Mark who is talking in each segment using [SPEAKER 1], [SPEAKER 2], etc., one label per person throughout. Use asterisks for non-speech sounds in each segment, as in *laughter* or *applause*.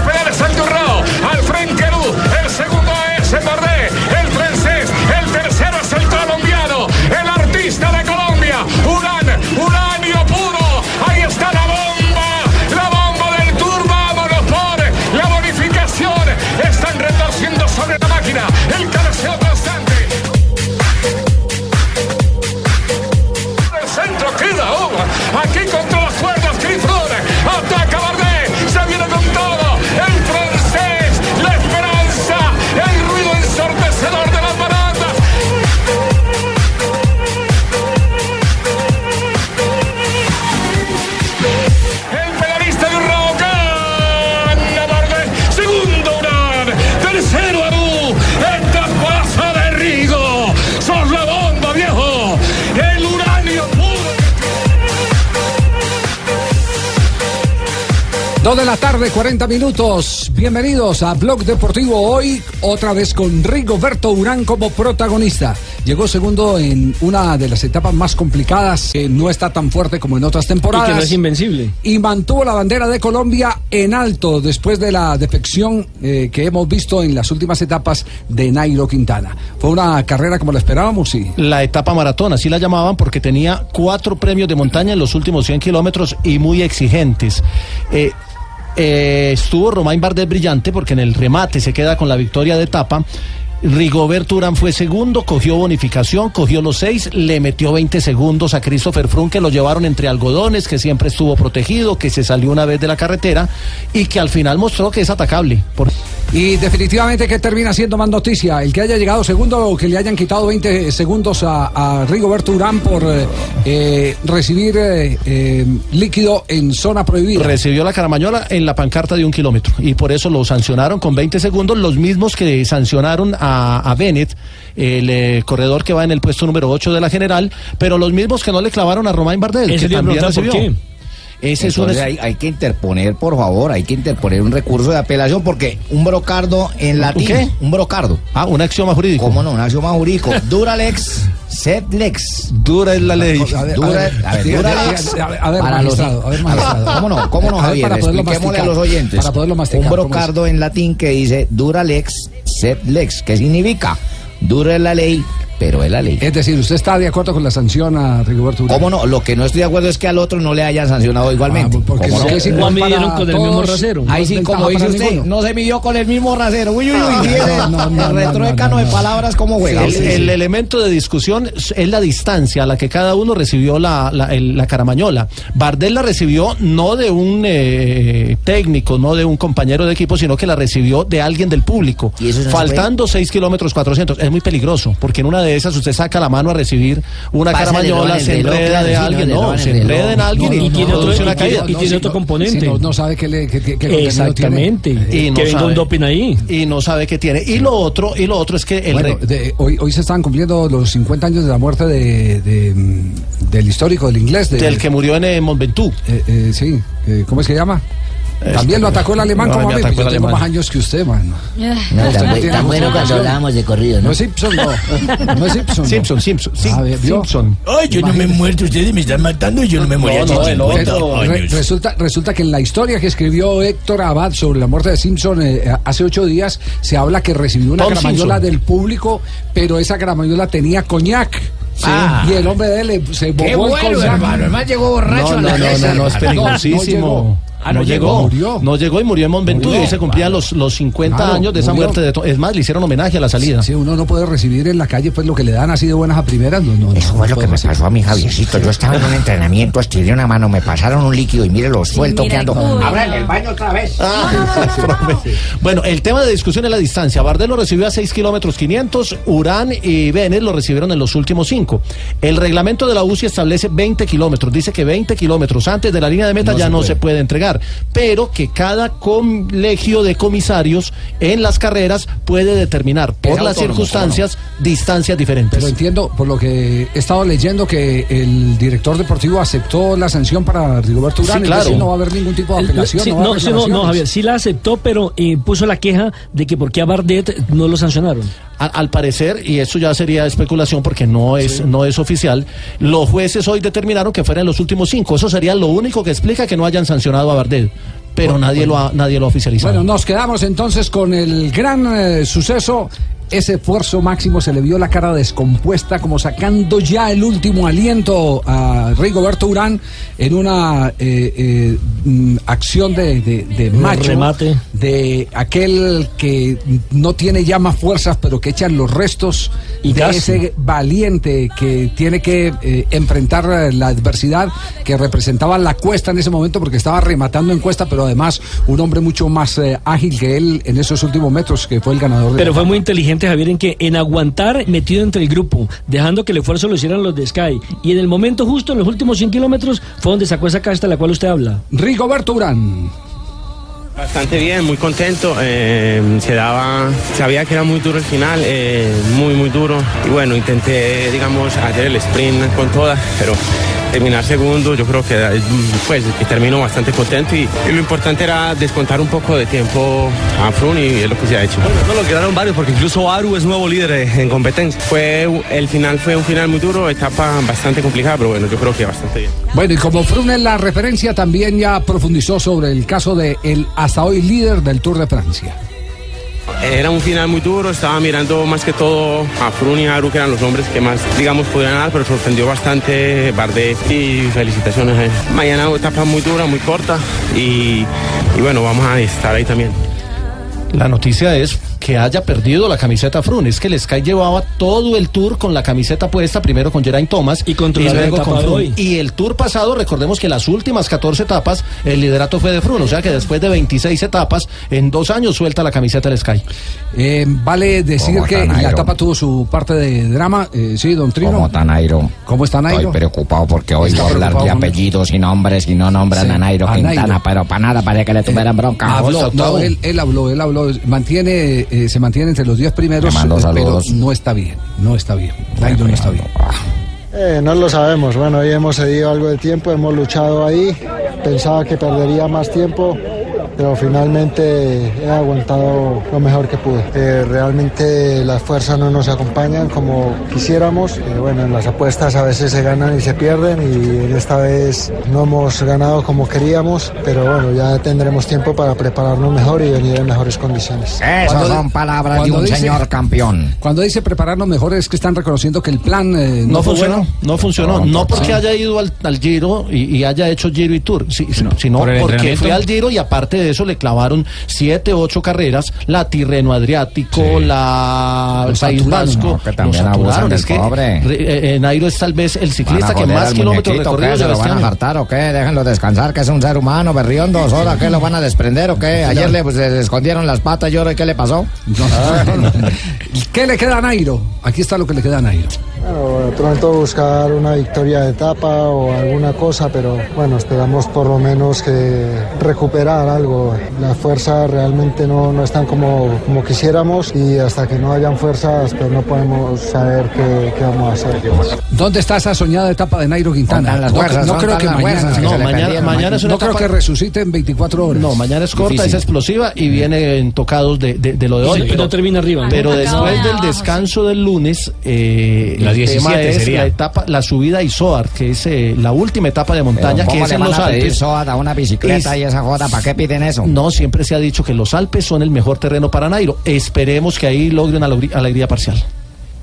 [SPEAKER 1] penales al Durrao, al frente Lu, el segundo es el Bardé, el francés, el tercero es el colombiano, el artista de Colombia, Ulan, Uranio puro, ahí está la bomba, la bomba del Tour, vámonos por la bonificación, están retorciendo sobre la máquina, el cabeceo constante. El centro queda Uva. Aquí contra las cuerdas, Chris Froome. Ataca Bardet. Se viene con todo. El francés. La esperanza. El ruido ensordecedor de las baratas. El pedalista de un gana Bardet. Segundo Urán. Tercero Aru. Esta pasa de Rigo. Sos la bomba, viejo. El uranio puro.
[SPEAKER 2] Dos de la tarde, 40 minutos. Bienvenidos a Blog Deportivo hoy, otra vez con Rigoberto Urán como protagonista. Llegó segundo en una de las etapas más complicadas, que no está tan fuerte como en otras temporadas.
[SPEAKER 3] Y que no es invencible.
[SPEAKER 2] Y mantuvo la bandera de Colombia en alto después de la defección eh, que hemos visto en las últimas etapas de Nairo Quintana. Fue una carrera como la esperábamos, sí.
[SPEAKER 3] La etapa maratón, así la llamaban porque tenía cuatro premios de montaña en los últimos 100 kilómetros y muy exigentes. Eh, eh, estuvo Romain Bardet brillante porque en el remate se queda con la victoria de etapa. Rigoberto Urán fue segundo, cogió bonificación, cogió los seis, le metió 20 segundos a Christopher Froome que lo llevaron entre algodones, que siempre estuvo protegido, que se salió una vez de la carretera y que al final mostró que es atacable. Por-
[SPEAKER 2] Y definitivamente, ¿qué termina siendo más noticia? ¿El que haya llegado segundo o que le hayan quitado 20 segundos a, a Rigoberto Urán por eh, eh, recibir eh, eh, líquido en zona prohibida?
[SPEAKER 3] Recibió la caramañola en la pancarta de un kilómetro y por eso lo sancionaron con 20 segundos, los mismos que sancionaron a, a Bennett, el eh, corredor que va en el puesto número 8 de la general, pero los mismos que no le clavaron a Romain Bardet, que
[SPEAKER 4] Ese le iba a
[SPEAKER 3] también
[SPEAKER 4] preguntar por
[SPEAKER 3] recibió. Ese es un
[SPEAKER 4] Entonces hay, hay que interponer, por favor, hay que interponer un recurso de apelación porque un brocardo en latín,
[SPEAKER 3] qué?
[SPEAKER 4] un brocardo,
[SPEAKER 3] ah, un axioma jurídico.
[SPEAKER 4] ¿cómo no? Un axioma jurídico, dura lex, sed lex.
[SPEAKER 3] Dura es la ley.
[SPEAKER 4] A ver,
[SPEAKER 2] a
[SPEAKER 4] dura,
[SPEAKER 2] ver,
[SPEAKER 4] a ver,
[SPEAKER 2] diga,
[SPEAKER 4] dura
[SPEAKER 2] diga,
[SPEAKER 4] lex.
[SPEAKER 2] diga, a ver, a ver,
[SPEAKER 4] para los-
[SPEAKER 2] magistrado, a ver,
[SPEAKER 4] a
[SPEAKER 2] magistrado.
[SPEAKER 4] *laughs* ¿Cómo no? ¿Cómo no,
[SPEAKER 2] A ver,
[SPEAKER 4] Javier?
[SPEAKER 2] para poderlo
[SPEAKER 4] Expliquémosle a
[SPEAKER 2] masticar,
[SPEAKER 4] los oyentes.
[SPEAKER 2] para poderlo masticar,
[SPEAKER 4] Un
[SPEAKER 2] ¿cómo es?
[SPEAKER 4] brocardo en latín que dice dura lex, sed lex. ¿Qué significa? Dura es la ley, pero es la ley.
[SPEAKER 2] Es decir, ¿usted está de acuerdo con la sanción a Rigoberto Urán?
[SPEAKER 4] ¿Cómo no? Lo que no estoy de acuerdo es que al otro no le hayan sancionado igualmente.
[SPEAKER 2] Ah, porque
[SPEAKER 4] ¿Cómo
[SPEAKER 2] si
[SPEAKER 4] no?
[SPEAKER 2] es igual
[SPEAKER 3] No midieron
[SPEAKER 2] para
[SPEAKER 3] con el mismo
[SPEAKER 2] todos,
[SPEAKER 3] rasero.
[SPEAKER 2] no
[SPEAKER 4] Ahí
[SPEAKER 2] es
[SPEAKER 4] sí,
[SPEAKER 2] ventaja
[SPEAKER 4] como dice
[SPEAKER 2] para
[SPEAKER 4] usted,
[SPEAKER 2] ninguno.
[SPEAKER 4] no se midió con el mismo rasero. Uy, uy, uy, tiene
[SPEAKER 2] no, no, no, no,
[SPEAKER 4] el retroécano
[SPEAKER 2] no,
[SPEAKER 4] de
[SPEAKER 2] no.
[SPEAKER 4] palabras cómo juega.
[SPEAKER 3] el, el elemento de discusión es es la distancia a la que cada uno recibió la, la- el- la caramañola. Bardel la recibió no de un eh, técnico, no de un compañero de equipo, sino que la recibió de alguien del público.
[SPEAKER 4] ¿Y eso no se
[SPEAKER 3] faltando 6 kilómetros 400. Es muy peligroso, porque en una de esas usted saca la mano a recibir una
[SPEAKER 4] Pasa el reloj en
[SPEAKER 3] caramañola,
[SPEAKER 4] el
[SPEAKER 3] se
[SPEAKER 4] reloj,
[SPEAKER 3] enreda
[SPEAKER 4] claro,
[SPEAKER 3] de
[SPEAKER 4] sí, no,
[SPEAKER 3] alguien,
[SPEAKER 4] el reloj
[SPEAKER 3] no,
[SPEAKER 4] en
[SPEAKER 3] se
[SPEAKER 4] el reloj.
[SPEAKER 3] enreda en alguien
[SPEAKER 2] No,
[SPEAKER 3] y
[SPEAKER 2] no,
[SPEAKER 3] tiene
[SPEAKER 2] no,
[SPEAKER 3] produce
[SPEAKER 2] no,
[SPEAKER 3] una
[SPEAKER 2] no,
[SPEAKER 3] caída.
[SPEAKER 2] no,
[SPEAKER 3] Y-
[SPEAKER 2] no,
[SPEAKER 3] tiene
[SPEAKER 2] si
[SPEAKER 3] otro
[SPEAKER 2] no-
[SPEAKER 3] componente.
[SPEAKER 2] si no, no sabe qué le qué- qué- qué contenido tiene.
[SPEAKER 3] Exactamente.
[SPEAKER 2] Eh,
[SPEAKER 3] Y no
[SPEAKER 2] que-
[SPEAKER 3] sabe.
[SPEAKER 2] ahí.
[SPEAKER 3] Y no sabe qué tiene. Y lo otro, y lo otro es que el
[SPEAKER 2] Bueno,
[SPEAKER 3] re-
[SPEAKER 2] de- hoy, hoy se están cumpliendo los 50 años de la muerte de, de, mm, del histórico, del inglés. de-
[SPEAKER 3] del que murió en eh, Montventoux.
[SPEAKER 2] Eh, eh, sí, eh, ¿cómo es que llama? También lo atacó el alemán
[SPEAKER 3] no,
[SPEAKER 2] como
[SPEAKER 3] me
[SPEAKER 2] a mí.
[SPEAKER 3] atacó
[SPEAKER 2] pues Yo
[SPEAKER 3] el
[SPEAKER 2] tengo
[SPEAKER 3] alemán.
[SPEAKER 2] más años que usted, man.
[SPEAKER 5] No,
[SPEAKER 2] Usted
[SPEAKER 5] tan,
[SPEAKER 2] no
[SPEAKER 5] bu-
[SPEAKER 2] tiene
[SPEAKER 5] tan bueno
[SPEAKER 2] mucha
[SPEAKER 5] cuando
[SPEAKER 2] noción.
[SPEAKER 5] hablábamos de corrido,
[SPEAKER 2] No
[SPEAKER 5] ¿no?
[SPEAKER 2] es Simpson, no. No es Simpson. no.
[SPEAKER 3] Simpson, Simpson, Sim-
[SPEAKER 2] A ver, ¿vio?
[SPEAKER 3] Simpson.
[SPEAKER 6] Ay, yo no me he muerto, ustedes me están matando y yo no me morí hace
[SPEAKER 3] no, el
[SPEAKER 6] 50
[SPEAKER 3] otro,
[SPEAKER 2] Re-
[SPEAKER 6] años.
[SPEAKER 2] resulta, resulta que en la historia que escribió Héctor Abad sobre la muerte de Simpson eh, hace ocho días se habla que recibió una
[SPEAKER 3] Tom
[SPEAKER 2] gramayola
[SPEAKER 3] Simpson.
[SPEAKER 2] del público, pero esa gramayola tenía coñac.
[SPEAKER 4] Ah.
[SPEAKER 2] Y el hombre de él eh, se bobó el coñac.
[SPEAKER 4] hermano llegó
[SPEAKER 3] No, no, no, no, no, es
[SPEAKER 2] Ah, No, no
[SPEAKER 3] peligrosísimo.
[SPEAKER 2] llegó.
[SPEAKER 3] Ah, no, llegó. No llegó y murió en Monventura. Y
[SPEAKER 2] Murió.
[SPEAKER 3] hoy se cumplían los, los 50
[SPEAKER 2] Claro,
[SPEAKER 3] años de esa
[SPEAKER 2] murió.
[SPEAKER 3] muerte. De to- es más, le hicieron homenaje a la salida.
[SPEAKER 2] Si uno no puede recibir en la calle pues lo que le dan así de buenas a primeras, no, no.
[SPEAKER 7] Eso fue lo que me pasó a mi Javiercito. Yo estaba en un entrenamiento, estiré una mano, me pasaron un líquido y mire lo suelto
[SPEAKER 8] mira,
[SPEAKER 7] que ando.
[SPEAKER 8] uy,
[SPEAKER 7] Ábrale
[SPEAKER 8] no.
[SPEAKER 7] el baño otra vez. Ah.
[SPEAKER 3] Bueno, el tema de discusión es la distancia. Bardel lo recibió a 6 kilómetros 500, Urán y Vélez lo recibieron en los últimos 5. El reglamento de la UCI establece 20 kilómetros. Dice que 20 kilómetros antes de la línea de meta ya no se puede entregar, pero que cada colegio de comisarios en las carreras puede determinar por las
[SPEAKER 2] autónomo,
[SPEAKER 3] circunstancias distancias diferentes.
[SPEAKER 2] Pero entiendo, por lo que he estado leyendo, que el director deportivo aceptó la sanción para Rigoberto Urán,
[SPEAKER 9] Sí,
[SPEAKER 2] entonces
[SPEAKER 9] claro.
[SPEAKER 2] no va a haber ningún tipo de
[SPEAKER 9] El-
[SPEAKER 2] apelación.
[SPEAKER 9] sí,
[SPEAKER 2] no, va a
[SPEAKER 9] no,
[SPEAKER 2] haber
[SPEAKER 9] sí, no, no,
[SPEAKER 2] apelaciones.
[SPEAKER 9] Javier, sí la aceptó, pero eh, puso la queja de que por qué a Bardet no lo sancionaron.
[SPEAKER 3] Al, al parecer, y esto ya sería especulación porque no es, no es oficial, los jueces hoy determinaron que fueran los últimos cinco. Eso sería lo único que explica que no hayan sancionado a Bardel. Pero nadie, Lo ha, nadie lo ha oficializado.
[SPEAKER 2] Bueno, nos quedamos entonces con el gran eh, suceso. Ese esfuerzo máximo se le vio la cara descompuesta, como sacando ya el último aliento a Rigoberto Urán en una eh, eh, mm, acción de, de, de
[SPEAKER 9] Un
[SPEAKER 2] macho.
[SPEAKER 9] remate.
[SPEAKER 2] De aquel que no tiene ya más fuerzas, pero que echan los restos
[SPEAKER 9] Y
[SPEAKER 2] de
[SPEAKER 9] casi.
[SPEAKER 2] ese valiente que tiene que eh, enfrentar eh, la adversidad que representaba la cuesta en ese momento porque estaba rematando en cuesta, pero además un hombre mucho más eh, ágil que él en esos últimos metros que fue el ganador.
[SPEAKER 9] Pero
[SPEAKER 2] de la
[SPEAKER 9] fue
[SPEAKER 2] etapa.
[SPEAKER 9] muy inteligente Javier en que en aguantar metido entre el grupo, dejando que el esfuerzo lo hicieran los de Sky. Y en el momento justo, en los últimos 100 kilómetros, fue donde sacó esa casta de la cual usted habla.
[SPEAKER 2] Rigoberto Urán.
[SPEAKER 10] Bastante bien, muy contento. eh, se daba, sabía que era muy duro el final, eh, muy muy duro. Y bueno, intenté, digamos, hacer el sprint con todas, pero terminar segundo, yo creo que eh, pues que termino bastante contento y, y lo importante era descontar un poco de tiempo a Frun y es lo que se ha hecho.
[SPEAKER 11] No lo quedaron varios porque incluso Aru es nuevo líder eh, en competencia.
[SPEAKER 10] Fue u- el final fue un final muy duro, etapa bastante complicada, pero bueno, yo creo que bastante bien.
[SPEAKER 2] Bueno, y como Froome en la referencia, también ya profundizó sobre el caso de el hasta hoy líder del Tour de Francia.
[SPEAKER 10] Era un final muy duro, estaba mirando más que todo a Frun y a Aru, que eran los hombres que más, digamos, podían dar, pero sorprendió bastante Bardet y felicitaciones a él. Mañana etapa muy dura, muy corta y, y bueno, vamos a estar ahí también.
[SPEAKER 3] La noticia es que haya perdido la camiseta Frun. Es que el Sky llevaba todo el tour con la camiseta puesta, primero con Geraint Thomas y,
[SPEAKER 9] la
[SPEAKER 3] luego
[SPEAKER 9] etapa
[SPEAKER 3] con
[SPEAKER 9] de
[SPEAKER 3] Froome.
[SPEAKER 9] hoy.
[SPEAKER 3] Y el tour pasado, recordemos que las últimas 14 etapas, el liderato fue de Frun. O sea que después de 26 etapas, en dos años suelta la camiseta el Sky.
[SPEAKER 2] Eh, vale decir que
[SPEAKER 7] tan
[SPEAKER 2] la
[SPEAKER 7] Iron?
[SPEAKER 2] etapa tuvo su parte de drama. eh, sí, don Trino.
[SPEAKER 7] ¿Cómo está Nairo?
[SPEAKER 2] ¿Cómo está Nairo?
[SPEAKER 7] Estoy preocupado porque hoy
[SPEAKER 2] Está
[SPEAKER 7] voy a hablar de
[SPEAKER 2] preocupado, ¿no?
[SPEAKER 7] apellidos y nombres y no nombran
[SPEAKER 2] Sí,
[SPEAKER 7] a Nairo
[SPEAKER 2] a Nairo.
[SPEAKER 7] Quintana, pero para nada, para que le tuvieran bronca.
[SPEAKER 2] Habló,
[SPEAKER 7] Justo,
[SPEAKER 2] no,
[SPEAKER 7] todo.
[SPEAKER 2] él, él habló, él habló, mantiene, eh, se mantiene entre los 10 primeros,
[SPEAKER 7] Le mando
[SPEAKER 2] eh, pero
[SPEAKER 7] saludos.
[SPEAKER 2] no está bien, no está bien, Nairo no está bien.
[SPEAKER 4] Eh, no lo sabemos, bueno, hoy hemos cedido algo de tiempo, hemos luchado ahí, pensaba que perdería más tiempo, pero finalmente he aguantado lo mejor que pude. Eh, realmente las fuerzas no nos acompañan como quisiéramos, Eh, bueno, en las apuestas a veces se ganan y se pierden y en esta vez no hemos ganado como queríamos, pero bueno, ya tendremos tiempo para prepararnos mejor y venir en mejores condiciones.
[SPEAKER 7] Esas son palabras de
[SPEAKER 2] cuando
[SPEAKER 7] un
[SPEAKER 2] dice- *laughs*
[SPEAKER 7] señor campeón.
[SPEAKER 2] Cuando dice prepararnos mejor es que están reconociendo que el plan eh, no,
[SPEAKER 3] No
[SPEAKER 2] funcionó.
[SPEAKER 3] funcionó, no
[SPEAKER 7] Ah,
[SPEAKER 3] funcionó. No porque haya ido al, al Giro y, y haya hecho Giro y Tour, si- si- sino
[SPEAKER 12] por el
[SPEAKER 3] porque
[SPEAKER 12] entrenamiento.
[SPEAKER 3] fue al Giro y aparte de eso le clavaron siete, ocho carreras, la Tirreno Adriático, la
[SPEAKER 7] Los
[SPEAKER 3] País
[SPEAKER 7] saturaron,
[SPEAKER 3] Vasco.
[SPEAKER 7] no, que también
[SPEAKER 3] los
[SPEAKER 7] abusan
[SPEAKER 3] saturaron.
[SPEAKER 7] del
[SPEAKER 3] es que
[SPEAKER 7] pobre.
[SPEAKER 3] re- eh, eh, Nairo es tal vez el ciclista que
[SPEAKER 7] joder
[SPEAKER 3] más
[SPEAKER 7] al
[SPEAKER 3] kilómetros
[SPEAKER 7] muñequito, ¿qué?
[SPEAKER 3] recorridos
[SPEAKER 7] ¿Se
[SPEAKER 3] lleva
[SPEAKER 7] lo
[SPEAKER 3] este
[SPEAKER 7] van a
[SPEAKER 3] año.
[SPEAKER 7] hartar o qué? Déjenlo descansar, que es un ser humano, berrión dos horas, ¿qué lo van a desprender o qué? Ayer le, pues, le escondieron las patas, yo ahora ¿qué le pasó?
[SPEAKER 5] Ah.
[SPEAKER 2] ¿Qué le queda a Nairo? Aquí está lo que le queda a Nairo.
[SPEAKER 4] Bueno, de pronto buscar una victoria de etapa o alguna cosa, pero bueno, esperamos por lo menos que recuperar algo. Las fuerzas realmente no, no están como, como quisiéramos y hasta que no hayan fuerzas, pues no podemos saber qué, qué vamos a hacer.
[SPEAKER 2] ¿Dónde está esa soñada etapa de Nairo Quintana?
[SPEAKER 7] Contan las
[SPEAKER 2] no
[SPEAKER 7] fuerzas,
[SPEAKER 2] no
[SPEAKER 7] contan
[SPEAKER 2] creo que
[SPEAKER 7] las
[SPEAKER 2] mañana.
[SPEAKER 7] fuerzas que
[SPEAKER 2] no,
[SPEAKER 7] se le
[SPEAKER 2] mañana-
[SPEAKER 7] perdieron.
[SPEAKER 3] mañana es una
[SPEAKER 2] no creo
[SPEAKER 3] etapa-
[SPEAKER 2] que resucite en 24 horas.
[SPEAKER 3] No, mañana es corta,
[SPEAKER 2] Difícil.
[SPEAKER 3] es explosiva y viene en tocados de, de- de lo de
[SPEAKER 9] Y
[SPEAKER 3] hoy.
[SPEAKER 9] no- y no termina arriba, ¿no?
[SPEAKER 3] Pero
[SPEAKER 9] Acaba
[SPEAKER 3] después del descanso del lunes, eh,
[SPEAKER 12] La
[SPEAKER 3] el
[SPEAKER 12] 17
[SPEAKER 3] tema es
[SPEAKER 12] sería.
[SPEAKER 3] la etapa, la subida a Izoar, que es eh, la última etapa de montaña,
[SPEAKER 7] ¿Cómo
[SPEAKER 3] que es
[SPEAKER 7] le
[SPEAKER 3] en
[SPEAKER 7] van
[SPEAKER 3] los
[SPEAKER 7] a pedir
[SPEAKER 3] Alpes.
[SPEAKER 7] soda, una bicicleta
[SPEAKER 3] Es-
[SPEAKER 7] y esa joda? ¿Para qué piden eso?
[SPEAKER 3] No, siempre se ha dicho que los Alpes son el mejor terreno para Nairo. Esperemos que ahí logre una alegría- alegría parcial.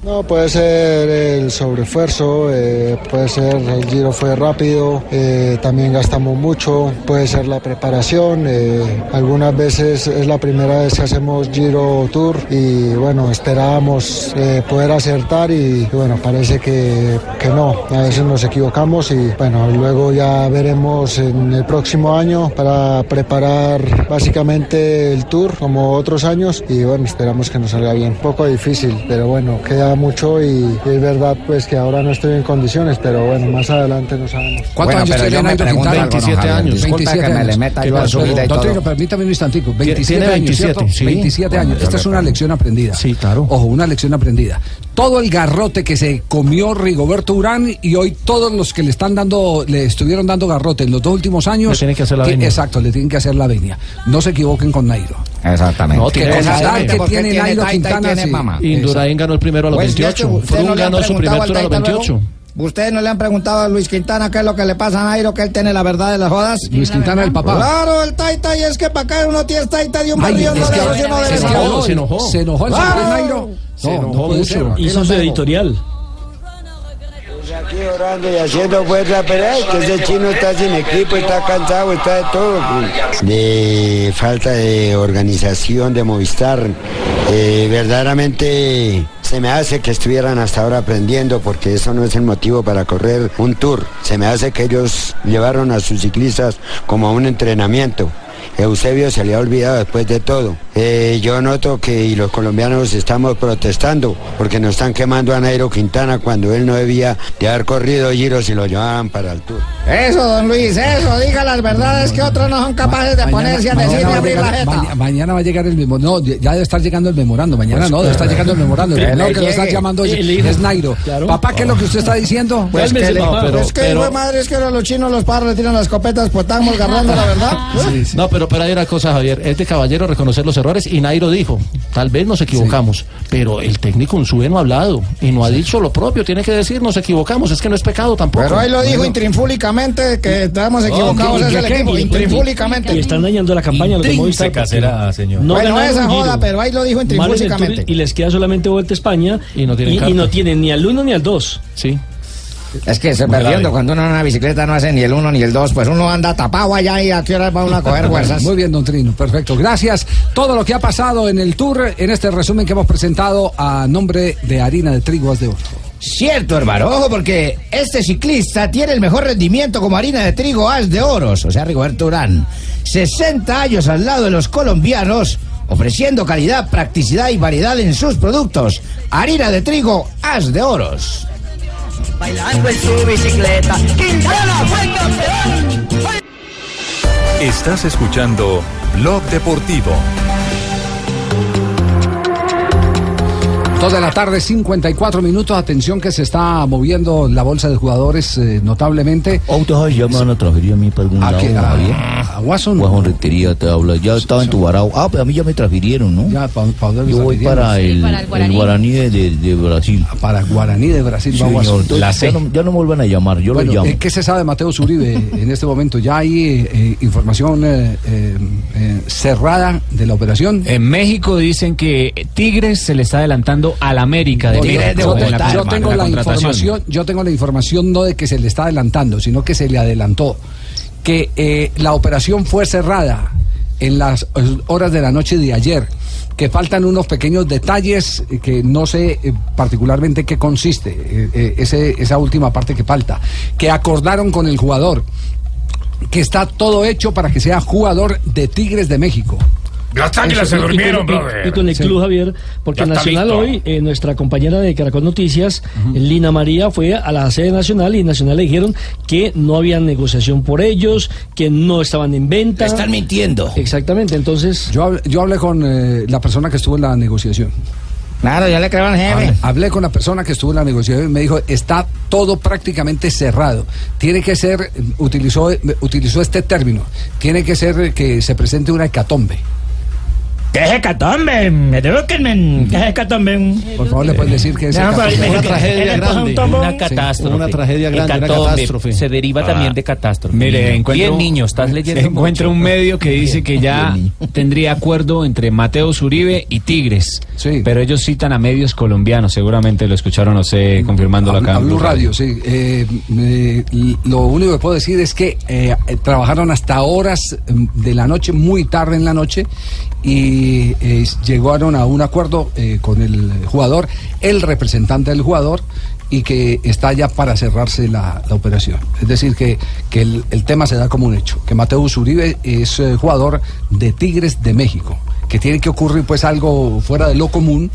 [SPEAKER 4] No, puede ser el sobreesfuerzo, eh, puede ser el giro fue rápido, eh, también gastamos mucho, puede ser la preparación, eh, algunas veces es la primera vez que hacemos giro tour y bueno, esperábamos eh, poder acertar y, y, bueno, parece que, que no, a veces nos equivocamos y bueno, luego ya veremos en el próximo año para preparar básicamente el tour como otros años y bueno, esperamos que nos salga bien, un poco difícil, pero bueno, queda mucho y, y es verdad pues que ahora no estoy en condiciones, pero bueno, más adelante no sabemos.
[SPEAKER 2] ¿Cuántos años tiene Nairo Quintana?
[SPEAKER 7] 27 años. Disculpe que me le meta yo a su vida y
[SPEAKER 2] Don Trino,
[SPEAKER 7] todo.
[SPEAKER 2] permítame un instantico. 27
[SPEAKER 3] Tiene
[SPEAKER 2] años,
[SPEAKER 3] 27,
[SPEAKER 2] ¿cierto?
[SPEAKER 3] sí.
[SPEAKER 2] 27
[SPEAKER 3] Bueno,
[SPEAKER 2] años.
[SPEAKER 3] ya
[SPEAKER 2] Esta
[SPEAKER 3] le
[SPEAKER 2] es una
[SPEAKER 3] paro.
[SPEAKER 2] lección aprendida. Sí, claro. Ojo, una lección aprendida. Todo el garrote que se comió Rigoberto Urán y hoy todos los que le están dando, le estuvieron dando garrote en los dos últimos años.
[SPEAKER 3] Le tienen que hacer la
[SPEAKER 2] ti-
[SPEAKER 3] venia.
[SPEAKER 2] Exacto, le tienen que hacer la venia. No se equivoquen con Nairo.
[SPEAKER 7] Exactamente.
[SPEAKER 3] No, tiene
[SPEAKER 2] Que con la edad
[SPEAKER 3] venia.
[SPEAKER 2] que Porque tiene tiene Nairo taita y Quintana, tiene sí. mamá.
[SPEAKER 3] Indurain
[SPEAKER 2] Exacto.
[SPEAKER 3] ganó el primero a los
[SPEAKER 7] Pues, de
[SPEAKER 3] 28.
[SPEAKER 7] hecho, ustedes
[SPEAKER 3] Froome
[SPEAKER 7] no le han
[SPEAKER 3] ganó su primer
[SPEAKER 7] preguntado al
[SPEAKER 3] tour a los
[SPEAKER 7] Taita Luego.
[SPEAKER 3] 28.
[SPEAKER 7] ¿Ustedes no le han preguntado a Luis Quintana qué es lo que le pasa a Nairo, que él tiene la verdad de las jodas?
[SPEAKER 2] Luis Quintana, el papá.
[SPEAKER 7] Claro, el Taita, y es que para acá uno tiene Taita de un
[SPEAKER 2] Ay,
[SPEAKER 7] barrio, no
[SPEAKER 2] es
[SPEAKER 7] le
[SPEAKER 2] que
[SPEAKER 7] da uno de
[SPEAKER 2] es que
[SPEAKER 7] la
[SPEAKER 2] habló,
[SPEAKER 7] otra.
[SPEAKER 2] se enojó. Se enojó el
[SPEAKER 5] Ah,
[SPEAKER 7] Claro.
[SPEAKER 2] señor Nairo.
[SPEAKER 7] Se
[SPEAKER 2] No,
[SPEAKER 9] pues
[SPEAKER 7] enojó
[SPEAKER 2] puede
[SPEAKER 7] mucho.
[SPEAKER 2] ser.
[SPEAKER 9] Hizo su editorial.
[SPEAKER 5] Aquí orando y haciendo fuerza, pero es que ese chino está sin equipo, está cansado, está de todo. De falta de organización de Movistar. Eh, verdaderamente se me hace que estuvieran hasta ahora aprendiendo porque eso no es el motivo para correr un tour. Se me hace que ellos llevaron a sus ciclistas como a un entrenamiento. Eusebio se le ha olvidado después de todo. Eh, yo noto que y los colombianos estamos protestando porque nos están quemando a Nairo Quintana cuando él no debía de haber corrido giros y lo llevaban para el tour.
[SPEAKER 7] Eso, don Luis, eso, diga las verdades que otros no son capaces de ponerse a decir y
[SPEAKER 2] va a
[SPEAKER 7] abrir la
[SPEAKER 2] llegar-
[SPEAKER 7] jeta.
[SPEAKER 2] maña- mañana va a llegar el mismo. No, ya debe estar llegando el memorando. Mañana
[SPEAKER 7] Pues,
[SPEAKER 2] no, debe estar
[SPEAKER 7] claro.
[SPEAKER 2] llegando el memorando. El
[SPEAKER 7] Que
[SPEAKER 2] primero
[SPEAKER 7] le
[SPEAKER 2] que lo está
[SPEAKER 7] llegue.
[SPEAKER 2] llamando es,
[SPEAKER 7] El hijo.
[SPEAKER 2] es Nairo. Papá, ¿qué es lo que usted está diciendo?
[SPEAKER 7] Pues que le-
[SPEAKER 3] no, pero-
[SPEAKER 7] es que,
[SPEAKER 3] pero-
[SPEAKER 7] hijo de madre, es que ahora los chinos, los padres le tiran las copetas, pues estamos agarrando la verdad.
[SPEAKER 3] Ah. No, pero, pero hay una cosa, Javier. Es de caballero reconocer los errores. Y Nairo dijo: Tal vez nos equivocamos. Pero el técnico Unzúe no ha hablado. Y no ha dicho lo propio. Tiene que decir: Nos equivocamos. Es que no es pecado tampoco.
[SPEAKER 7] Pero ahí lo dijo
[SPEAKER 3] Bueno.
[SPEAKER 7] intrinfúlicamente que estamos equivocados,
[SPEAKER 9] ¿qué-
[SPEAKER 7] es
[SPEAKER 9] qué-
[SPEAKER 7] el
[SPEAKER 9] qué-
[SPEAKER 7] equipo,
[SPEAKER 9] qué-
[SPEAKER 7] intrinfúlicamente.
[SPEAKER 9] Y están dañando la campaña. los de Movistar,
[SPEAKER 12] Intrínseca
[SPEAKER 9] porque
[SPEAKER 12] será, señor.
[SPEAKER 9] no
[SPEAKER 7] bueno,
[SPEAKER 9] ganaron
[SPEAKER 7] esa
[SPEAKER 9] un
[SPEAKER 7] joda,
[SPEAKER 9] giro.
[SPEAKER 7] pero ahí lo dijo
[SPEAKER 9] Malos en Tour
[SPEAKER 7] intrinfúlicamente.
[SPEAKER 9] Y les queda solamente Vuelta a España. Y no
[SPEAKER 7] tienen
[SPEAKER 9] y,
[SPEAKER 7] carta.
[SPEAKER 9] no tienen ni al uno ni al dos.
[SPEAKER 3] Sí.
[SPEAKER 7] Es que se
[SPEAKER 9] Muy grave.
[SPEAKER 7] perdiendo cuando uno en una bicicleta no hace ni el uno ni el dos, pues uno anda tapado allá y a qué hora va uno a coger *laughs* fuerzas.
[SPEAKER 2] Muy bien, don Trino, perfecto. Gracias. Todo lo que ha pasado en el tour, en este resumen que hemos presentado a nombre de Harina de Triguas de Oro.
[SPEAKER 7] Cierto, hermano, ojo, porque este ciclista tiene el mejor rendimiento como harina de trigo as de oros, o sea, Rigoberto Urán. 60 años al lado de los colombianos, ofreciendo calidad, practicidad y variedad en sus productos. Harina de trigo as de oros.
[SPEAKER 13] Bailando en su bicicleta. Quintana fue campeón.
[SPEAKER 14] Estás escuchando Blog Deportivo.
[SPEAKER 2] Dos de la tarde, 54 minutos. Atención que se está moviendo la bolsa de jugadores eh, notablemente.
[SPEAKER 6] ya me van a transferir a mí para algún
[SPEAKER 2] ¿A
[SPEAKER 6] lado,
[SPEAKER 2] qué? ¿A-
[SPEAKER 6] Javier.
[SPEAKER 2] a Watson?
[SPEAKER 6] Rentería te habla. Ya estaba entubarado. Ah, pero a mí ya me transfirieron, ¿no?
[SPEAKER 2] Ya, ¿para dónde
[SPEAKER 6] Yo voy para el,
[SPEAKER 2] para
[SPEAKER 6] el Guaraní, de, de- de Brasil.
[SPEAKER 2] Para Guaraní de Brasil,
[SPEAKER 6] sí,
[SPEAKER 2] va
[SPEAKER 6] señor.
[SPEAKER 2] Watson.
[SPEAKER 6] Entonces,
[SPEAKER 2] La C.
[SPEAKER 6] ya, no, ya no me vuelvan a llamar, yo
[SPEAKER 2] Bueno,
[SPEAKER 6] lo llamo.
[SPEAKER 2] eh, ¿Qué se sabe de Mateo Zuribe en este momento? ¿Ya hay eh, información eh, eh, eh, cerrada de la operación?
[SPEAKER 15] En México dicen que Tigres se le está adelantando al América de
[SPEAKER 2] Yo-
[SPEAKER 15] México.
[SPEAKER 2] yo,
[SPEAKER 15] en la
[SPEAKER 2] yo
[SPEAKER 15] contratación.
[SPEAKER 2] tengo la, información, yo tengo la información no de que se le está adelantando, sino que se le adelantó. Que eh, la operación fue cerrada en las eh, horas de la noche de ayer, que faltan unos pequeños detalles eh, que no sé eh, particularmente qué consiste eh, eh, ese- esa última parte que falta, que acordaron con el jugador, que está todo hecho para que sea jugador de Tigres de México.
[SPEAKER 1] Las águilas se
[SPEAKER 9] Eso, y- y
[SPEAKER 1] durmieron,
[SPEAKER 9] con- y-
[SPEAKER 1] brother.
[SPEAKER 9] Y con el
[SPEAKER 1] Sí.
[SPEAKER 9] club, Javier, porque
[SPEAKER 1] Ya está
[SPEAKER 9] Nacional
[SPEAKER 1] listo.
[SPEAKER 9] hoy, eh, nuestra compañera de Caracol Noticias, Lina María, fue a la sede nacional y Nacional le dijeron que no había negociación por ellos, que no estaban en venta. Están
[SPEAKER 6] mintiendo.
[SPEAKER 9] Exactamente, entonces.
[SPEAKER 2] Yo, hab- yo hablé con eh, la persona que estuvo en la negociación.
[SPEAKER 7] Claro, ya le creo al jefe.
[SPEAKER 2] Hablé, hablé con la persona que estuvo en la negociación y me dijo, está todo prácticamente cerrado. Tiene que ser, utilizó, utilizó este término, tiene que ser que se presente una hecatombe.
[SPEAKER 16] ¿Qué es hecatombe? Me debo que me. ¿Qué es hecatombe?
[SPEAKER 2] Por favor, le puedes decir que es
[SPEAKER 16] No,
[SPEAKER 12] pues,
[SPEAKER 2] hecatombe.
[SPEAKER 16] pero- Una tragedia
[SPEAKER 2] Él le puso un
[SPEAKER 16] grande.
[SPEAKER 2] tombón.
[SPEAKER 17] Una catástrofe.
[SPEAKER 3] una tragedia grande, una
[SPEAKER 17] Hecatombe.
[SPEAKER 3] catástrofe.
[SPEAKER 17] Se deriva
[SPEAKER 2] Ah.
[SPEAKER 17] también de catástrofe.
[SPEAKER 15] Mire, encuentro,
[SPEAKER 17] Bien, niño, estás leyendo.
[SPEAKER 15] encuentro
[SPEAKER 17] mucho.
[SPEAKER 15] un medio que dice que ya tendría acuerdo entre Mateo Zuribe y Tigres. Pero ellos citan a medios colombianos, seguramente lo escucharon, no sé, confirmándolo
[SPEAKER 2] Mm,
[SPEAKER 15] acá.
[SPEAKER 2] A
[SPEAKER 15] en
[SPEAKER 2] Blue
[SPEAKER 15] Blue
[SPEAKER 2] Radio, sí. Eh, eh, lo único que puedo decir es que eh, eh, trabajaron hasta horas mm, de la noche, muy tarde en la noche, y eh, llegaron a un acuerdo eh, con el jugador, el representante del jugador, y que está ya para cerrarse la, la operación. Es decir, que, que el, el tema se da como un hecho, que Mateo Uribe es eh, jugador de Tigres de México, que tiene que ocurrir pues algo fuera de lo común.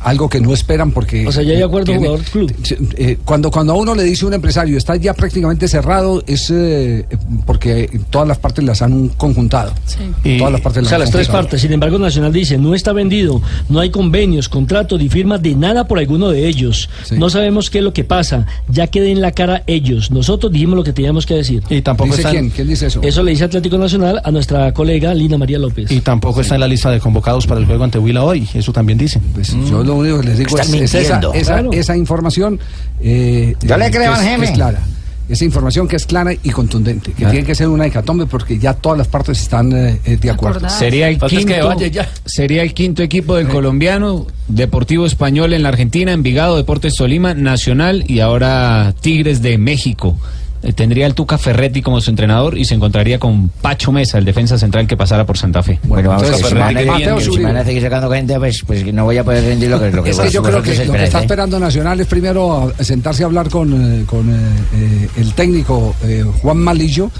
[SPEAKER 2] Algo que no esperan porque...
[SPEAKER 9] O sea, ya hay acuerdo
[SPEAKER 2] tiene-
[SPEAKER 9] jugador club.
[SPEAKER 2] eh, cuando, cuando a uno le dice un empresario está ya prácticamente cerrado, es eh, porque todas las partes las han conjuntado.
[SPEAKER 9] Y-
[SPEAKER 2] todas las
[SPEAKER 9] o
[SPEAKER 2] partes las
[SPEAKER 9] sea,
[SPEAKER 2] han
[SPEAKER 9] las tres
[SPEAKER 2] conjuntado.
[SPEAKER 9] partes. Sin embargo, Nacional dice, no está vendido, no hay convenios, contratos ni firmas de nada por alguno de ellos. No sabemos qué es lo que pasa. Ya quedé en la cara ellos. Nosotros dijimos lo que teníamos que decir.
[SPEAKER 3] Y tampoco
[SPEAKER 9] ¿Dice
[SPEAKER 3] están-
[SPEAKER 9] quién?
[SPEAKER 2] ¿Quién dice eso?
[SPEAKER 9] Eso le dice Atlético Nacional a nuestra colega Lina María López.
[SPEAKER 3] Y tampoco está en la lista de convocados para el juego ante Huila hoy, eso también dicen.
[SPEAKER 2] Pues,
[SPEAKER 9] Mm.
[SPEAKER 2] Yo lo único que les digo es, es esa, esa, esa información. eh,
[SPEAKER 3] Yo le
[SPEAKER 2] eh,
[SPEAKER 3] creo
[SPEAKER 2] que
[SPEAKER 3] al
[SPEAKER 2] es- que
[SPEAKER 3] jefe.
[SPEAKER 2] es clara. Esa información que es clara y contundente,
[SPEAKER 15] Ah.
[SPEAKER 2] que tiene que ser una hecatombe porque ya todas las partes están eh, eh, de acuerdo.
[SPEAKER 15] Sería el, quinto, sería el quinto equipo del colombiano, Deportivo Español en la Argentina, Envigado, Deportes Tolima, Nacional y ahora Tigres de México. Eh, Tendría el Tuca Ferretti como su entrenador y se encontraría con Pacho Mesa, el defensa central que pasara por Santa Fe.
[SPEAKER 7] Bueno, vamos a si van a- si van a seguir sacando gente, pues, pues no voy a poder rendir lo que, lo que
[SPEAKER 2] Es que yo creo
[SPEAKER 7] vosotros
[SPEAKER 2] que lo que
[SPEAKER 7] esperáis,
[SPEAKER 2] está
[SPEAKER 7] ¿eh?
[SPEAKER 2] esperando Nacional es primero a- sentarse a hablar con, eh, con eh, eh, el técnico eh, Juan Malillo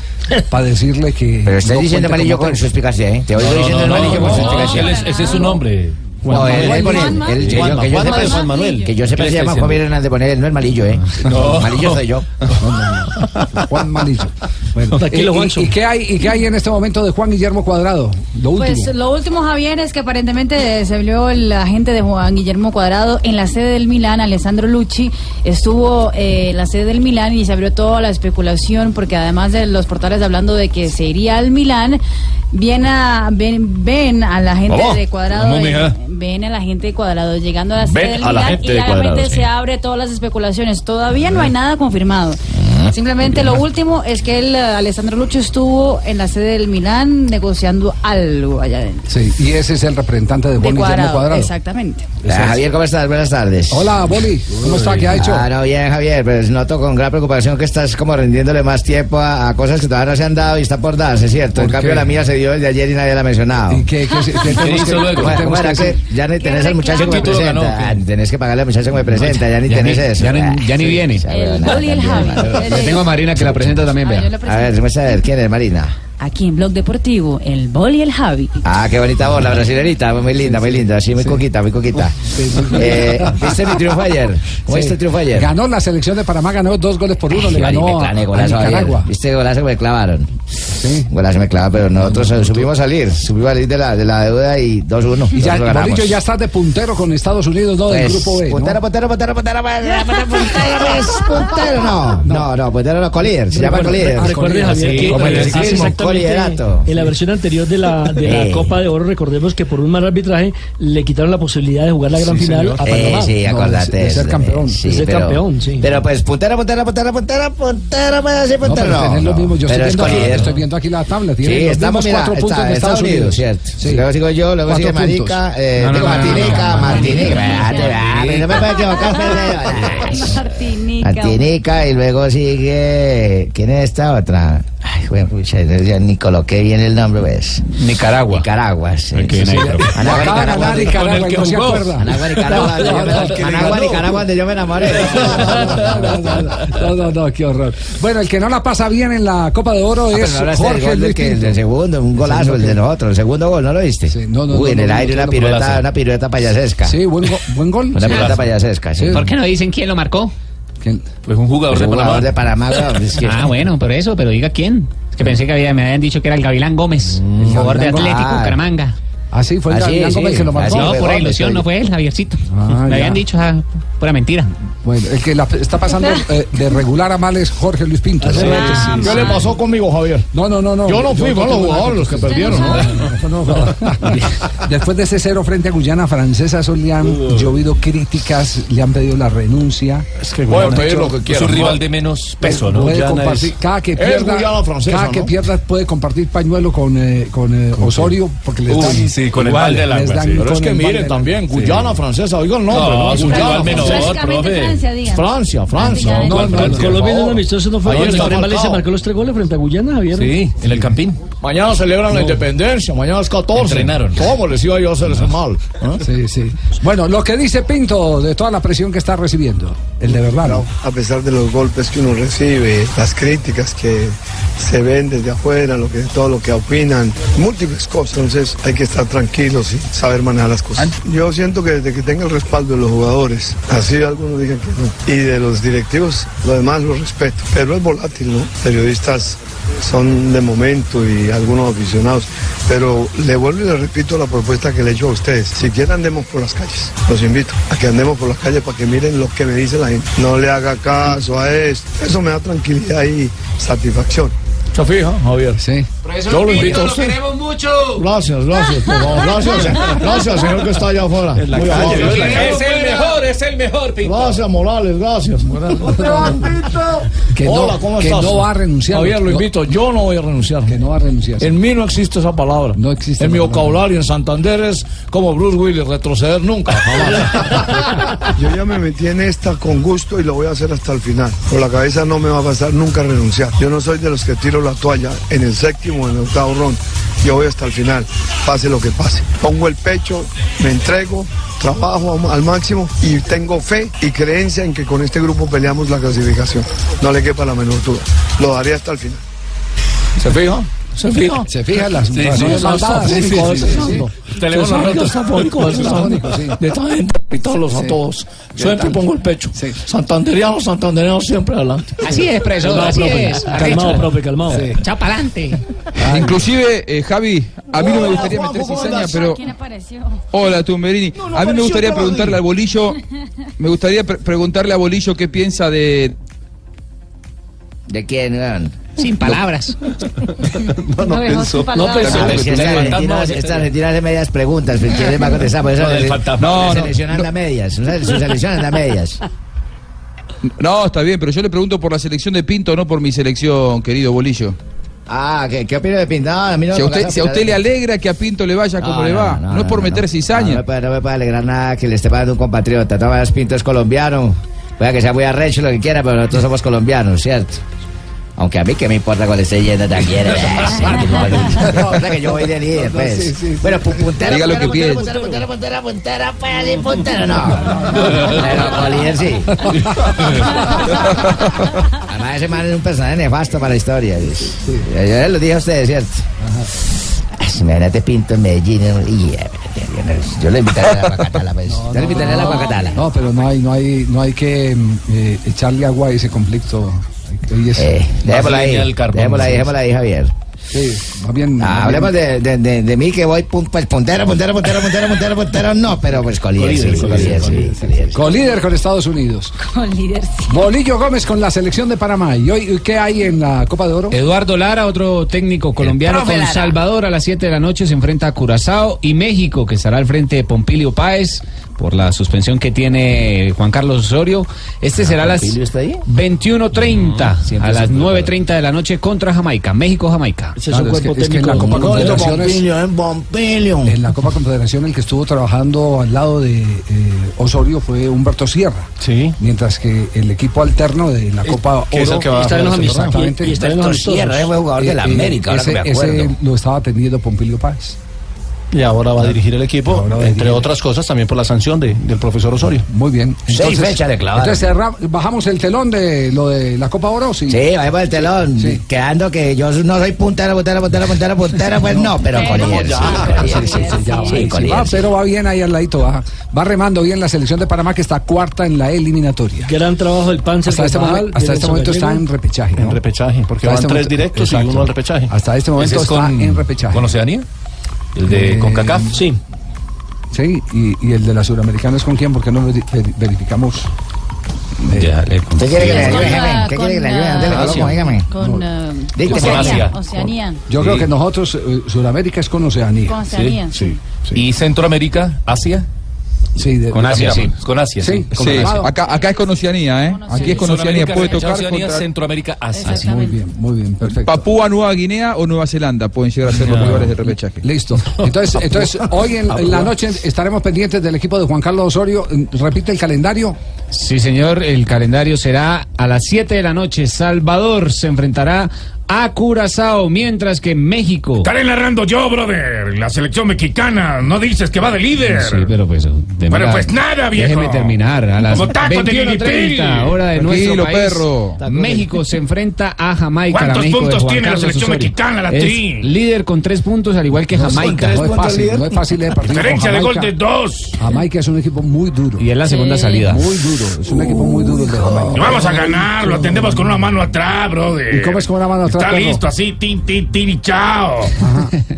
[SPEAKER 2] para decirle que.
[SPEAKER 7] Pero estás
[SPEAKER 2] no
[SPEAKER 7] diciendo
[SPEAKER 2] cuenta
[SPEAKER 7] malillo
[SPEAKER 2] como
[SPEAKER 7] con
[SPEAKER 2] técnico.
[SPEAKER 7] su eficacia, ¿eh? Te oigo diciendo el malillo con su eficacia.
[SPEAKER 18] ese es su nombre.
[SPEAKER 7] No, él- él pone- él- él- que yo sepa- Que yo
[SPEAKER 2] Pues
[SPEAKER 7] sepa se llama Javier Hernández Bonet, no es malillo, ¿eh?
[SPEAKER 2] No.
[SPEAKER 7] Malillo soy yo.
[SPEAKER 2] Juan Malillo. Bueno, eh,
[SPEAKER 7] Tranquilo,
[SPEAKER 2] y-
[SPEAKER 7] Juancho.
[SPEAKER 2] y, y qué hay, ¿Y qué hay en este momento de Juan Guillermo Cuadrado? Lo último.
[SPEAKER 19] Pues lo último, Javier, es que aparentemente se vio el agente de Juan Guillermo Cuadrado en la sede del Milán, Alessandro Lucci, estuvo eh, en la sede del Milán y se abrió toda la especulación porque además de los portales hablando de que se iría al Milán, viene a, ven, ven a la gente
[SPEAKER 20] Vamos,
[SPEAKER 19] de Cuadrado,
[SPEAKER 20] vamos,
[SPEAKER 19] eh,
[SPEAKER 20] mija.
[SPEAKER 19] ven a la gente de Cuadrado llegando a la
[SPEAKER 20] Ven
[SPEAKER 19] sede del
[SPEAKER 20] a la
[SPEAKER 19] Milán
[SPEAKER 20] gente
[SPEAKER 19] y
[SPEAKER 20] de
[SPEAKER 19] realmente
[SPEAKER 20] Cuadrado, sí.
[SPEAKER 19] se abre todas las especulaciones. Todavía no hay nada confirmado. Simplemente lo último es que el eh, Alessandro Lucho estuvo en la sede del Milán negociando algo allá adentro.
[SPEAKER 2] Sí, y ese es el representante de
[SPEAKER 19] De
[SPEAKER 2] Juan Guillermo
[SPEAKER 19] cuadrado,
[SPEAKER 2] Cuadrado.
[SPEAKER 19] Exactamente.
[SPEAKER 7] Ah, Javier, ¿cómo estás? Buenas tardes.
[SPEAKER 2] Hola, Boli. ¿Cómo está? ¿Qué ha hecho?
[SPEAKER 7] Ah, no, bien, Javier. Pues noto con gran preocupación que estás como rindiéndole más tiempo a, a cosas que todavía no se han dado y está por darse, ¿cierto? En
[SPEAKER 2] ¿Por
[SPEAKER 7] cambio,
[SPEAKER 2] qué?
[SPEAKER 7] la mía se dio desde ayer y nadie la ha mencionado. ¿Y
[SPEAKER 2] qué, qué, qué tenemos que- qué tenemos que hacer?
[SPEAKER 7] ya ni
[SPEAKER 2] ¿Qué
[SPEAKER 7] tenés al muchacho que
[SPEAKER 2] reclamo?
[SPEAKER 7] me
[SPEAKER 2] ¿Qué título ganó?
[SPEAKER 7] presenta. Ah, ni tenés que pagarle al muchacho que me presenta. Ya ni
[SPEAKER 15] Ya
[SPEAKER 7] tenés
[SPEAKER 15] ni-
[SPEAKER 7] eso.
[SPEAKER 15] ya ni-
[SPEAKER 7] Ah,
[SPEAKER 15] ya ni
[SPEAKER 7] sí,
[SPEAKER 15] viene.
[SPEAKER 7] esa huevona.
[SPEAKER 19] Oli el Javi.
[SPEAKER 15] Le tengo a Marina que la presenta también, vea.
[SPEAKER 7] A ver, vamos a ver, ¿quién es Marina?
[SPEAKER 19] Aquí en Blog Deportivo, el Bol y el Javi.
[SPEAKER 7] Ah, qué bonita voz, la brasilerita, muy, muy linda, muy linda, sí, muy coquita, muy coquita. Eh, ¿Viste mi triunfo ayer?
[SPEAKER 2] Sí.
[SPEAKER 7] ¿Cómo viste el triunfo ayer?
[SPEAKER 2] Ganó la selección de Panamá, ganó dos goles por uno,
[SPEAKER 7] Ay,
[SPEAKER 2] le ganó
[SPEAKER 7] me
[SPEAKER 2] a,
[SPEAKER 7] clavé,
[SPEAKER 2] a
[SPEAKER 7] golazo ayer.
[SPEAKER 2] Nicaragua.
[SPEAKER 7] ¿Viste qué golazo que me clavaron? Sí. Golazo me clavaron, pero nosotros eh, supimos salir, supimos salir de la, de la deuda y 2-1.
[SPEAKER 2] Y ya,
[SPEAKER 7] nosotros ganamos.
[SPEAKER 2] Bolillo ya está de puntero con Estados Unidos, ¿no? del
[SPEAKER 7] Pues,
[SPEAKER 2] grupo B. ¿no?
[SPEAKER 7] puntero, puntero, puntero, puntero, puntero, puntero, puntero, pues, puntero, no. No, pues no, puntero no, colíder, se llama colíder.
[SPEAKER 9] Recuerde, Javier,
[SPEAKER 7] Sí,
[SPEAKER 9] que
[SPEAKER 7] como el
[SPEAKER 9] hace
[SPEAKER 7] ciclismo,
[SPEAKER 9] exactamente
[SPEAKER 7] coliderato.
[SPEAKER 9] en la versión anterior de la, de la
[SPEAKER 7] Eh.
[SPEAKER 9] Copa de Oro, recordemos que por un mal arbitraje le quitaron la posibilidad de jugar la gran final a Panamá.
[SPEAKER 7] Eh, sí, acordate.
[SPEAKER 9] de ser
[SPEAKER 7] eso
[SPEAKER 9] campeón.
[SPEAKER 7] también, sí,
[SPEAKER 9] de ser
[SPEAKER 7] pero-
[SPEAKER 9] campeón, sí.
[SPEAKER 7] Pero pues, puntero, puntero, puntero, puntero, puntero, puntero, sí,
[SPEAKER 2] No,
[SPEAKER 7] puntero.
[SPEAKER 2] pero
[SPEAKER 7] No,
[SPEAKER 2] tenés lo
[SPEAKER 7] no,
[SPEAKER 2] mismo. Yo
[SPEAKER 7] pero
[SPEAKER 2] estoy
[SPEAKER 7] es
[SPEAKER 2] viendo,
[SPEAKER 7] colíder.
[SPEAKER 2] estoy viendo aquí la tabla.
[SPEAKER 7] Sí,
[SPEAKER 2] Tiene los mismos
[SPEAKER 7] estamos mira,
[SPEAKER 2] cuatro puntos
[SPEAKER 7] está-
[SPEAKER 2] en Estados, Unidos.
[SPEAKER 7] cierto.
[SPEAKER 2] Sí.
[SPEAKER 7] Luego sigo yo, luego
[SPEAKER 2] Cuatro
[SPEAKER 7] sigue Marica,
[SPEAKER 2] puntos.
[SPEAKER 7] eh, digo Martinica, Martinica, espérate, espérate, no me puedo equivocar,
[SPEAKER 19] Martinica.
[SPEAKER 7] Martinica y luego sigue. ¿Quién es esta otra? Ay, bueno, pucha, ya ni coloqué bien el nombre, pues. Nicaragua. Nicaragua, sí.
[SPEAKER 18] Aquí
[SPEAKER 7] sí,
[SPEAKER 18] viene
[SPEAKER 7] sí.
[SPEAKER 18] ahí, pero-
[SPEAKER 7] Anagua,
[SPEAKER 18] Acaba de
[SPEAKER 7] Nicaragua,
[SPEAKER 18] ganar
[SPEAKER 7] donde-
[SPEAKER 18] Nicaragua,
[SPEAKER 7] con el que
[SPEAKER 18] no se
[SPEAKER 7] jugó.
[SPEAKER 18] acuerda.
[SPEAKER 7] Anagua, Nicaragua, donde yo me-
[SPEAKER 2] El que le
[SPEAKER 7] Anagua,
[SPEAKER 2] ganó.
[SPEAKER 7] Nicaragua, donde yo me enamoré.
[SPEAKER 2] No, no, *laughs* no, no, no, qué horror. Bueno, el que no la pasa bien en la Copa de Oro
[SPEAKER 7] Ah, pero
[SPEAKER 2] es
[SPEAKER 7] no hablaste del
[SPEAKER 2] Jorge
[SPEAKER 7] gol del
[SPEAKER 2] Luis
[SPEAKER 7] que-
[SPEAKER 2] Pinto.
[SPEAKER 7] del segundo, un golazo, el de nosotros, el segundo gol, ¿no lo viste?
[SPEAKER 2] no,
[SPEAKER 7] Uy, en
[SPEAKER 2] no,
[SPEAKER 7] el
[SPEAKER 2] no, no,
[SPEAKER 7] aire una
[SPEAKER 2] no,
[SPEAKER 7] pirueta,
[SPEAKER 2] golazo.
[SPEAKER 7] una pirueta payasesca.
[SPEAKER 2] Sí, buen, go- buen gol.
[SPEAKER 7] Una
[SPEAKER 2] Sí.
[SPEAKER 7] pelota payasesca, sí.
[SPEAKER 15] ¿Por qué no dicen quién lo marcó?
[SPEAKER 18] Pues un jugador
[SPEAKER 7] Pues
[SPEAKER 18] de
[SPEAKER 7] un
[SPEAKER 18] Panamá.
[SPEAKER 7] jugador de Panamá, weón, es que-
[SPEAKER 15] Ah, bueno, por eso, pero diga quién. Es que pensé que había- me habían dicho que era el Gavilán Gómez, el jugador de
[SPEAKER 7] Mm. Gavilán Gómez.
[SPEAKER 15] Atlético
[SPEAKER 7] Ah.
[SPEAKER 15] Caramanga.
[SPEAKER 2] Así fue el
[SPEAKER 21] Así,
[SPEAKER 2] Gavilán
[SPEAKER 21] sí,
[SPEAKER 2] Gómez
[SPEAKER 15] ah,
[SPEAKER 2] que lo
[SPEAKER 21] así
[SPEAKER 2] marcó.
[SPEAKER 21] No, fue, por ilusión, no fue él, Javiercito.
[SPEAKER 2] Ah,
[SPEAKER 21] Me
[SPEAKER 2] ya.
[SPEAKER 21] habían dicho, ah, pura mentira.
[SPEAKER 2] Bueno, el que la está
[SPEAKER 21] *laughs*
[SPEAKER 2] pasando eh, de regular a mal es Jorge Luis Pinto.
[SPEAKER 21] Hace rato, sí,
[SPEAKER 12] ¿Qué le pasó conmigo, Javier?
[SPEAKER 2] No, no, no, no.
[SPEAKER 12] Yo no fui,
[SPEAKER 2] Yo
[SPEAKER 12] fueron los
[SPEAKER 2] tengo una
[SPEAKER 12] jugadores los que
[SPEAKER 2] cosa.
[SPEAKER 12] perdieron, ¿no?
[SPEAKER 2] Después de ese cero frente a Guyana Francesa, eso le han llovido críticas, le han pedido la renuncia. Es que
[SPEAKER 12] Pueden Guyana- pedir lo que quieran.
[SPEAKER 18] Es un rival de menos peso, ¿no?
[SPEAKER 2] Puede
[SPEAKER 18] Guyana
[SPEAKER 2] compartir,
[SPEAKER 18] es-
[SPEAKER 2] cada que
[SPEAKER 12] Es
[SPEAKER 2] pierda,
[SPEAKER 12] Guyana Francesa,
[SPEAKER 2] cada que
[SPEAKER 12] ¿no?
[SPEAKER 2] pierda puede compartir pañuelo con, eh, con, eh, Osorio porque les
[SPEAKER 12] Uy,
[SPEAKER 2] dan,
[SPEAKER 12] sí, con el
[SPEAKER 2] igual,
[SPEAKER 12] mal del
[SPEAKER 2] les
[SPEAKER 12] agua,
[SPEAKER 2] dan
[SPEAKER 12] sí. Pero
[SPEAKER 2] con
[SPEAKER 12] es que
[SPEAKER 2] el mal
[SPEAKER 12] miren
[SPEAKER 2] del
[SPEAKER 12] también,
[SPEAKER 2] agua.
[SPEAKER 12] Guyana Francesa, oiga el nombre, No, ¿no? es un Guyana rival menor, Francesa.
[SPEAKER 19] Prácticamente profe. Francia, diga.
[SPEAKER 12] Francia, Francia.
[SPEAKER 19] Prácticamente.
[SPEAKER 9] No,
[SPEAKER 12] ¿cuál
[SPEAKER 9] no,
[SPEAKER 12] Francia?
[SPEAKER 9] Colombia en
[SPEAKER 12] Por
[SPEAKER 9] un amistoso no fue.
[SPEAKER 12] Ahí está
[SPEAKER 9] Efraín Valencia
[SPEAKER 12] Falcao.
[SPEAKER 9] marcó los tres goles frente a Guyana, Javier.
[SPEAKER 18] Sí, en el Campín.
[SPEAKER 12] Mañana celebran la independencia, mañana es 14.
[SPEAKER 2] Entrenaron.
[SPEAKER 12] ¿Cómo les iba yo a hacer ese mal? ¿eh?
[SPEAKER 2] Sí, sí. Bueno, lo que dice Pinto de toda la presión que está recibiendo, el de verdad. ¿no?
[SPEAKER 22] A pesar de los golpes que uno recibe, las críticas que se ven desde afuera, lo que, todo lo que opinan, múltiples cosas. Entonces hay que estar tranquilos y saber manejar las cosas. Yo siento que desde que tenga el respaldo de los jugadores, así algunos digan que no, y de los directivos, lo demás lo respeto. Pero es volátil, ¿no? Periodistas son de momento y algunos aficionados. Pero le vuelvo y le repito la propuesta que le he hecho a ustedes. Si quieren andemos por las calles. Los invito a que andemos por las calles para que miren lo que me dice la gente. No le haga caso a esto. Eso me da tranquilidad y satisfacción.
[SPEAKER 12] Se fija, Javier.
[SPEAKER 2] Sí.
[SPEAKER 12] Yo lo invito a usted.
[SPEAKER 23] queremos mucho.
[SPEAKER 12] Gracias, gracias, por favor. Gracias,
[SPEAKER 23] *laughs*
[SPEAKER 12] gracias, señor que está allá afuera.
[SPEAKER 23] En la
[SPEAKER 12] Muy
[SPEAKER 23] calle,
[SPEAKER 12] amable.
[SPEAKER 23] en la calle. Es el mejor,
[SPEAKER 12] es el mejor, Pinto. Gracias, Morales, gracias.
[SPEAKER 2] Que no-
[SPEAKER 12] Hola, ¿cómo
[SPEAKER 2] que
[SPEAKER 12] estás?
[SPEAKER 2] no va a renunciar.
[SPEAKER 12] Javier, lo
[SPEAKER 2] No.
[SPEAKER 12] invito, yo no voy a renunciar. Que
[SPEAKER 2] no va a renunciar.
[SPEAKER 12] En mí no existe esa palabra. No existe. En mi vocabulario, en Santander es como Bruce Willis, retroceder nunca, jamás.
[SPEAKER 22] Yo ya me metí en esta con gusto y lo voy a hacer hasta el final. Por la cabeza no me va a pasar nunca renunciar. Yo no soy de los que tiro la toalla en el séptimo o en el octavo round. Yo voy hasta el final, pase lo que pase. Pongo el pecho, me entrego, trabajo am- al máximo y tengo fe y creencia en que con este grupo peleamos la clasificación. No le quepa la menor duda. Lo daré hasta el final.
[SPEAKER 12] ¿Se fija? ¿Se fija?
[SPEAKER 2] Se fija las
[SPEAKER 12] Sí, sí,
[SPEAKER 2] razones
[SPEAKER 12] son
[SPEAKER 2] maldadas.
[SPEAKER 12] afónicos,
[SPEAKER 2] Sí, sí,
[SPEAKER 12] esos
[SPEAKER 2] sí,
[SPEAKER 12] son.
[SPEAKER 2] sí.
[SPEAKER 12] Teléfonos
[SPEAKER 2] Son
[SPEAKER 12] rotos.
[SPEAKER 2] los afónicos,
[SPEAKER 12] Son
[SPEAKER 2] los afónicos, sí.
[SPEAKER 12] De esta gente, pitarlos a
[SPEAKER 2] Sí.
[SPEAKER 12] todos.
[SPEAKER 2] ¿Qué
[SPEAKER 12] Siempre
[SPEAKER 2] tal?
[SPEAKER 12] pongo el pecho. Santanderianos, santanderianos, siempre adelante.
[SPEAKER 23] Así es, profesor,
[SPEAKER 12] Calmado,
[SPEAKER 23] así
[SPEAKER 12] profe.
[SPEAKER 23] es.
[SPEAKER 12] Calmado, profe,
[SPEAKER 23] calmado. Chao
[SPEAKER 2] *laughs*
[SPEAKER 23] para adelante.
[SPEAKER 20] Inclusive, eh, Javi, a mí no me
[SPEAKER 19] Hola,
[SPEAKER 20] gustaría
[SPEAKER 19] Juanjo,
[SPEAKER 20] meter
[SPEAKER 19] ¿cómo
[SPEAKER 20] cizaña,
[SPEAKER 19] andas?
[SPEAKER 20] pero...
[SPEAKER 19] ¿Quién apareció?
[SPEAKER 20] Hola, Tumberini. a
[SPEAKER 19] No, no
[SPEAKER 20] mí me
[SPEAKER 19] apareció,
[SPEAKER 20] gustaría
[SPEAKER 19] estaba
[SPEAKER 20] preguntarle
[SPEAKER 19] ahí.
[SPEAKER 20] al Bolillo, me gustaría pre- preguntarle a Bolillo qué piensa de...
[SPEAKER 7] ¿De quién, weón? *laughs*
[SPEAKER 23] Sin palabras.
[SPEAKER 7] No,
[SPEAKER 23] no dejó pensó. sin palabras.
[SPEAKER 7] No pensó.
[SPEAKER 23] Ah,
[SPEAKER 7] pero si
[SPEAKER 23] el
[SPEAKER 7] esta
[SPEAKER 23] fantasma
[SPEAKER 7] Argentina-
[SPEAKER 23] hace-
[SPEAKER 7] esta Argentina hace medias preguntas, pero ¿quién les *laughs* va a contestar? Por eso
[SPEAKER 20] No, del
[SPEAKER 7] le-
[SPEAKER 20] fantasma.
[SPEAKER 7] no,
[SPEAKER 20] No,
[SPEAKER 7] Pues, se
[SPEAKER 20] no,
[SPEAKER 7] lesionan
[SPEAKER 20] no.
[SPEAKER 7] las medias. Se se lesionan las medias.
[SPEAKER 20] No, está bien, pero yo le pregunto por la selección de Pinto, no por mi selección, querido Bolillo.
[SPEAKER 7] Ah, ¿qué, qué opina de Pindado?
[SPEAKER 20] Si a usted, si a usted le alegra que a Pinto le vaya como
[SPEAKER 7] No,
[SPEAKER 20] le
[SPEAKER 7] no,
[SPEAKER 20] va, no,
[SPEAKER 7] no,
[SPEAKER 20] es por
[SPEAKER 7] no,
[SPEAKER 20] meter
[SPEAKER 7] No
[SPEAKER 20] cizaña.
[SPEAKER 7] me, puede, no me puede alegrar nada que le esté pagando un compatriota. Todas las pintas colombiano. Puede que sea muy arrecho lo que quiera, pero nosotros somos colombianos, ¿cierto? Aunque a mí que me importa cuál esté yendo también. eh, sí, que me vale. No, importa que yo voy de líder, pues.
[SPEAKER 23] sí, sí, sí.
[SPEAKER 7] Bueno, pu- puntero,
[SPEAKER 23] Diga lo
[SPEAKER 7] puntero,
[SPEAKER 23] que
[SPEAKER 7] puntero,
[SPEAKER 23] piensa.
[SPEAKER 7] puntero, puntero, puntero, puntero, puntero, no. Pero como líder sí. Además, ese man es un personaje nefasto para la historia. Yo ya lo dije a ustedes, ¿cierto? Ah, si me te pinto en Medellín. y, eh, yo no- Yo le invitaría a la Guacatala, pues. Yo le invitaría a la Guacatala.
[SPEAKER 2] No, pero no hay, no hay, no hay que mm, eh, echarle agua a ese conflicto. Hoy es-
[SPEAKER 7] Eh, dejémosla ahí, dejémosla ahí, dejémosla ahí, Javier.
[SPEAKER 2] Sí, más bien.
[SPEAKER 7] Ah,
[SPEAKER 2] más
[SPEAKER 7] hablemos
[SPEAKER 2] bien-
[SPEAKER 7] de, de, de, de mí que voy pum, pues, puntero, puntero, puntero, puntero, puntero, puntero, no, pero pues con líder, sí, con líder, sí, con líder.
[SPEAKER 2] Colíder con Estados Unidos.
[SPEAKER 19] Con líder, sí.
[SPEAKER 2] Bolillo Gómez con la selección de Panamá. ¿Y hoy qué hay en la Copa de Oro?
[SPEAKER 15] Eduardo Lara, otro técnico colombiano
[SPEAKER 2] profe
[SPEAKER 15] con
[SPEAKER 2] Lara.
[SPEAKER 15] Salvador a las 7 de la noche, se enfrenta a Curazao y México, que estará al frente de Pompilio Páez por la suspensión que tiene Juan Carlos Osorio. Este
[SPEAKER 7] Ah,
[SPEAKER 15] será a las
[SPEAKER 7] ¿Pompilio está ahí?
[SPEAKER 15] 21.30, a las 9.30 de la noche contra Jamaica, México-Jamaica.
[SPEAKER 2] Claro, es que- es que en la Copa Confederaciones- En la Copa Confederación el que estuvo trabajando al lado de eh, Osorio fue Humberto Sierra. Sí. Mientras que el equipo alterno de la Copa
[SPEAKER 21] que es
[SPEAKER 2] Oro
[SPEAKER 21] el que va a Está en los jugar amistosos.
[SPEAKER 2] Exactamente.
[SPEAKER 21] Y- y está en los Humberto amistosos. Sierra, ese fue jugador de la América, ahora
[SPEAKER 2] Eh, ese,
[SPEAKER 21] que me acuerdo.
[SPEAKER 2] ese lo estaba atendiendo Pompilio Páez.
[SPEAKER 3] Y ahora va a dirigir el equipo, entre otras cosas, también por la sanción de- del profesor Osorio.
[SPEAKER 2] Muy bien.
[SPEAKER 3] Seis fechas de clavar.
[SPEAKER 2] Entonces cerra- bajamos el telón de lo de la Copa Oro, sí.
[SPEAKER 7] Sí, ahí va el telón. Quedando que yo no soy puntero, puntero, puntero, puntero, puntero, pues no, pero con líder, sí, con líder, sí,
[SPEAKER 21] Ah,
[SPEAKER 7] sí,
[SPEAKER 2] Sí,
[SPEAKER 7] con
[SPEAKER 2] sí, va,
[SPEAKER 7] líder, sí.
[SPEAKER 2] pero va bien ahí al ladito, va, va remando bien la selección de Panamá que está cuarta en la eliminatoria.
[SPEAKER 9] Gran trabajo del Panzer.
[SPEAKER 2] Hasta este,
[SPEAKER 9] Carvajal,
[SPEAKER 2] momen- hasta
[SPEAKER 9] del
[SPEAKER 2] este momento está en
[SPEAKER 9] Zapatero.
[SPEAKER 2] repechaje. este En repechaje,
[SPEAKER 3] porque van tres directos y uno al repechaje.
[SPEAKER 2] Hasta este momento
[SPEAKER 3] ¿Ese es
[SPEAKER 2] está
[SPEAKER 3] con-
[SPEAKER 2] en repechaje. Eh,
[SPEAKER 3] con Oceanía?
[SPEAKER 18] ¿El de CONCACAF?
[SPEAKER 9] Sí.
[SPEAKER 2] Sí, y, y el de la Suramericana es con quién, porque no veri- veri- verificamos.
[SPEAKER 4] ¿Usted quiere que le ayude,
[SPEAKER 19] Con,
[SPEAKER 4] jefe?
[SPEAKER 19] ah,
[SPEAKER 4] ¿Usted
[SPEAKER 19] con,
[SPEAKER 4] quiere que le ayude?
[SPEAKER 19] ah,
[SPEAKER 4] Dele, Colombo, dígame.
[SPEAKER 19] Con ah,
[SPEAKER 4] Dígame.
[SPEAKER 19] Oceanía.
[SPEAKER 4] Con-
[SPEAKER 19] Oceanía.
[SPEAKER 2] Yo
[SPEAKER 18] Sí.
[SPEAKER 2] creo que nosotros, eh, Sudamérica es con Oceanía.
[SPEAKER 19] Con Oceanía.
[SPEAKER 2] Sí,
[SPEAKER 18] ¿Y Centroamérica? ¿Asia?
[SPEAKER 2] Sí, de-
[SPEAKER 18] Con Asia, sí.
[SPEAKER 2] Asia.
[SPEAKER 18] Con Asia, sí.
[SPEAKER 2] Sí,
[SPEAKER 18] Con
[SPEAKER 20] Sí,
[SPEAKER 18] Asia.
[SPEAKER 20] acá, acá es con Oceanía, ¿eh? Aquí es con Oceanía.
[SPEAKER 18] Sudamérica,
[SPEAKER 20] Puede
[SPEAKER 18] Oceanía,
[SPEAKER 20] tocar
[SPEAKER 18] Oceanía,
[SPEAKER 20] contra
[SPEAKER 18] Centroamérica, Asia.
[SPEAKER 2] Muy bien, muy bien, perfecto.
[SPEAKER 20] Papúa Nueva Guinea o Nueva Zelanda. Pueden llegar a ser los
[SPEAKER 2] No.
[SPEAKER 20] lugares de repechaje.
[SPEAKER 2] Listo. Entonces,
[SPEAKER 20] *laughs*
[SPEAKER 2] entonces hoy en, en la noche estaremos pendientes del equipo de Juan Carlos Osorio. Mm, Repite el calendario.
[SPEAKER 15] Sí, señor, el calendario será a las 7 de la noche. Salvador se enfrentará a Curazao, mientras que México.
[SPEAKER 1] Estaré narrando yo, brother. La selección mexicana. No dices que va de líder.
[SPEAKER 15] Sí, pero pues. de
[SPEAKER 1] Bueno,
[SPEAKER 15] verdad,
[SPEAKER 1] pues nada, viejo.
[SPEAKER 15] Déjeme terminar. A las
[SPEAKER 1] Como taco
[SPEAKER 15] 21:30,
[SPEAKER 1] de liripil.
[SPEAKER 15] hora de
[SPEAKER 1] Tranquilo,
[SPEAKER 15] nuestro país.
[SPEAKER 1] perro. Taco de-
[SPEAKER 15] México se enfrenta a Jamaica.
[SPEAKER 1] ¿Cuántos
[SPEAKER 15] la México de
[SPEAKER 1] puntos
[SPEAKER 15] Juan
[SPEAKER 1] tiene la
[SPEAKER 15] Carlos
[SPEAKER 1] selección
[SPEAKER 15] Osorio.
[SPEAKER 1] mexicana, la
[SPEAKER 15] Es
[SPEAKER 1] Tri?
[SPEAKER 15] Líder con tres puntos, al igual que
[SPEAKER 2] No es con
[SPEAKER 15] Jamaica.
[SPEAKER 2] tres No es puntos, fácil, líder. no es fácil el partido con Diferencia de gol Jamaica. de
[SPEAKER 1] dos.
[SPEAKER 2] Jamaica es un equipo muy duro.
[SPEAKER 15] Y es la segunda
[SPEAKER 2] Sí.
[SPEAKER 15] salida.
[SPEAKER 2] Muy duro. Es un equipo muy duro el de Jamaica.
[SPEAKER 1] Lo vamos a ganar, lo atendemos con una mano atrás, brother.
[SPEAKER 2] ¿Y cómo es con una mano atrás,
[SPEAKER 1] Está
[SPEAKER 2] Pedro?
[SPEAKER 1] listo, así, tin, tin, tin y chao.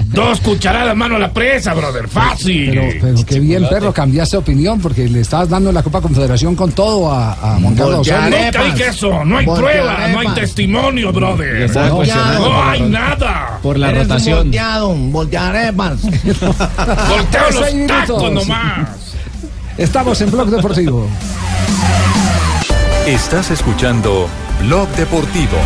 [SPEAKER 1] Dos cucharadas, mano a la presa, brother. Fácil.
[SPEAKER 2] Pero, pero qué bien, perro, cambiaste de opinión porque le estabas dando la Copa Confederación con todo a, a Juan Carlos Osorio.
[SPEAKER 1] Nunca dije eso, no hay
[SPEAKER 2] Porque
[SPEAKER 1] prueba, no hay
[SPEAKER 2] arepas.
[SPEAKER 1] testimonio, brother.
[SPEAKER 2] Estás
[SPEAKER 1] No,
[SPEAKER 2] cuestionando.
[SPEAKER 1] hay nada.
[SPEAKER 15] Por la
[SPEAKER 1] Eres un
[SPEAKER 15] rotación.
[SPEAKER 7] Volteado, voltearé,
[SPEAKER 1] *laughs*
[SPEAKER 7] man.
[SPEAKER 1] Volteo los
[SPEAKER 2] Seis
[SPEAKER 1] tacos
[SPEAKER 2] minutos.
[SPEAKER 1] nomás.
[SPEAKER 2] Estamos en Blog Deportivo.
[SPEAKER 14] Estás escuchando Blog Deportivo.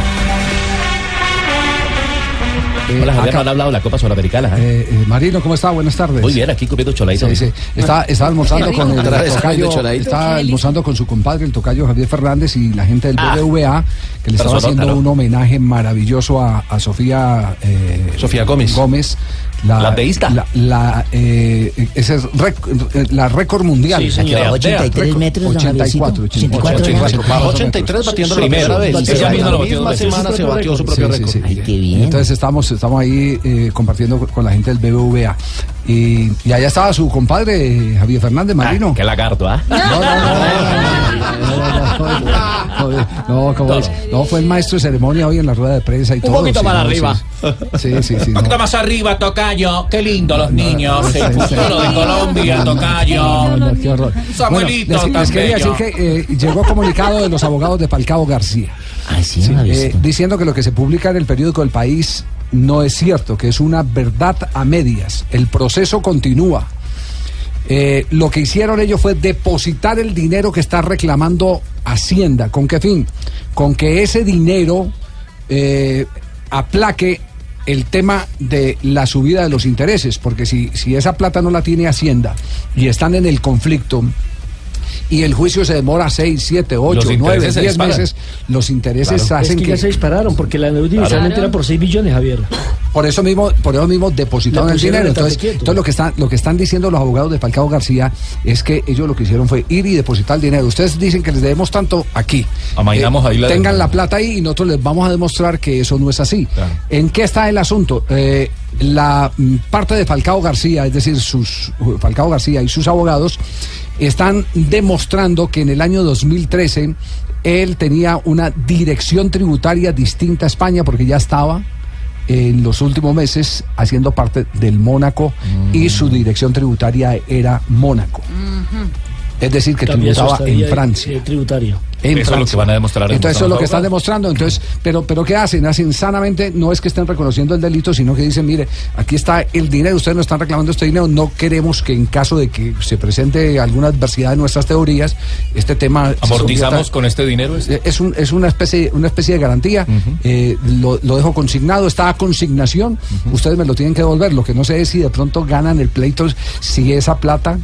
[SPEAKER 2] Hola, Javier, no han
[SPEAKER 18] hablado de la Copa Sudamericana.
[SPEAKER 2] Eh, eh, Marino, ¿cómo está? Buenas tardes.
[SPEAKER 18] Muy bien, aquí comiendo cholaito.
[SPEAKER 2] Sí, sí. Está, está almorzando con el
[SPEAKER 18] Otra vez
[SPEAKER 2] tocayo,
[SPEAKER 18] comiendo choladito.
[SPEAKER 2] está almorzando con su compadre, el tocayo Javier Fernández y la gente del
[SPEAKER 18] Ah.
[SPEAKER 2] BBVA, que le estaba
[SPEAKER 18] Personota,
[SPEAKER 2] haciendo
[SPEAKER 18] ¿no?
[SPEAKER 2] un homenaje maravilloso a, a Sofía, eh,
[SPEAKER 18] Sofía Gómez.
[SPEAKER 2] Gómez.
[SPEAKER 18] La peísta.
[SPEAKER 2] La, la, eh, esa es rec- eh, la récord mundial.
[SPEAKER 18] Sí, señor. La 83
[SPEAKER 2] Récord-
[SPEAKER 18] metros, don
[SPEAKER 2] 84, 84,
[SPEAKER 3] 83 batiendo la primera vez.
[SPEAKER 18] Ella misma lo batió
[SPEAKER 3] misma
[SPEAKER 18] dos veces.
[SPEAKER 3] semana se batió su propio
[SPEAKER 2] Sí,
[SPEAKER 3] récord.
[SPEAKER 2] sí, sí. Entonces Pues estamos, estamos ahí eh, compartiendo con la gente del BBVA. Y, y allá estaba su compadre, eh, Javier Fernández Marino.
[SPEAKER 18] Qué lagarto, ¿ah?
[SPEAKER 2] *laughs* No, como es. No, fue el maestro de ceremonia hoy en la rueda de prensa y
[SPEAKER 18] Un
[SPEAKER 2] todo.
[SPEAKER 18] poquito
[SPEAKER 2] sí,
[SPEAKER 18] para
[SPEAKER 2] no,
[SPEAKER 18] arriba.
[SPEAKER 2] Sí, sí, sí. sí, no.
[SPEAKER 18] poquito más arriba, Tocayo. Qué lindo los niños. El futuro de Colombia,
[SPEAKER 2] No,
[SPEAKER 18] Tocayo.
[SPEAKER 2] no, qué horror.
[SPEAKER 18] Samuelito,
[SPEAKER 2] Bueno, les, les
[SPEAKER 18] tan
[SPEAKER 2] quería
[SPEAKER 18] bello.
[SPEAKER 2] decir que eh, llegó comunicado de los abogados de Palcao García. Sí, eh, diciendo que lo que se publica en el periódico El País no es cierto, que es una verdad a medias. El proceso continúa. Eh, lo que hicieron ellos fue depositar el dinero que está reclamando Hacienda. ¿Con qué fin? Con que ese dinero eh, aplaque el tema de la subida de los intereses, porque si, si esa plata no la tiene Hacienda y están en el conflicto y el juicio se demora 6, 7, 8,
[SPEAKER 18] Los
[SPEAKER 2] 9,
[SPEAKER 18] intereses se
[SPEAKER 2] 10
[SPEAKER 18] disparan.
[SPEAKER 2] meses, los intereses
[SPEAKER 18] Claro.
[SPEAKER 2] hacen
[SPEAKER 18] Es que
[SPEAKER 2] que...
[SPEAKER 18] ya se
[SPEAKER 9] dispararon porque la deuda inicialmente
[SPEAKER 2] Claro.
[SPEAKER 9] era por 6 billones, Javier.
[SPEAKER 2] Por eso mismo, por eso mismo depositaron
[SPEAKER 9] La
[SPEAKER 2] el
[SPEAKER 9] pusieron
[SPEAKER 2] dinero.
[SPEAKER 9] en el
[SPEAKER 2] Entonces,
[SPEAKER 9] tapete quieto.
[SPEAKER 2] entonces lo que están, lo que están diciendo los abogados de Falcao García es que ellos lo que hicieron fue ir y depositar el dinero. Ustedes dicen que les debemos tanto aquí. Eh,
[SPEAKER 18] Amainamos ahí la
[SPEAKER 2] Tengan
[SPEAKER 18] deuda.
[SPEAKER 2] la plata ahí y nosotros les vamos a demostrar que eso no es así. ¿En qué está el asunto? Eh, la mm, parte de Falcao García, es decir, sus eh, Falcao García y sus abogados están demostrando que en el año 2013 él tenía una dirección tributaria distinta a España porque ya estaba en los últimos meses haciendo parte del Mónaco y su
[SPEAKER 9] Mm.
[SPEAKER 2] dirección tributaria era Mónaco. Es decir, que
[SPEAKER 9] También eso
[SPEAKER 2] tributaba
[SPEAKER 9] estaría
[SPEAKER 2] en Francia.
[SPEAKER 9] el tributario.
[SPEAKER 2] en
[SPEAKER 18] Eso es lo
[SPEAKER 2] Francia.
[SPEAKER 18] que van a demostrar
[SPEAKER 2] Entonces eso es
[SPEAKER 18] los
[SPEAKER 2] lo que están
[SPEAKER 18] abogados.
[SPEAKER 2] demostrando. Entonces, pero, pero ¿qué hacen? Hacen sanamente, no es que estén reconociendo el delito, sino que dicen, mire, aquí está el dinero, ustedes no están reclamando este dinero, no queremos que en caso de que se presente alguna adversidad en nuestras teorías, este tema se
[SPEAKER 18] Amortizamos
[SPEAKER 2] convierta-
[SPEAKER 18] con este dinero. este.
[SPEAKER 2] eh, es, un- es una, especie, una especie de garantía. eh, lo, lo dejo consignado, está a consignación. Ustedes me lo tienen que devolver. Lo que no sé es si de pronto ganan el pleito, si esa plata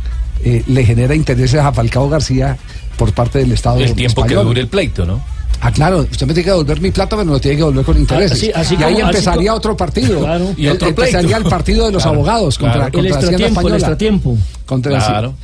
[SPEAKER 2] eh, le genera intereses a Falcao García por parte del Estado.
[SPEAKER 18] El tiempo que
[SPEAKER 2] español.
[SPEAKER 18] dure el pleito, ¿no?
[SPEAKER 2] Ah, claro, usted me tiene que devolver mi plata, pero me lo tiene que devolver
[SPEAKER 18] Ah,
[SPEAKER 2] con intereses.
[SPEAKER 9] Así- así
[SPEAKER 2] y ahí
[SPEAKER 9] como- así
[SPEAKER 2] empezaría
[SPEAKER 9] co-
[SPEAKER 2] otro partido.
[SPEAKER 9] Claro.
[SPEAKER 18] Y otro
[SPEAKER 2] empezaría
[SPEAKER 18] pleito.
[SPEAKER 2] el partido de los
[SPEAKER 18] Claro,
[SPEAKER 2] abogados contra,
[SPEAKER 18] claro.
[SPEAKER 2] contra
[SPEAKER 9] El
[SPEAKER 2] la Hacienda
[SPEAKER 9] extratiempo, el
[SPEAKER 2] española.
[SPEAKER 9] extratiempo.
[SPEAKER 2] Contra la-
[SPEAKER 18] Claro.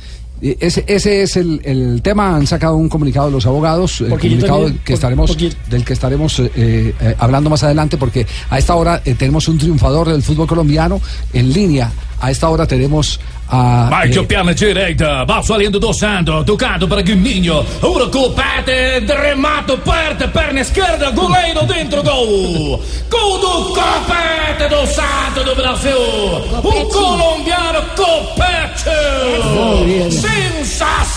[SPEAKER 2] Eh, Ese, ese es el, el tema. Han sacado un comunicado los abogados, el
[SPEAKER 9] Porque yo
[SPEAKER 2] comunicado
[SPEAKER 9] también-
[SPEAKER 2] que
[SPEAKER 9] por-
[SPEAKER 2] estaremos,
[SPEAKER 9] porque-
[SPEAKER 2] del que estaremos eh, eh, hablando más adelante, porque a esta hora eh, tenemos un triunfador del fútbol colombiano en línea. A esta hora tenemos a.
[SPEAKER 1] Vai
[SPEAKER 2] eh,
[SPEAKER 1] que o perna direita, vai saliendo do santo, tocado para Guiminho, ouro com o pate, de remato, parte, perna esquerda, goleiro dentro, gol! Gol do Copete do Santo do Brasil! O colombiano!
[SPEAKER 2] *laughs*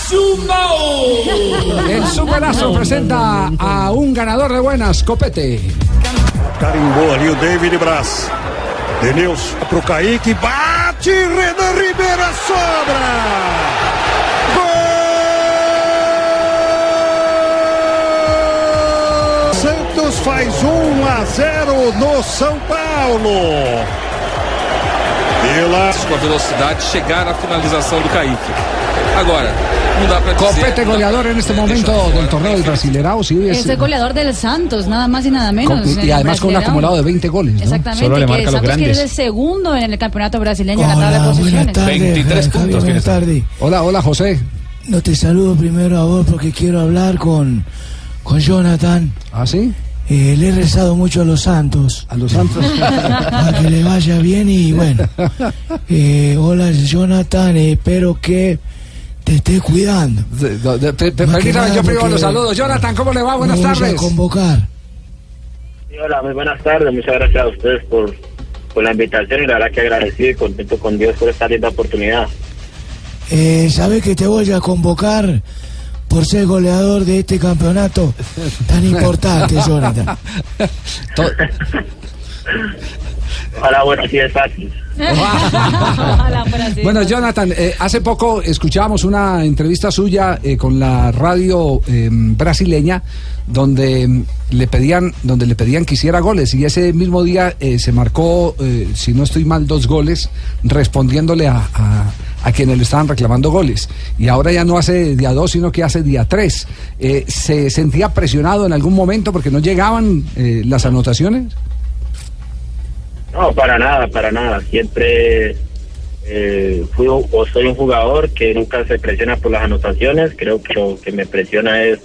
[SPEAKER 18] Zumbao.
[SPEAKER 2] El superazo presenta a un ganador de buenas, Copete.
[SPEAKER 24] Carimbou ali o David Braz. Denilson pro Kaique. Bate, Renan Ribeira sobra. Gol! Santos faz 1 a 0 no São Paulo.
[SPEAKER 25] Com a velocidade, chegar à finalização do Kaique. Agora, não dá pra *laughs* dizer.
[SPEAKER 2] Copete goleador en este momento del torneo del Brasilerao. Sí,
[SPEAKER 19] Es
[SPEAKER 2] es,
[SPEAKER 19] el goleador del Santos, nada más y nada menos.
[SPEAKER 2] con-
[SPEAKER 19] en
[SPEAKER 2] y
[SPEAKER 19] el
[SPEAKER 2] además con un
[SPEAKER 19] Brasileirão.
[SPEAKER 2] acumulado de 20 goles. ¿no?
[SPEAKER 19] Exactamente, que Santos que es el segundo en el campeonato brasileño en la tabla de
[SPEAKER 6] Hola,
[SPEAKER 19] posiciones.
[SPEAKER 6] buenas tardes. Javi, buenas tardes.
[SPEAKER 2] Hola, hola, José.
[SPEAKER 6] No te saludo primero a vos porque quiero hablar con, con Jonathan. Eh,
[SPEAKER 2] ¿Ah, sí?
[SPEAKER 6] le he rezado mucho a los santos.
[SPEAKER 2] A los santos.
[SPEAKER 6] *laughs* Para que le vaya bien
[SPEAKER 2] *laughs*
[SPEAKER 6] y bueno. Eh, hola, Jonathan. eh, espero que te estés cuidando. Más que
[SPEAKER 2] Permítame,
[SPEAKER 6] nada
[SPEAKER 2] yo primero
[SPEAKER 6] porque
[SPEAKER 2] los saludos. Jonathan, ¿cómo le va?
[SPEAKER 6] me
[SPEAKER 2] Ah, Buenas
[SPEAKER 6] voy a
[SPEAKER 2] tardes.
[SPEAKER 6] convocar.
[SPEAKER 26] Sí, hola, muy buenas tardes. Muchas gracias a ustedes por, por la invitación y la verdad que agradecido y contento con Dios por esta linda oportunidad.
[SPEAKER 6] Eh, Sabes que te voy a convocar por ser goleador de este campeonato
[SPEAKER 2] *laughs*
[SPEAKER 6] tan importante, Jonathan.
[SPEAKER 26] Ojalá, bueno, así es fácil.
[SPEAKER 2] Bueno, Jonathan, eh, hace poco escuchábamos una entrevista suya eh, con la radio eh, brasileña donde mm, le pedían donde le pedían que hiciera goles y ese mismo día eh, se marcó, eh, si no estoy mal, dos goles respondiéndole a, a- a quienes le estaban reclamando goles. Y ahora ya no hace día dos, sino que hace día tres. Eh, ¿Se sentía presionado en algún momento porque no llegaban eh, las anotaciones?
[SPEAKER 26] No, para nada, para nada. Siempre eh, fui un- o soy un jugador que nunca se presiona por las anotaciones. Creo que lo que me presiona es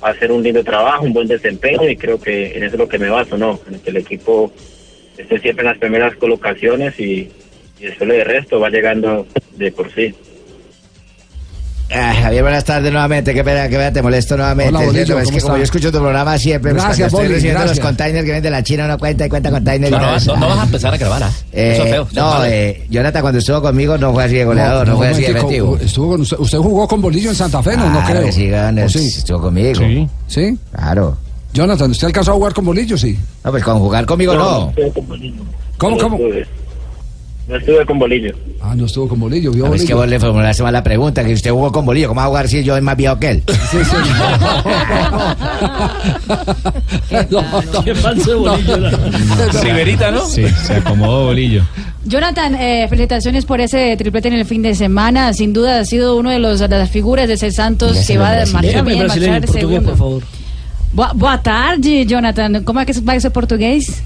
[SPEAKER 26] hacer un lindo trabajo, un buen desempeño y creo que en eso es lo que me baso, ¿no? En que el equipo esté siempre en las primeras colocaciones y, y después lo de resto va llegando de por sí.
[SPEAKER 7] Ah, Javier, buenas tardes nuevamente. Qué pena que vea, te molesto nuevamente.
[SPEAKER 4] Hola,
[SPEAKER 7] Es
[SPEAKER 4] Bolillo,
[SPEAKER 7] cierto, es
[SPEAKER 4] ¿cómo
[SPEAKER 7] que
[SPEAKER 4] está?
[SPEAKER 7] como yo escucho tu programa siempre, pues,
[SPEAKER 4] Gracias,
[SPEAKER 7] cuando estoy
[SPEAKER 4] Boli,
[SPEAKER 7] recibiendo
[SPEAKER 4] gracias.
[SPEAKER 7] los containers que vienen de la China, uno cuenta y cuenta containers. y
[SPEAKER 4] No, no,
[SPEAKER 7] otra vez,
[SPEAKER 4] no, no
[SPEAKER 7] ah.
[SPEAKER 4] vas a empezar a grabar, ¿ah? Eso es feo, eso es
[SPEAKER 7] No,
[SPEAKER 4] malo.
[SPEAKER 7] eh, Jonathan, cuando estuvo conmigo no fue así de goleador, no,
[SPEAKER 2] No,
[SPEAKER 7] fue
[SPEAKER 2] no,
[SPEAKER 7] así de
[SPEAKER 2] es que
[SPEAKER 7] efectivo.
[SPEAKER 2] co- estuvo con usted, usted jugó con Bolillo en Santa Fe, no, no
[SPEAKER 7] Ah,
[SPEAKER 2] creo.
[SPEAKER 7] sí, Gunner,
[SPEAKER 2] ¿O sí?
[SPEAKER 7] estuvo conmigo.
[SPEAKER 2] Sí. ¿Sí?
[SPEAKER 7] Claro.
[SPEAKER 2] Jonathan, ¿usted alcanzó a jugar con Bolillo, sí?
[SPEAKER 7] No, pues con jugar conmigo no.
[SPEAKER 26] estuve con Bolillo.
[SPEAKER 2] ¿Cómo,
[SPEAKER 26] No
[SPEAKER 2] cómo?
[SPEAKER 26] estuve. No estuve con Bolillo.
[SPEAKER 2] Ah, no estuvo con Bolillo, vio
[SPEAKER 7] No, es que
[SPEAKER 2] Bolillo.
[SPEAKER 7] vos le formulaste mal la pregunta, que usted jugó con Bolillo, ¿cómo va a jugar si yo es más viejo que él?
[SPEAKER 9] Qué falso de bolillo.
[SPEAKER 21] Siberita, ¿no? Sí, se acomodó
[SPEAKER 15] *laughs*
[SPEAKER 21] bolillo.
[SPEAKER 19] Jonathan, eh, felicitaciones por ese triplete en el fin de semana. Sin duda ha sido uno de los de las figuras de ese Santos que va a marchar
[SPEAKER 9] Dígame
[SPEAKER 19] bien,
[SPEAKER 9] brasileño,
[SPEAKER 19] marchar
[SPEAKER 9] portugués,
[SPEAKER 19] segundo.
[SPEAKER 9] por favor.
[SPEAKER 19] Boa, boa tarde, Jonathan. Como é que vai ser português?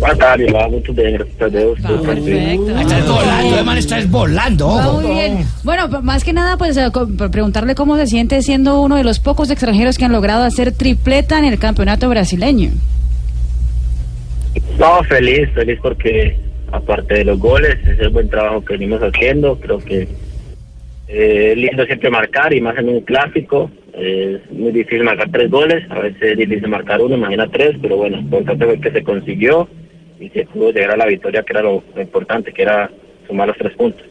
[SPEAKER 26] Boa tarde, lá, muito bem, graças a Deus. tudo tranquilo.
[SPEAKER 4] Estás volando, hermano, estás volando.
[SPEAKER 19] Va
[SPEAKER 4] ojo.
[SPEAKER 19] muy bien. Bueno, p- más que nada, pues eh, co- pre- preguntarle cómo se siente siendo uno de los pocos extranjeros que han logrado hacer tripleta en el campeonato brasileño.
[SPEAKER 26] No, feliz, feliz porque aparte de los goles, es el buen trabajo que venimos haciendo, creo que eh, es lindo siempre marcar y más en un clásico, eh, es muy difícil marcar tres goles, a veces es difícil marcar uno, imagina tres, pero bueno, lo importante fue que se consiguió y se pudo llegar a la victoria, que era lo, lo importante, que era sumar los tres puntos.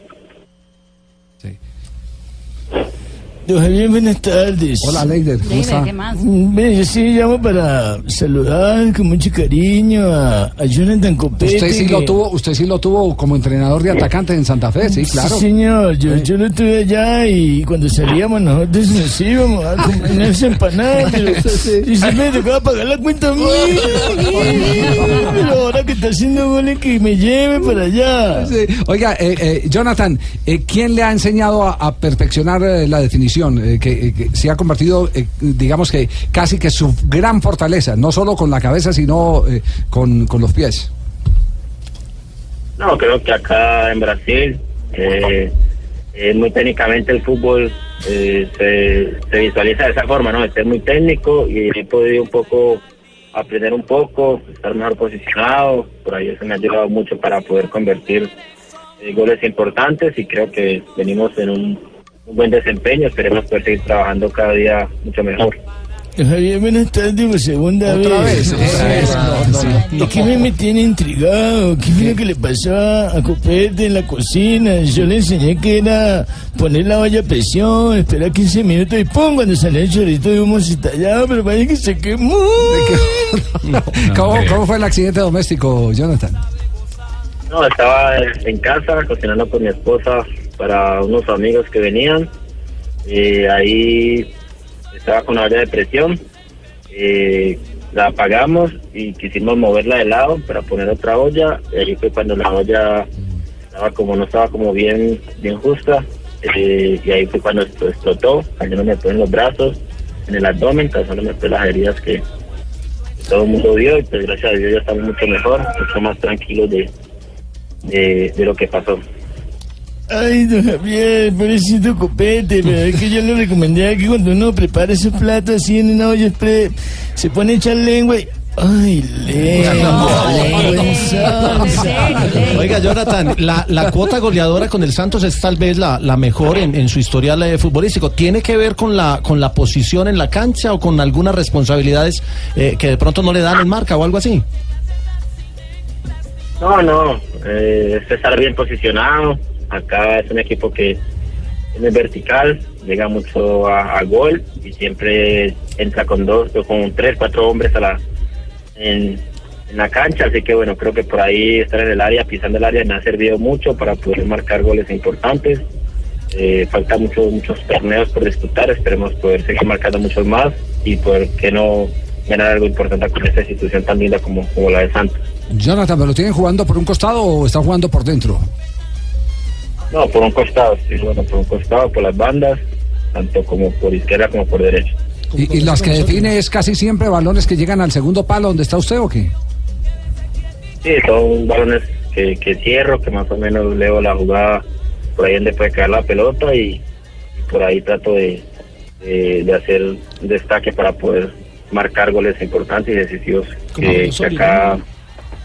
[SPEAKER 6] Javier, buenas tardes.
[SPEAKER 2] Hola, Leider, ¿cómo está?
[SPEAKER 6] Mm, Bien, yo sí llamo para saludar con mucho cariño a, a Jonathan Copete.
[SPEAKER 2] Usted sí lo
[SPEAKER 6] que-
[SPEAKER 2] tuvo, usted sí lo tuvo como entrenador de atacantes en Santa Fe, sí, claro.
[SPEAKER 6] Sí, señor, yo, yo lo tuve allá y cuando salíamos nosotros nos íbamos a comer unas empanadas pero-
[SPEAKER 2] *laughs*
[SPEAKER 6] y siempre me tocaba pagar la cuenta a mí. Pero ahora que está haciendo goles que me lleve para allá.
[SPEAKER 2] Sí. Oiga, eh, eh, Jonathan, eh, ¿quién le ha enseñado a, a perfeccionar eh, la definición? Eh, que, eh, que se ha convertido, eh, digamos que casi que su gran fortaleza, no solo con la cabeza, sino eh, con, con los pies.
[SPEAKER 26] No, creo que acá en Brasil, eh, eh, muy técnicamente el fútbol eh, se, se visualiza de esa forma, ¿no? De ser muy técnico y he podido un poco aprender un poco, estar mejor posicionado, por ahí eso me ha ayudado mucho para poder convertir eh, goles importantes y creo que venimos en un, un buen desempeño, esperemos poder seguir trabajando cada día mucho mejor.
[SPEAKER 6] Javier, buenas tardes pues, por segunda
[SPEAKER 1] Otra
[SPEAKER 6] vez.
[SPEAKER 1] vez, otra
[SPEAKER 6] Sí,
[SPEAKER 1] vez.
[SPEAKER 6] no, no, no. Es que me, me tiene intrigado. ¿Qué fue lo que le pasó a Copete en la cocina? Yo le enseñé que era poner la olla a presión, esperar 15 minutos y ¡pum! Cuando salió el chorrito de humo se estallaba, pero parece que se quemó.
[SPEAKER 2] ¿Cómo, cómo fue el accidente doméstico, Jonathan?
[SPEAKER 26] No, estaba en casa cocinando con mi esposa para unos amigos que venían. Y ahí estaba con la olla de presión. Eh, la apagamos y quisimos moverla de lado para poner otra olla. Y ahí fue cuando la olla estaba como no estaba como bien, bien justa. Eh, y ahí fue cuando esto explotó, cayéndome después en los brazos, en el abdomen, causándome pues las heridas que todo el mundo vio y pues gracias a Dios ya estamos mucho mejor, mucho más tranquilos de, de, de lo que pasó.
[SPEAKER 6] Ay, don Javier, pobrecito copete, pero es que yo le recomendaría que cuando uno prepara esos platos así en una olla express, se pone a echar lengua y... Ay, Eh, lengua, lengua, lengua.
[SPEAKER 3] Oiga, Jonathan, la, la cuota goleadora con el Santos es tal vez la, la mejor en, en su historial eh, futbolístico. ¿Tiene que ver con la, con la posición en la cancha o con algunas responsabilidades eh, que de pronto no le dan en marca o algo así?
[SPEAKER 26] No, no, eh, es estar bien posicionado. Acá es un equipo que tiene vertical, llega mucho a, a gol y siempre entra con dos, o con tres, cuatro hombres a la, en, en la cancha. Así que bueno, creo que por ahí estar en el área, pisando el área, me ha servido mucho para poder marcar goles importantes. Eh, faltan muchos muchos torneos por disputar, esperemos poder seguir marcando muchos más y por qué no ganar algo importante con esta institución tan linda como, como la de Santos.
[SPEAKER 2] Jonathan, ¿me lo tienen jugando por un costado o están jugando por dentro?
[SPEAKER 26] No, por un costado, sí, bueno, por un costado, por las bandas, tanto como por izquierda como por derecha.
[SPEAKER 2] ¿Y, y las que define es casi siempre balones que llegan al segundo palo donde está usted o qué?
[SPEAKER 26] Sí, son balones que, que cierro, que más o menos leo la jugada por ahí donde puede caer la pelota y, y por ahí trato de, de, de hacer un destaque para poder marcar goles importantes y decisivos que, que acá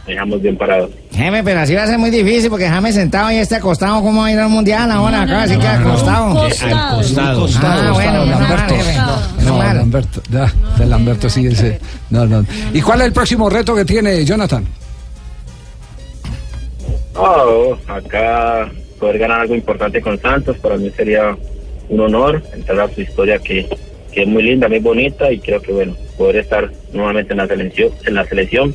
[SPEAKER 26] dejamos bien parados.
[SPEAKER 4] Jaime, pero así va a ser muy difícil porque James sentado y este acostado, ¿cómo va a ir al mundial ahora? Acá así que acostado.
[SPEAKER 2] Al
[SPEAKER 4] costado.
[SPEAKER 2] Ah, bueno, Lamberto. No, Lamberto. Da, de Lamberto, sí, ese. No, no. ¿Y cuál es el próximo reto que tiene Jonathan?
[SPEAKER 26] No, acá poder ganar algo importante con Santos para mí sería un honor entrar a su historia que, que es muy linda, muy bonita y creo que bueno, poder estar nuevamente en la selección, en la selección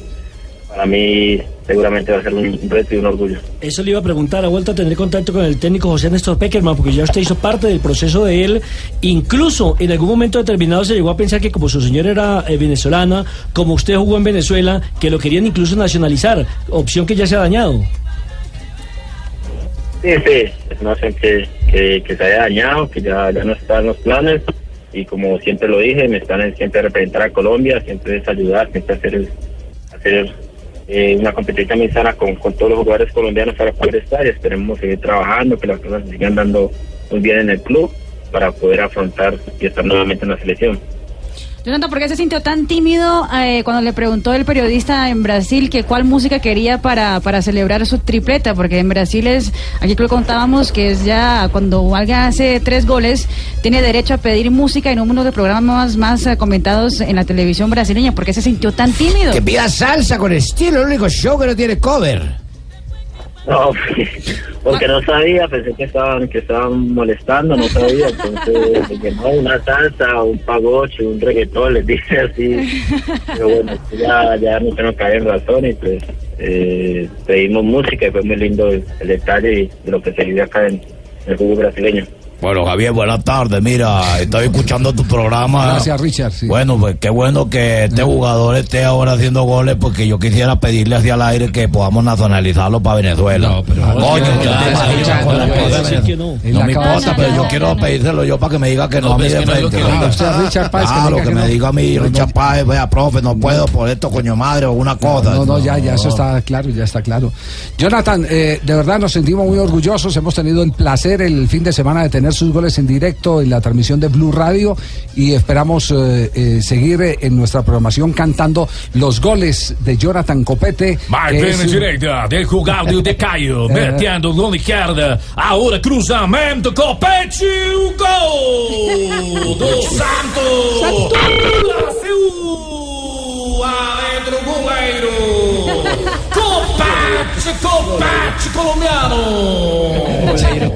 [SPEAKER 26] para mí seguramente va a ser un un reto y un orgullo.
[SPEAKER 9] Eso le iba a preguntar, ha vuelto a tener contacto con el técnico José Néstor Peckerman, porque ya usted hizo parte del proceso de él. Incluso en algún momento determinado se llegó a pensar que como su señora era eh, venezolana, como usted jugó en Venezuela, que lo querían incluso nacionalizar, opción que ya se ha dañado.
[SPEAKER 26] Sí, sí, es una opción que, que, que se haya dañado, que ya, ya no están los planes y como siempre lo dije, me están en siempre representar a Colombia, siempre es ayudar, siempre hacer, hacer eh, una competencia muy sana con, con todos los jugadores colombianos para poder estar y esperemos seguir trabajando, que las cosas sigan dando muy bien en el club para poder afrontar y estar nuevamente en la selección.
[SPEAKER 19] Jonathan, ¿por qué se sintió tan tímido eh, cuando le preguntó el periodista en Brasil que cuál música quería para, para celebrar su tripleta? Porque en Brasil es, aquí lo contábamos, que es ya cuando alguien hace tres goles, tiene derecho a pedir música en uno de los programas más eh, comentados en la televisión brasileña. ¿Por qué se sintió tan tímido?
[SPEAKER 4] Que pida salsa con estilo, el único show que no tiene cover.
[SPEAKER 26] No, porque no sabía, pensé que estaban, que estaban molestando, no sabía, entonces dije, no, una salsa, un pagoche, un reggaetón, les dije así, pero bueno, ya, ya no tengo que caer en razón y pues eh, pedimos música y fue muy lindo el, el detalle y de lo que se vivió acá en el fútbol brasileño.
[SPEAKER 5] Bueno, Javier, buenas tardes. Mira, estoy escuchando tu programa.
[SPEAKER 2] Gracias, Richard. sí.
[SPEAKER 5] Bueno, pues qué bueno que este jugador esté ahora haciendo goles porque yo quisiera pedirle hacia el aire que podamos nacionalizarlo para Venezuela. No, pero Coño,
[SPEAKER 1] no,
[SPEAKER 5] ya
[SPEAKER 1] no, no,
[SPEAKER 5] te imaginas
[SPEAKER 1] no,
[SPEAKER 5] con
[SPEAKER 1] no,
[SPEAKER 5] la
[SPEAKER 1] no,
[SPEAKER 5] poder
[SPEAKER 1] no,
[SPEAKER 5] Venezuela.
[SPEAKER 1] sí que no.
[SPEAKER 5] no,
[SPEAKER 6] é
[SPEAKER 1] En la
[SPEAKER 5] me
[SPEAKER 1] cabeza.
[SPEAKER 5] importa, pero yo quiero pedírselo yo para que me diga que no,
[SPEAKER 1] No,
[SPEAKER 5] a mí
[SPEAKER 1] pues
[SPEAKER 5] de
[SPEAKER 1] que no es lo
[SPEAKER 5] frente.
[SPEAKER 1] que
[SPEAKER 5] ¿no?
[SPEAKER 1] diga. Usted, Richard Páez, que
[SPEAKER 5] ah,
[SPEAKER 1] diga
[SPEAKER 5] lo que,
[SPEAKER 1] que
[SPEAKER 5] me
[SPEAKER 1] no.
[SPEAKER 5] diga a mí, Richard Páez, vea, profe, no puedo por esto, coño madre, o una cosa.
[SPEAKER 2] No, no, ya, ya, eso está claro, ya está claro. Jonathan, eh, de verdad nos sentimos muy orgullosos. Hemos tenido el placer el fin de semana de tener tener sus goles en directo en la transmisión de Blue Radio y esperamos eh, eh, seguir eh, en nuestra programación cantando los goles de Jonathan Copete. que
[SPEAKER 1] Vai
[SPEAKER 2] es
[SPEAKER 1] na
[SPEAKER 2] un-
[SPEAKER 1] direita, deixa o Gaudio de Caio, metendo gol esquerda. Agora cruzamento, copete, o gol do Santos. Brasil, adentro o goleiro. Copete, copete colombiano.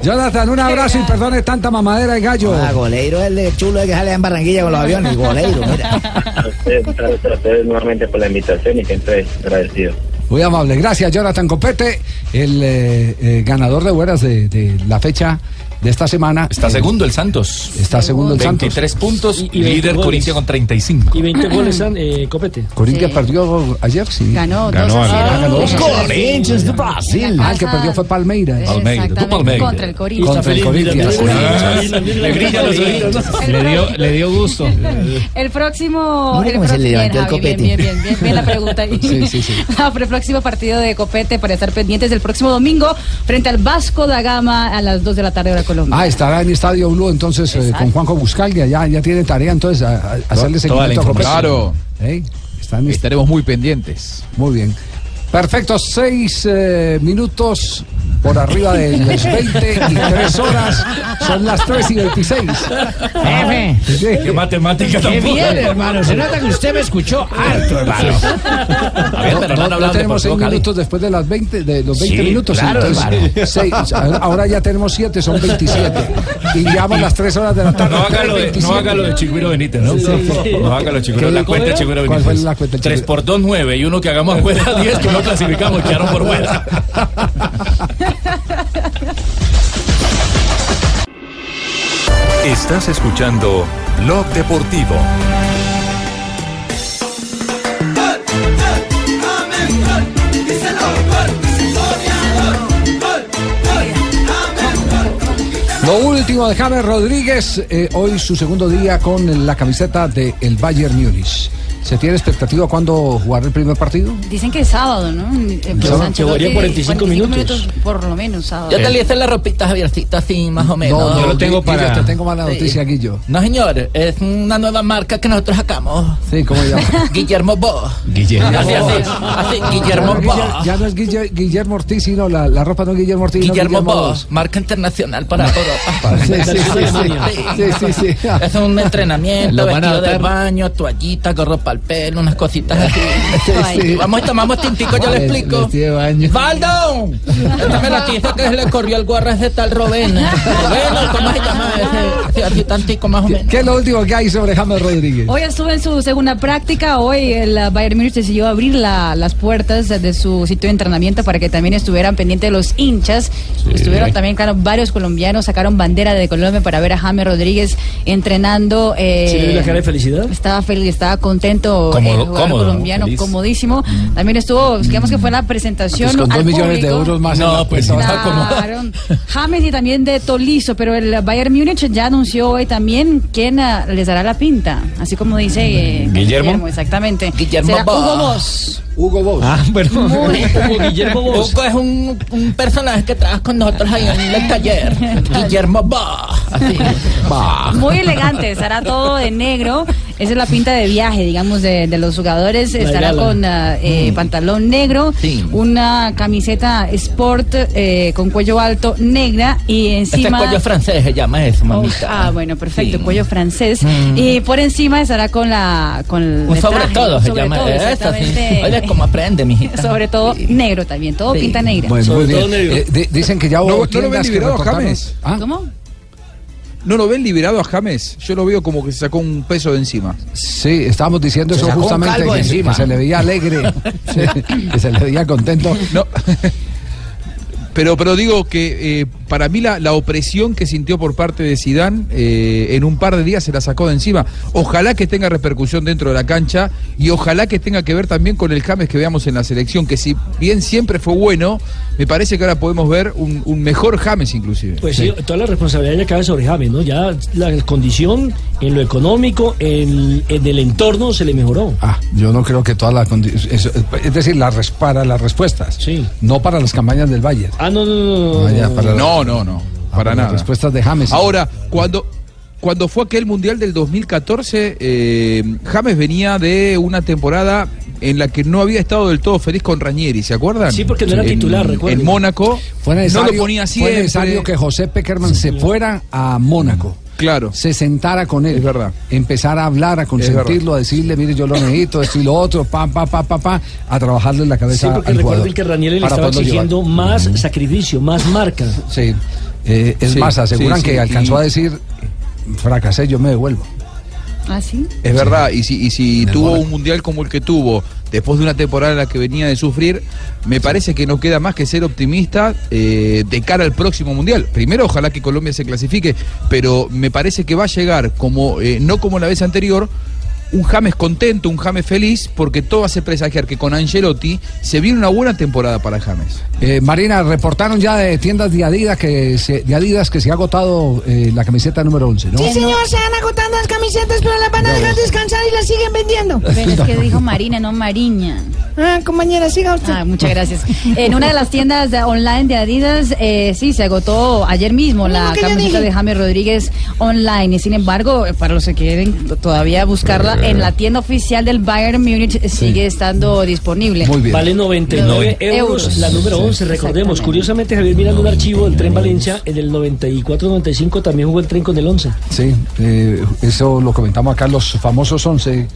[SPEAKER 2] Jonathan, un abrazo y perdone tanta mamadera de gallo.
[SPEAKER 4] Ah, goleiro es el de chulo que sale en Barranquilla con los aviones. Goleiro, mira.
[SPEAKER 26] A ustedes, a ustedes nuevamente por la invitación y siempre agradecido.
[SPEAKER 2] Muy amable. Gracias, Jonathan Copete, el eh, eh, ganador de buenas de, de la fecha de esta semana.
[SPEAKER 21] Está
[SPEAKER 2] Eh,
[SPEAKER 21] segundo el Santos.
[SPEAKER 2] Está segundo el Santos.
[SPEAKER 21] 23 puntos,
[SPEAKER 2] y veinte
[SPEAKER 21] líder
[SPEAKER 2] goles.
[SPEAKER 21] Corinthians con 35.
[SPEAKER 9] Y
[SPEAKER 4] *clears throat*
[SPEAKER 9] 20 goles, eh, Copete.
[SPEAKER 2] Corinthians perdió ayer, sí.
[SPEAKER 19] Ganó
[SPEAKER 21] Ganó dos a ayer. cero.
[SPEAKER 2] Ah, ganó dos a cero.
[SPEAKER 9] Corinthians
[SPEAKER 2] de Brasil. Ah, el que perdió fue Palmeiras.
[SPEAKER 19] Palmeiras. Tú Palmeiras. Contra el Corinthians.
[SPEAKER 2] Contra
[SPEAKER 1] é
[SPEAKER 2] el Corinthians.
[SPEAKER 21] Le brillan los ojitos. Le dio, le dio gusto.
[SPEAKER 19] El próximo.
[SPEAKER 21] Mira
[SPEAKER 19] el
[SPEAKER 21] cómo se
[SPEAKER 19] próximo-
[SPEAKER 21] levantó el
[SPEAKER 19] bien, Javi, bien,
[SPEAKER 21] copete.
[SPEAKER 19] Bien, bien, bien,
[SPEAKER 21] *laughs*
[SPEAKER 19] bien la pregunta ahí.
[SPEAKER 21] Sí, sí,
[SPEAKER 19] *laughs*
[SPEAKER 21] sí.
[SPEAKER 19] Ah, pero el próximo partido de Copete para estar pendientes del próximo domingo frente al Vasco da Gama a las 2 de la tarde hora Colombia.
[SPEAKER 2] Ah, estará en Estadio Blue entonces eh, con Juanjo Buscaglia. Ya, ya tiene tarea entonces a, a- hacerle
[SPEAKER 20] Toda la
[SPEAKER 2] seguimiento a Copete.
[SPEAKER 20] información. Claro.
[SPEAKER 2] ¿Eh? Están-
[SPEAKER 20] Estaremos muy pendientes.
[SPEAKER 2] Muy bien. Perfecto, seis eh, minutos por arriba de
[SPEAKER 4] *laughs*
[SPEAKER 2] las 20 y tres horas. Son las 3 y 26.
[SPEAKER 4] Jefe.
[SPEAKER 2] Qué
[SPEAKER 4] Qué
[SPEAKER 2] matemática
[SPEAKER 4] bien, hermano. Se
[SPEAKER 2] tá
[SPEAKER 4] nota que usted me escuchó harto, hermano.
[SPEAKER 2] A ver, pero no, no tenemos 6 minutos después de las 20, de los 20
[SPEAKER 4] Sí,
[SPEAKER 2] minutos.
[SPEAKER 4] claro, hermano.
[SPEAKER 2] *laughs* seis, ahora ya tenemos 7, son 27. Y llevamos las 3 horas de la
[SPEAKER 21] *laughs*
[SPEAKER 2] tarde.
[SPEAKER 21] No haga
[SPEAKER 12] eh,
[SPEAKER 21] lo de, no
[SPEAKER 2] 3:27.
[SPEAKER 21] haga lo de Chigüiro Benítez, ¿no? No haga lo de Chigüiro,
[SPEAKER 2] ¿Qué
[SPEAKER 21] la
[SPEAKER 2] dijo
[SPEAKER 21] cuenta de
[SPEAKER 2] ella?
[SPEAKER 21] Chigüiro
[SPEAKER 2] ¿Cuál
[SPEAKER 21] Benítez.
[SPEAKER 2] fue la cuenta del
[SPEAKER 21] 3 por 2, 9. Y uno que
[SPEAKER 2] *laughs*
[SPEAKER 21] hagamos fuera 10 que no clasificamos, quedaron por fuera.
[SPEAKER 14] Estás escuchando Blog Deportivo.
[SPEAKER 2] Lo último de James Rodríguez, eh, hoy su segundo día con la camiseta del el Bayern Múnich. ¿Se tiene expectativa cuándo jugar el primer partido?
[SPEAKER 19] Dicen que es sábado, ¿no? Eh, pues,
[SPEAKER 2] Sábado.
[SPEAKER 19] Ancelotti,
[SPEAKER 2] Llevaría 45 minutos.
[SPEAKER 19] Por lo menos sábado.
[SPEAKER 18] Yo te listé la ropita, Javiercito, así más o menos.
[SPEAKER 2] No, no, Yo lo tengo Gui- para- Guillo, te tengo mala noticia, Guillo.
[SPEAKER 18] No, señor, es una nueva marca que nosotros sacamos.
[SPEAKER 2] Sí, ¿cómo se llama?
[SPEAKER 18] *laughs* Guillermo Bo.
[SPEAKER 2] Guillermo.
[SPEAKER 18] Así, así, así, Guillermo
[SPEAKER 2] ya,
[SPEAKER 18] Bo.
[SPEAKER 2] no es Guille- ya no es Guille- Guillermo Ortiz, sino la, la ropa no es Guillermo Ortiz. sino
[SPEAKER 18] Guillermo Bo,
[SPEAKER 2] Ortiz.
[SPEAKER 18] marca internacional para Europa.
[SPEAKER 2] Sí, sí, sí, sí. Sí, sí, sí.
[SPEAKER 18] Es un entrenamiento,
[SPEAKER 2] Lo van a
[SPEAKER 18] vestido de
[SPEAKER 2] adaptar.
[SPEAKER 18] baño, toallita, gorro para el pelo, unas cositas así.
[SPEAKER 2] *laughs* sí.
[SPEAKER 18] Vamos y tomamos tintico, yo le
[SPEAKER 2] Vale,
[SPEAKER 18] explico.
[SPEAKER 2] vestido de baño.
[SPEAKER 18] ¡Baldo! Esta me la tiza que le corrió el guarra ese tal Robén. Robén, ¿cómo se llama ese? Sí, así tantico más o menos.
[SPEAKER 2] ¿Qué es lo último que hay sobre James Rodríguez?
[SPEAKER 19] Hoy estuvo en su segunda práctica. Hoy el eh, Bayern Múnich decidió abrir la- las puertas de su sitio de entrenamiento para que también estuvieran pendientes los hinchas. Estuvieron también, claro, varios colombianos sacaron bandera de Colombia para ver a James Rodríguez entrenando. eh,
[SPEAKER 9] ¿Sí le vi la cara de felicidad?
[SPEAKER 19] Estaba feliz, estaba contento.
[SPEAKER 9] Cómodo,
[SPEAKER 19] el jugador
[SPEAKER 9] cómodo,
[SPEAKER 19] colombiano,
[SPEAKER 9] feliz. Mm.
[SPEAKER 19] comodísimo. También estuvo, digamos que fue la presentación.
[SPEAKER 2] Pues con
[SPEAKER 19] al
[SPEAKER 2] dos millones de
[SPEAKER 19] público.
[SPEAKER 2] euros más. en la cuenta.
[SPEAKER 19] Claro. James y también de Tolizo, pero el Bayern Múnich ya anunció hoy también quién ah, les dará la pinta, así como dice eh,
[SPEAKER 21] Guillermo.
[SPEAKER 19] exactamente.
[SPEAKER 18] Guillermo
[SPEAKER 19] Será
[SPEAKER 18] Boss.
[SPEAKER 19] Hugo Boss.
[SPEAKER 2] Hugo Boss.
[SPEAKER 18] Ah,
[SPEAKER 21] bueno. Guillermo Boss.
[SPEAKER 18] Hugo es un, un personaje que trabaja con nosotros ahí en el taller. Guillermo Boss. Así.
[SPEAKER 19] Muy elegante, estará todo de negro. Esa es la pinta de viaje, digamos, de, de los jugadores. Estará
[SPEAKER 18] gala. Mm.
[SPEAKER 19] con ah, eh, pantalón negro, una camiseta sport eh, con cuello alto negra y
[SPEAKER 18] Este
[SPEAKER 19] encima.
[SPEAKER 18] cuello francés se llama eso, mamita.
[SPEAKER 19] Ah, bueno, perfecto,
[SPEAKER 18] Sí.
[SPEAKER 19] cuello francés. Y por encima estará con la. Con el
[SPEAKER 18] Un sobre
[SPEAKER 19] traje,
[SPEAKER 18] todo
[SPEAKER 19] un
[SPEAKER 18] se
[SPEAKER 19] sobre
[SPEAKER 18] llama ¿eh?
[SPEAKER 19] todo,
[SPEAKER 18] eso.
[SPEAKER 19] exactamente. *laughs*
[SPEAKER 18] Oye, cómo aprende, mijita.
[SPEAKER 19] sobre todo negro también, todo pinta negra.
[SPEAKER 2] Bueno, muy bien. Eh, di- dicen que ya
[SPEAKER 20] No,
[SPEAKER 2] hubo
[SPEAKER 20] no lo
[SPEAKER 2] tiendas
[SPEAKER 20] ven
[SPEAKER 2] que
[SPEAKER 20] liberado a
[SPEAKER 2] recortaron-
[SPEAKER 20] James.
[SPEAKER 2] ¿Ah?
[SPEAKER 19] ¿Cómo?
[SPEAKER 20] ¿No lo ven liberado a James? Yo lo veo como que se sacó un peso de encima.
[SPEAKER 2] Sí, estábamos diciendo
[SPEAKER 20] Se
[SPEAKER 2] eso
[SPEAKER 20] sacó un
[SPEAKER 2] justamente,
[SPEAKER 20] calvo
[SPEAKER 2] que,
[SPEAKER 20] de
[SPEAKER 2] se-
[SPEAKER 20] encima.
[SPEAKER 2] que se le veía alegre,
[SPEAKER 20] *laughs*
[SPEAKER 2] sí, que se le veía contento.
[SPEAKER 20] Pero, pero digo que eh, para mí la, la opresión que sintió por parte de Sidán en un par de días se la sacó de encima. Ojalá que tenga repercusión dentro de la cancha y ojalá que tenga que ver también con el James que veamos en la selección, que si bien siempre fue bueno, me parece que ahora podemos ver un, un mejor James inclusive.
[SPEAKER 9] Pues sí, toda la responsabilidad ya cabe sobre James, ¿no? Ya la condición en lo económico, en, en el entorno se le mejoró.
[SPEAKER 2] Ah, yo no creo que todas las condiciones. Es decir, las res- para las respuestas. No para las campañas del Valle.
[SPEAKER 9] Ah, no, no, no.
[SPEAKER 2] ya, para la-
[SPEAKER 20] No,
[SPEAKER 2] Ah,
[SPEAKER 20] no, no. para nada.
[SPEAKER 2] Respuestas de James.
[SPEAKER 20] Ahora, cuando, cuando fue aquel Mundial del 2014, eh, James venía de una temporada en la que no había estado del todo feliz con Ranieri, ¿se acuerdan?
[SPEAKER 9] Sí, porque no era
[SPEAKER 20] En-
[SPEAKER 9] titular, recuerden.
[SPEAKER 20] En Mónaco,
[SPEAKER 2] Fue
[SPEAKER 20] no
[SPEAKER 2] necesario,
[SPEAKER 20] lo ponía
[SPEAKER 2] fue necesario
[SPEAKER 20] siempre.
[SPEAKER 2] que José Peckerman se fuera a Mónaco.
[SPEAKER 20] Claro.
[SPEAKER 2] Se sentara con él. verdad. Empezar a hablar, a consentirlo, a decirle, mire, yo lo necesito, esto y lo otro, pa, pa, pa, pa, pa, a trabajarle la
[SPEAKER 9] Sí,
[SPEAKER 2] cabeza
[SPEAKER 9] porque
[SPEAKER 2] al
[SPEAKER 9] recuerden
[SPEAKER 2] jugador
[SPEAKER 9] que Raniel le
[SPEAKER 2] para
[SPEAKER 9] estaba
[SPEAKER 2] poderlo
[SPEAKER 9] exigiendo más sacrificio, más marca.
[SPEAKER 2] Sí. llevar. Es
[SPEAKER 9] Sí,
[SPEAKER 2] más, aseguran
[SPEAKER 20] sí, sí,
[SPEAKER 2] que alcanzó
[SPEAKER 20] y-
[SPEAKER 2] a decir, fracasé, yo me devuelvo.
[SPEAKER 19] ¿Ah, sí?
[SPEAKER 20] Es verdad, y si, y si tuvo
[SPEAKER 2] Mónaco.
[SPEAKER 20] un mundial como el que tuvo, después de una temporada en la que venía de sufrir, me parece que no queda más que ser optimista eh, de cara al próximo mundial. Primero, ojalá que Colombia se clasifique, pero me parece que va a llegar, como eh, no como la vez anterior, un James contento, un James feliz, porque todo hace presagiar que con Angelotti se viene una buena temporada para James.
[SPEAKER 2] Eh, Marina, reportaron ya de tiendas de Adidas que se, de Adidas que se ha agotado eh, la camiseta número 11, ¿no?
[SPEAKER 10] Sí, señor, se van agotando las camisetas, pero las van a dejar descansar y las siguen vendiendo.
[SPEAKER 19] Pero es que dijo Marina, no Mariña.
[SPEAKER 10] Ah, compañera, siga usted.
[SPEAKER 19] Ah, muchas gracias. En una de las tiendas de- online de Adidas, eh, sí, se agotó ayer mismo la
[SPEAKER 10] que yo
[SPEAKER 19] camiseta
[SPEAKER 10] dije.
[SPEAKER 19] de James Rodríguez online. Y sin embargo, eh, para los que quieren t- todavía buscarla, en la tienda oficial del Bayern Múnich sigue estando disponible.
[SPEAKER 9] Vale 99
[SPEAKER 19] Noven-
[SPEAKER 9] euros,
[SPEAKER 19] euros.
[SPEAKER 9] la número
[SPEAKER 19] Sí,
[SPEAKER 9] 11, recordemos. Curiosamente, Javier, mirando un archivo del Tren Valencia, en el 94-95 también jugó el Tren con el 11.
[SPEAKER 2] Sí, eh, eso lo comentamos acá, los famosos 11.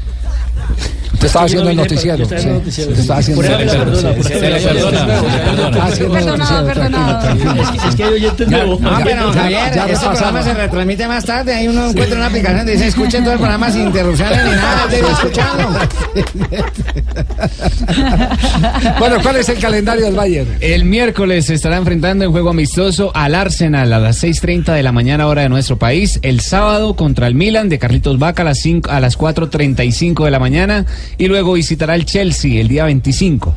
[SPEAKER 2] Usted estaba
[SPEAKER 9] Pues Yo no
[SPEAKER 2] haciendo el
[SPEAKER 9] vine, pero
[SPEAKER 2] noticiero.
[SPEAKER 9] yo estaba en el
[SPEAKER 2] sí,
[SPEAKER 9] noticiero,
[SPEAKER 2] usted
[SPEAKER 9] sí.
[SPEAKER 2] estaba haciendo
[SPEAKER 9] Por eso me perdona, por eso me perdona.
[SPEAKER 2] Estaba haciendo el noticiero, tranquilo, tranquilo.
[SPEAKER 9] Es que hay oyentes
[SPEAKER 2] Ya,
[SPEAKER 9] nuevos.
[SPEAKER 2] ya,
[SPEAKER 7] No,
[SPEAKER 2] ya,
[SPEAKER 7] pero Ah, Javier,
[SPEAKER 2] ya
[SPEAKER 7] este
[SPEAKER 2] repasamos.
[SPEAKER 7] programa se retransmite más tarde. Ahí uno encuentra una aplicación donde dice escuchen todo el programa sin interrupciones ni nada. Debe escucharlo.
[SPEAKER 2] *laughs* Bueno, ¿cuál es el calendario del Bayern?
[SPEAKER 15] El miércoles se estará enfrentando en juego amistoso al Arsenal a las 6.30 de la mañana hora de nuestro país. El sábado contra el Milan de Carlitos Vaca a las, 5 a las 4.35 de la mañana. Y luego visitará el Chelsea el día 25.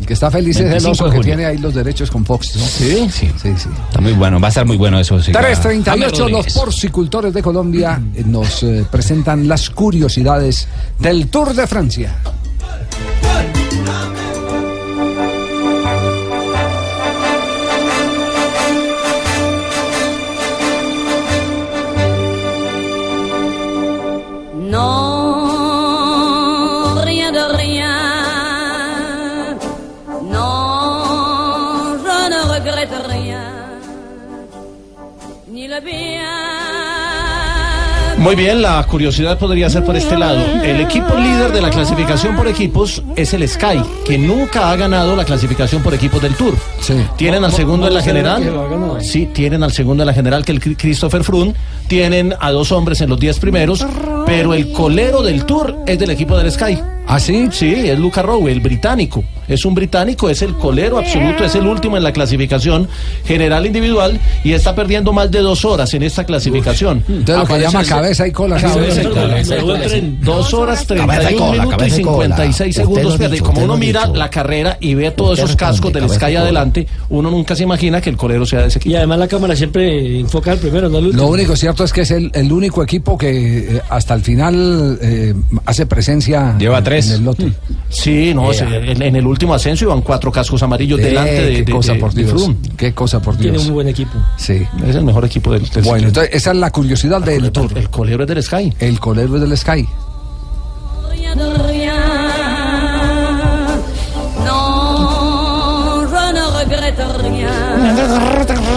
[SPEAKER 2] El que está feliz es el
[SPEAKER 15] 25
[SPEAKER 2] oso
[SPEAKER 15] de
[SPEAKER 2] que
[SPEAKER 15] junio.
[SPEAKER 2] tiene ahí los derechos con Fox, ¿no?
[SPEAKER 15] Sí, sí, sí, Está muy bueno, va a estar muy bueno eso. sí. James
[SPEAKER 2] 338, los
[SPEAKER 15] Rodríguez.
[SPEAKER 2] porcicultores de Colombia eh, nos eh, presentan las curiosidades del Tour de Francia.
[SPEAKER 8] Non, rien de rien. Non, je ne regrette rien. Ni le bien.
[SPEAKER 3] Muy bien, la curiosidad podría ser por este lado. El equipo líder de la clasificación por equipos es el Sky, que nunca ha ganado la clasificación por equipos del Tour. Tienen al
[SPEAKER 9] Mo-
[SPEAKER 3] segundo
[SPEAKER 9] Mo-
[SPEAKER 3] en la
[SPEAKER 9] Mo- que lo ha
[SPEAKER 3] general.
[SPEAKER 9] ganado.
[SPEAKER 3] Sí, tienen al segundo en la general, que el Cri- Christopher Froome. Tienen a dos hombres en los diez primeros, pero el colero del Tour es del equipo del Sky.
[SPEAKER 2] ¿Ah, sí?
[SPEAKER 3] Sí, es Luca Rowe, el británico. Es un británico, es el colero absoluto, es el último en la clasificación general individual y está perdiendo más de dos horas en esta clasificación.
[SPEAKER 2] Entonces lo que
[SPEAKER 3] Aparece
[SPEAKER 2] llama
[SPEAKER 3] el-
[SPEAKER 2] cabeza y cola.
[SPEAKER 3] Cabeza y
[SPEAKER 2] ¿no?
[SPEAKER 3] cola, exacto. Dos horas
[SPEAKER 2] Cabeza y
[SPEAKER 3] 31
[SPEAKER 2] cola,
[SPEAKER 3] minutos y
[SPEAKER 2] cabeza y cola.
[SPEAKER 3] 56
[SPEAKER 2] Usted lo
[SPEAKER 3] segundos.
[SPEAKER 2] ha
[SPEAKER 3] Fíjate,
[SPEAKER 2] dicho,
[SPEAKER 3] como
[SPEAKER 2] usted
[SPEAKER 3] uno
[SPEAKER 2] lo ha
[SPEAKER 3] mira
[SPEAKER 2] dicho.
[SPEAKER 3] la carrera y ve todos
[SPEAKER 9] Usted
[SPEAKER 3] esos cascos
[SPEAKER 9] responde,
[SPEAKER 3] del
[SPEAKER 9] cabeza y
[SPEAKER 3] Sky
[SPEAKER 9] cola.
[SPEAKER 3] adelante, uno nunca se imagina que el colero sea de ese equipo.
[SPEAKER 9] Y además la cámara siempre enfoca al primero, no al último.
[SPEAKER 2] Lo único cierto es que es el, el único equipo que eh, hasta el final eh, hace presencia en- en el
[SPEAKER 3] Mm.
[SPEAKER 2] lote.
[SPEAKER 3] Sí, no,
[SPEAKER 2] Eh,
[SPEAKER 3] se- en en el último ascenso iban cuatro cascos amarillos
[SPEAKER 2] Eh,
[SPEAKER 3] delante de,
[SPEAKER 2] qué
[SPEAKER 3] de-
[SPEAKER 2] cosa
[SPEAKER 3] de-
[SPEAKER 2] por
[SPEAKER 3] de
[SPEAKER 2] Dios.
[SPEAKER 3] Froome.
[SPEAKER 2] Qué cosa por
[SPEAKER 3] Tiene
[SPEAKER 2] Dios.
[SPEAKER 3] muy
[SPEAKER 9] buen equipo.
[SPEAKER 2] Sí.
[SPEAKER 3] Es el mejor equipo del, del
[SPEAKER 2] Bueno, entonces esa es la curiosidad del tour.
[SPEAKER 3] El colero es del Sky.
[SPEAKER 2] El colero es del Sky.
[SPEAKER 8] rien de rien. Non, je ne regrette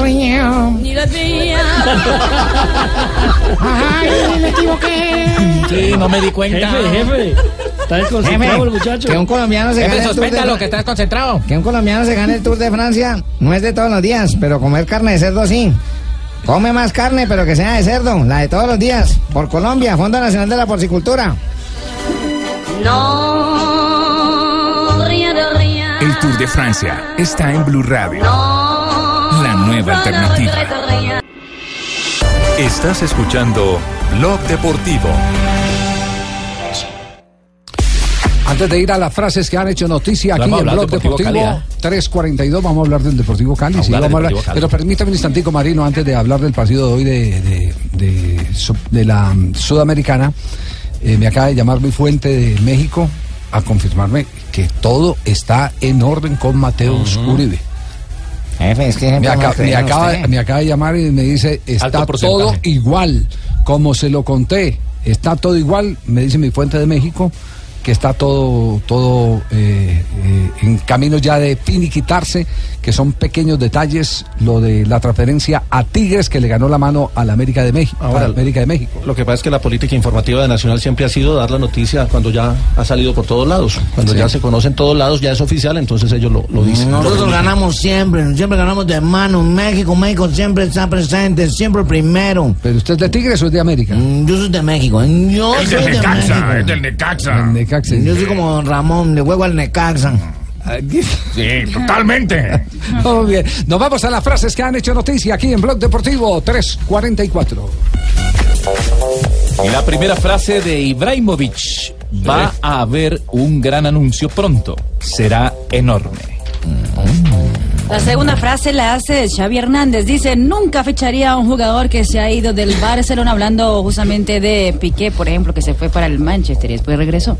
[SPEAKER 8] rien. Ni le bien.
[SPEAKER 10] Ay, me equivoqué.
[SPEAKER 18] Sí, no me di cuenta.
[SPEAKER 9] Jefe, jefe. Está desconcentrado el muchacho.
[SPEAKER 7] Que un colombiano se
[SPEAKER 18] Jefe,
[SPEAKER 7] gane el Tour de
[SPEAKER 18] sospecha
[SPEAKER 7] Fran-
[SPEAKER 18] lo que estás concentrado.
[SPEAKER 7] Que un colombiano se gane el Tour de Francia no es de todos los días, pero comer carne de cerdo sí. Come más carne, pero que sea de cerdo, la de todos los días. Por Colombia, Fondo Nacional de la Porcicultura.
[SPEAKER 8] Non, rien de rien.
[SPEAKER 16] El Tour de Francia está en Blue Radio. La nueva
[SPEAKER 8] Je ne
[SPEAKER 16] alternativa.
[SPEAKER 8] regrette rien.
[SPEAKER 14] Estás escuchando Blog Deportivo.
[SPEAKER 2] Antes de ir a las frases que han hecho noticia
[SPEAKER 14] Vamos
[SPEAKER 2] aquí
[SPEAKER 14] a
[SPEAKER 2] en
[SPEAKER 14] hablar
[SPEAKER 2] Blog
[SPEAKER 14] del Deportivo
[SPEAKER 2] Deportivo,
[SPEAKER 14] Cali, ¿ah?
[SPEAKER 2] 342, vamos a hablar del Deportivo Cali.
[SPEAKER 14] Vamos
[SPEAKER 2] sí,
[SPEAKER 14] a hablar del
[SPEAKER 2] vamos a hablar.
[SPEAKER 14] Deportivo Cali.
[SPEAKER 2] Pero permítame un instantico, Marino, antes de hablar del partido de hoy de, de- de Su- de la mm, Sudamericana. eh, me acaba de llamar mi fuente de México a confirmarme que todo está en orden con Mateus Uribe.
[SPEAKER 7] es que
[SPEAKER 2] me,
[SPEAKER 7] ejemplo
[SPEAKER 2] aca-
[SPEAKER 7] más
[SPEAKER 2] me
[SPEAKER 7] creído
[SPEAKER 2] acaba,
[SPEAKER 7] usted.
[SPEAKER 2] me acaba de llamar y me dice, está
[SPEAKER 7] Alto porcentaje.
[SPEAKER 2] todo igual, como se lo conté, está todo igual, me dice mi fuente de México, que está todo, todo eh, eh, en camino ya de finiquitarse, que son pequeños detalles, lo de la transferencia a Tigres que le ganó la mano al América de México.
[SPEAKER 3] Ahora,
[SPEAKER 2] América de México.
[SPEAKER 3] Lo que pasa es que la política informativa de Nacional siempre ha sido dar la noticia cuando ya ha salido por todos lados. Cuando
[SPEAKER 5] Sí.
[SPEAKER 3] ya se conoce en todos lados, ya es oficial, entonces ellos lo, lo dicen.
[SPEAKER 5] Nosotros
[SPEAKER 3] Lo-
[SPEAKER 5] ganamos siempre, siempre ganamos de mano. México, México siempre está presente, siempre primero. Mm,
[SPEAKER 2] ¿Pero usted es de Tigres o es de América?
[SPEAKER 5] Yo soy de México. ¿eh? Yo
[SPEAKER 16] Es del
[SPEAKER 5] soy de México.
[SPEAKER 16] Necaxa, es del Necaxa.
[SPEAKER 5] Yo soy como don Ramón, le juego
[SPEAKER 2] *laughs*
[SPEAKER 5] al Necaxa.
[SPEAKER 16] Sí, totalmente.
[SPEAKER 2] Muy bien. Nos vamos a las frases que han hecho noticia aquí en Blog Deportivo 344.
[SPEAKER 21] La primera frase de Ibrahimovic. Va a haber un gran anuncio pronto. Será enorme.
[SPEAKER 19] La segunda frase la hace Xavi Hernández. Dice, nunca ficharía a un jugador que se ha ido del Barcelona hablando justamente de Piqué, por ejemplo, que se fue para el Manchester y después regresó.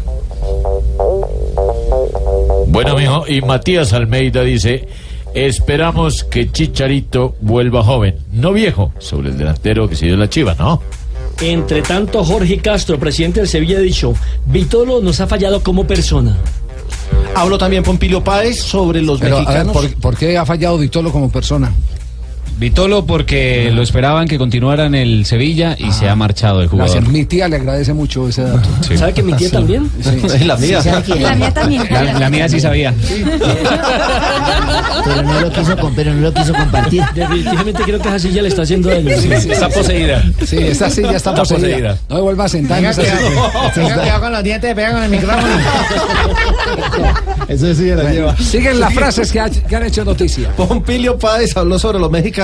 [SPEAKER 12] Bueno, mijo, y Matías Almeida dice, esperamos que Chicharito vuelva joven, no viejo, sobre el delantero que se dio la chiva, ¿no?
[SPEAKER 9] Entre tanto, Jorge Castro, presidente del Sevilla, ha dicho, Vitolo nos ha fallado como persona.
[SPEAKER 3] Habló también Pompilio Páez sobre los
[SPEAKER 2] Pero, a ver, ¿por, por qué ha fallado Vitolo como persona?
[SPEAKER 15] Vitolo porque lo esperaban que continuara en el Sevilla y se ha marchado el jugador.
[SPEAKER 2] Gracias. Mi tía le agradece mucho ese dato.
[SPEAKER 15] Sí. ¿Sabe que mi tía también? Es la mía. La mía también. La- la mía sí sabía.
[SPEAKER 9] Pero no lo quiso, pero no lo quiso compartir. Definitivamente creo que esa silla le está haciendo daño.
[SPEAKER 2] Sí, esa silla está, poseída. No me vuelva a sentar en
[SPEAKER 4] Tenga
[SPEAKER 2] esa
[SPEAKER 4] cuidado,
[SPEAKER 2] silla. *laughs*
[SPEAKER 4] tenga cuidado con los dientes, pega con el micrófono.
[SPEAKER 3] Eso sí, la lleva.
[SPEAKER 2] Siguen las frases que, ha- que han hecho noticia.
[SPEAKER 3] Pompilio Páez habló sobre los mexicanos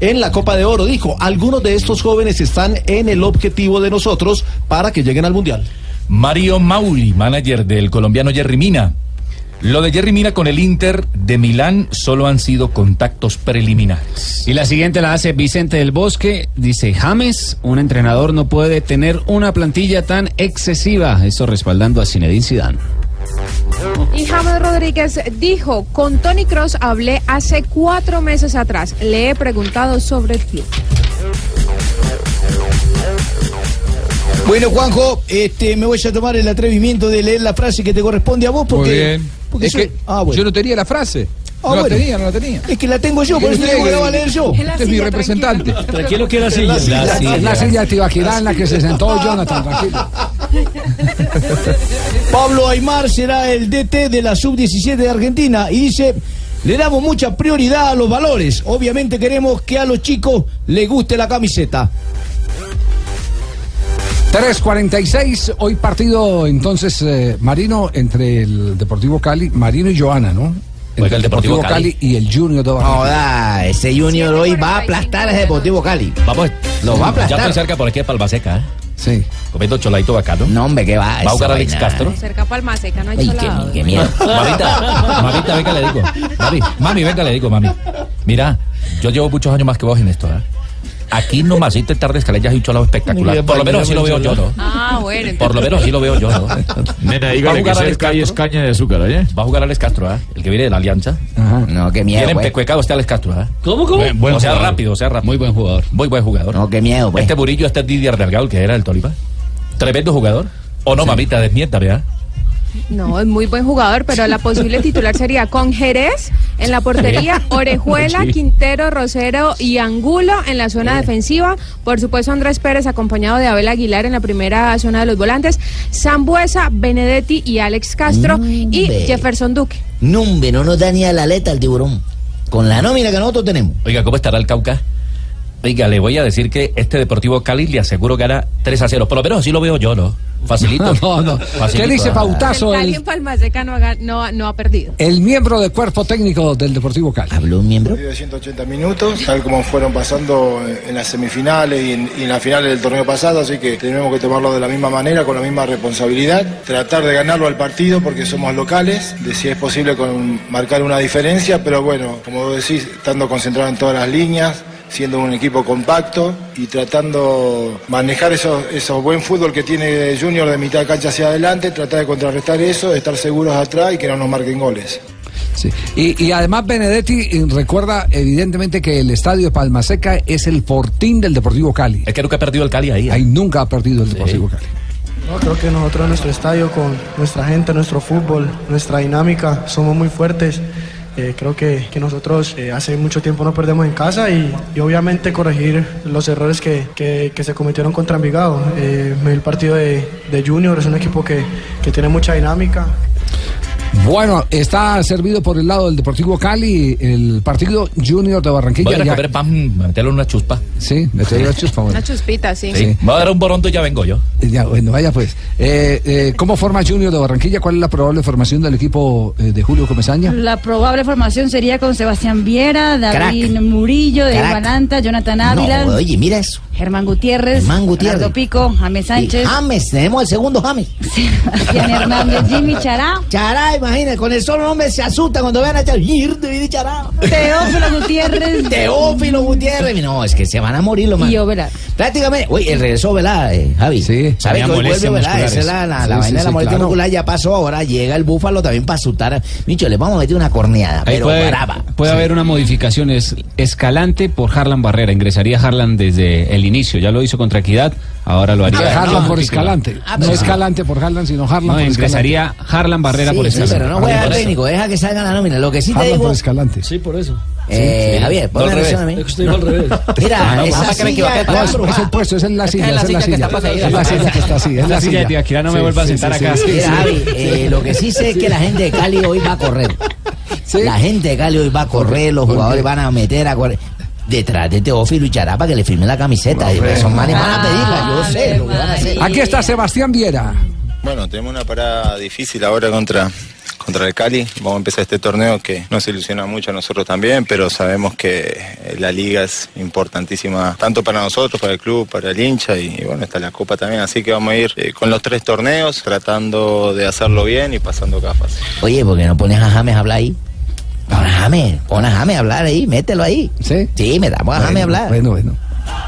[SPEAKER 3] en la Copa de Oro. Dijo, algunos de estos jóvenes están en el objetivo de nosotros para que lleguen al Mundial.
[SPEAKER 21] Mario Mauli, manager del colombiano Jerry Mina. Lo de Jerry Mina con el Inter de Milán solo han sido contactos preliminares.
[SPEAKER 15] Y la siguiente la hace Vicente del Bosque. Dice James, un entrenador no puede tener una plantilla tan excesiva. Eso respaldando a Zinedine Zidane.
[SPEAKER 22] Y James Rodríguez dijo, con Tony Cross hablé hace cuatro meses atrás, le he preguntado sobre el club.
[SPEAKER 6] Bueno, Juanjo, este, me voy a tomar el atrevimiento de leer la frase que te corresponde a vos porque.
[SPEAKER 20] Muy bien.
[SPEAKER 6] porque
[SPEAKER 20] Es
[SPEAKER 6] soy-
[SPEAKER 20] que
[SPEAKER 6] ah, bueno.
[SPEAKER 20] yo no tenía la frase.
[SPEAKER 6] Ah,
[SPEAKER 20] no la
[SPEAKER 6] bueno.
[SPEAKER 20] tenía, no la tenía.
[SPEAKER 6] Es que la tengo yo, por eso te digo que la voy a leer yo.
[SPEAKER 20] Este es mi representante.
[SPEAKER 9] Tranquilo que la silla.
[SPEAKER 2] Es
[SPEAKER 9] La
[SPEAKER 2] la,
[SPEAKER 9] silla.
[SPEAKER 2] es la silla de Tibaquirá en la que se sentó Jonathan, tranquilo.
[SPEAKER 6] *laughs* Pablo Aymar será el DT de la sub-17 de Argentina y dice, le damos mucha prioridad a los valores. Obviamente queremos que a los chicos les guste la camiseta.
[SPEAKER 2] 3.46, hoy partido entonces eh, Marino entre el Deportivo Cali, Marino y Joana, ¿no? Entre
[SPEAKER 7] el Deportivo
[SPEAKER 2] y el Junior de
[SPEAKER 7] Joda, ese Junior hoy va a aplastar a ese Deportivo Cali.
[SPEAKER 12] Vamos,
[SPEAKER 7] Lo va a aplastar.
[SPEAKER 12] Ya estoy cerca por aquí de Palmaseca, ¿eh?
[SPEAKER 2] Sí.
[SPEAKER 12] Comiendo choladito bacano.
[SPEAKER 7] No, hombre, ¿qué va?
[SPEAKER 12] Va a
[SPEAKER 7] Esa
[SPEAKER 12] jugar Alex
[SPEAKER 7] vaina. eh.
[SPEAKER 12] Castro.
[SPEAKER 22] Cerca Palmaseca, no hay
[SPEAKER 12] Ay, qué,
[SPEAKER 22] cholado. *laughs*
[SPEAKER 12] qué miedo. Mamita, mamita, venga, le digo. Mami, mami, venga, le digo, mami. Mira, yo llevo muchos años más que vos en esto, ¿eh? Aquí nomás intentar descalellas y un cholado
[SPEAKER 21] Muy
[SPEAKER 12] espectacular.
[SPEAKER 21] bien,
[SPEAKER 12] Por lo menos
[SPEAKER 21] bailemos
[SPEAKER 12] así lo veo
[SPEAKER 21] el
[SPEAKER 12] yo, ¿no?
[SPEAKER 22] Ah, bueno.
[SPEAKER 12] Por lo menos así lo veo yo, ¿no? *laughs* Nena, dígale que cerca y es caña de azúcar, ¿oye? Va a jugar Alex Castro, ¿eh? El que viene de la Alianza.
[SPEAKER 7] No, qué miedo. pues.
[SPEAKER 12] Tienen
[SPEAKER 7] güey.
[SPEAKER 12] pecuecado este Alex Castro, ¿eh?
[SPEAKER 9] ¿Cómo, cómo?
[SPEAKER 12] Buen, o sea, rápido, o sea, rápido. Muy buen jugador. Muy buen jugador.
[SPEAKER 7] No, qué miedo, pues. güey.
[SPEAKER 12] Este Burillo, este Didier Delgado, que era el Tolipa. Tremendo jugador. O no, mamita, desmienta, ¿verdad?
[SPEAKER 22] No, es muy buen jugador, pero la posible titular sería con Jerez en la portería, Orejuela,
[SPEAKER 12] Sí. Eh.
[SPEAKER 22] Quintero, Rosero y Angulo en la zona defensiva. Por supuesto, Andrés Pérez acompañado de Abel Aguilar en la primera zona de los volantes, Sambuesa, Benedetti y Alex Castro
[SPEAKER 12] Mm,
[SPEAKER 22] y
[SPEAKER 7] Hombre.
[SPEAKER 22] Jefferson Duque.
[SPEAKER 7] Numbe, no nos da ni a la aleta el tiburón. Con la nómina que nosotros tenemos.
[SPEAKER 12] Oiga, ¿cómo estará el Cauca? Oiga, le voy a decir que este Deportivo Cali le aseguro gana 3 a 0. Por lo menos así lo veo yo, *laughs* ¿no? Facilito. ah.
[SPEAKER 2] No, no. ¿Qué le dice Pautazo,
[SPEAKER 22] el Cali en
[SPEAKER 2] el,
[SPEAKER 22] Palmaseca no ha, gan- no ha- no ha perdido.
[SPEAKER 2] el miembro del cuerpo técnico del Deportivo Cali?
[SPEAKER 7] ¿Habló un miembro?
[SPEAKER 23] partido de 180 minutos, tal como fueron pasando en las semifinales y en, y en las finales del torneo pasado, así que tenemos que tomarlo de la misma manera, con la misma responsabilidad, tratar de ganarlo al partido porque somos locales, de si es posible con marcar una diferencia, pero bueno, como vos decís, estando concentrado en todas las líneas, siendo un equipo compacto y tratando manejar esos, esos buen fútbol que tiene Junior de mitad de cancha hacia adelante, tratar de contrarrestar eso, de estar seguros atrás y que no nos marquen goles.
[SPEAKER 2] Sí. Y, y además Benedetti eh, recuerda evidentemente que el estadio de Palmaseca es el fortín del Deportivo Cali.
[SPEAKER 12] Es que nunca ha perdido el Cali ahí. ¿eh?
[SPEAKER 2] Ahí nunca ha perdido el Deportivo Cali.
[SPEAKER 24] No, creo que nosotros, nuestro estadio, con nuestra gente, nuestro fútbol, nuestra dinámica, somos muy fuertes. Eh, creo que, que nosotros eh, hace mucho tiempo no perdemos en casa y, y obviamente corregir los errores que, que- que se cometieron contra Envigado. Eh, me vi el partido de, de Junior, es un equipo que, que tiene mucha dinámica,
[SPEAKER 2] Bueno, está servido por el lado del Deportivo Cali el partido Junior de Barranquilla.
[SPEAKER 12] Voy a
[SPEAKER 2] Ya-
[SPEAKER 12] recoger pan, meterlo en una chuspa.
[SPEAKER 2] Sí, meterlo en una chuspa.
[SPEAKER 27] Una chuspita, sí.
[SPEAKER 12] Sí. Me voy a dar un borondo y ya vengo yo.
[SPEAKER 2] Ya, bueno, vaya pues. Eh, eh, ¿Cómo forma Junior de Barranquilla? ¿Cuál es la probable formación del equipo eh, de Julio Comesaña?
[SPEAKER 19] La probable formación sería con Sebastián Viera, David Murillo, de
[SPEAKER 2] Crack.
[SPEAKER 19] Balanta, Jonathan Ávila.
[SPEAKER 7] No, oye, mira eso.
[SPEAKER 19] Germán Gutiérrez,
[SPEAKER 7] Germán Gutiérrez.
[SPEAKER 19] Gerardo Pico, James Sánchez,
[SPEAKER 7] Y James, ¿eh? tenemos el segundo James.
[SPEAKER 19] *laughs* Sebastián Hernández, Jimmy Chará,
[SPEAKER 7] Chará, imagínate, con el solo nombre se asusta cuando vean a Chará. Ir, ir, Chará.
[SPEAKER 19] Teófilo
[SPEAKER 7] *laughs*
[SPEAKER 19] Gutiérrez.
[SPEAKER 7] Teófilo Gutiérrez. No, es que se van a morir los más.
[SPEAKER 19] y Oberá.
[SPEAKER 7] Prácticamente, uy, el regreso Velá, eh, Javi. Sí, ¿Sabes
[SPEAKER 28] había
[SPEAKER 7] que hoy vuelve
[SPEAKER 28] molestias
[SPEAKER 7] Velá? Esa es
[SPEAKER 28] musculares.
[SPEAKER 7] la, la,
[SPEAKER 28] Sí, sí,
[SPEAKER 7] la vaina de
[SPEAKER 28] sí,
[SPEAKER 7] la molestia
[SPEAKER 28] claro.
[SPEAKER 7] muscular ya pasó. Ahora llega el búfalo también para asustar. a- Micho, le vamos a meter una corneada,
[SPEAKER 15] Ahí
[SPEAKER 7] pero
[SPEAKER 15] puede,
[SPEAKER 7] brava.
[SPEAKER 15] puede haber una modificación es Escalante por Harlan Barrera. Ingresaría Harlan desde el inicio. Ya lo hizo contra Equidad, ahora lo haría.
[SPEAKER 2] Ah, Harlan por Escalante.
[SPEAKER 15] Ah,
[SPEAKER 2] no Escalante por Harlan, sino Harlan
[SPEAKER 15] No,
[SPEAKER 2] por Escalante.
[SPEAKER 15] ingresaría Harlan Barrera
[SPEAKER 7] Sí,
[SPEAKER 15] por
[SPEAKER 7] sí,
[SPEAKER 15] Escalante.
[SPEAKER 7] pero no juega técnico, deja que salga la nómina. Lo que sí te
[SPEAKER 15] Habla
[SPEAKER 7] digo.
[SPEAKER 15] por
[SPEAKER 2] Escalante.
[SPEAKER 7] Sí, por eso.
[SPEAKER 15] Sí,
[SPEAKER 7] Eh,
[SPEAKER 15] sí.
[SPEAKER 7] Javier,
[SPEAKER 15] No, al
[SPEAKER 7] ponme
[SPEAKER 15] revés.
[SPEAKER 7] atención a mí.
[SPEAKER 15] Es que usted dijo al revés.
[SPEAKER 7] Mira,
[SPEAKER 15] Ah, no,
[SPEAKER 7] esa
[SPEAKER 15] papá, que me
[SPEAKER 7] silla
[SPEAKER 15] equivoqué,
[SPEAKER 7] está
[SPEAKER 15] papá.
[SPEAKER 7] embrujada.
[SPEAKER 2] Es el puesto, esa es la
[SPEAKER 7] Es que
[SPEAKER 2] silla,
[SPEAKER 7] es la
[SPEAKER 2] esa es la
[SPEAKER 7] silla que
[SPEAKER 2] silla.
[SPEAKER 7] está pasada.
[SPEAKER 2] Es la silla que está así, es la
[SPEAKER 15] La silla de Tibaquirá no me vuelva a sentar acá.
[SPEAKER 2] sí,
[SPEAKER 7] Mira,
[SPEAKER 2] sí.
[SPEAKER 7] Javi, eh, lo que sí sé es que la gente de Cali hoy va a correr. La gente de Cali hoy va a correr, los jugadores van a meter a correr. Detrás de Teófilo y Chará para que le firme la camiseta. y esos manes van a pedirla, yo sé lo que van a hacer.
[SPEAKER 2] Aquí está Sebastián Viera.
[SPEAKER 25] Bueno, tenemos una parada difícil ahora contra, contra el Cali. Vamos a empezar este torneo que nos ilusiona mucho a nosotros también, pero sabemos que eh, la liga es importantísima tanto para nosotros, para el club, para el hincha y, y bueno, está la Copa también. Así que vamos a ir eh, con los tres torneos tratando de hacerlo bien y pasando cada fase.
[SPEAKER 7] Oye, ¿por qué no pones a James a hablar ahí? Pon a James, pon a James a hablar ahí, mételo ahí.
[SPEAKER 2] Sí,
[SPEAKER 7] sí metamos a James a hablar.
[SPEAKER 2] Bueno, bueno.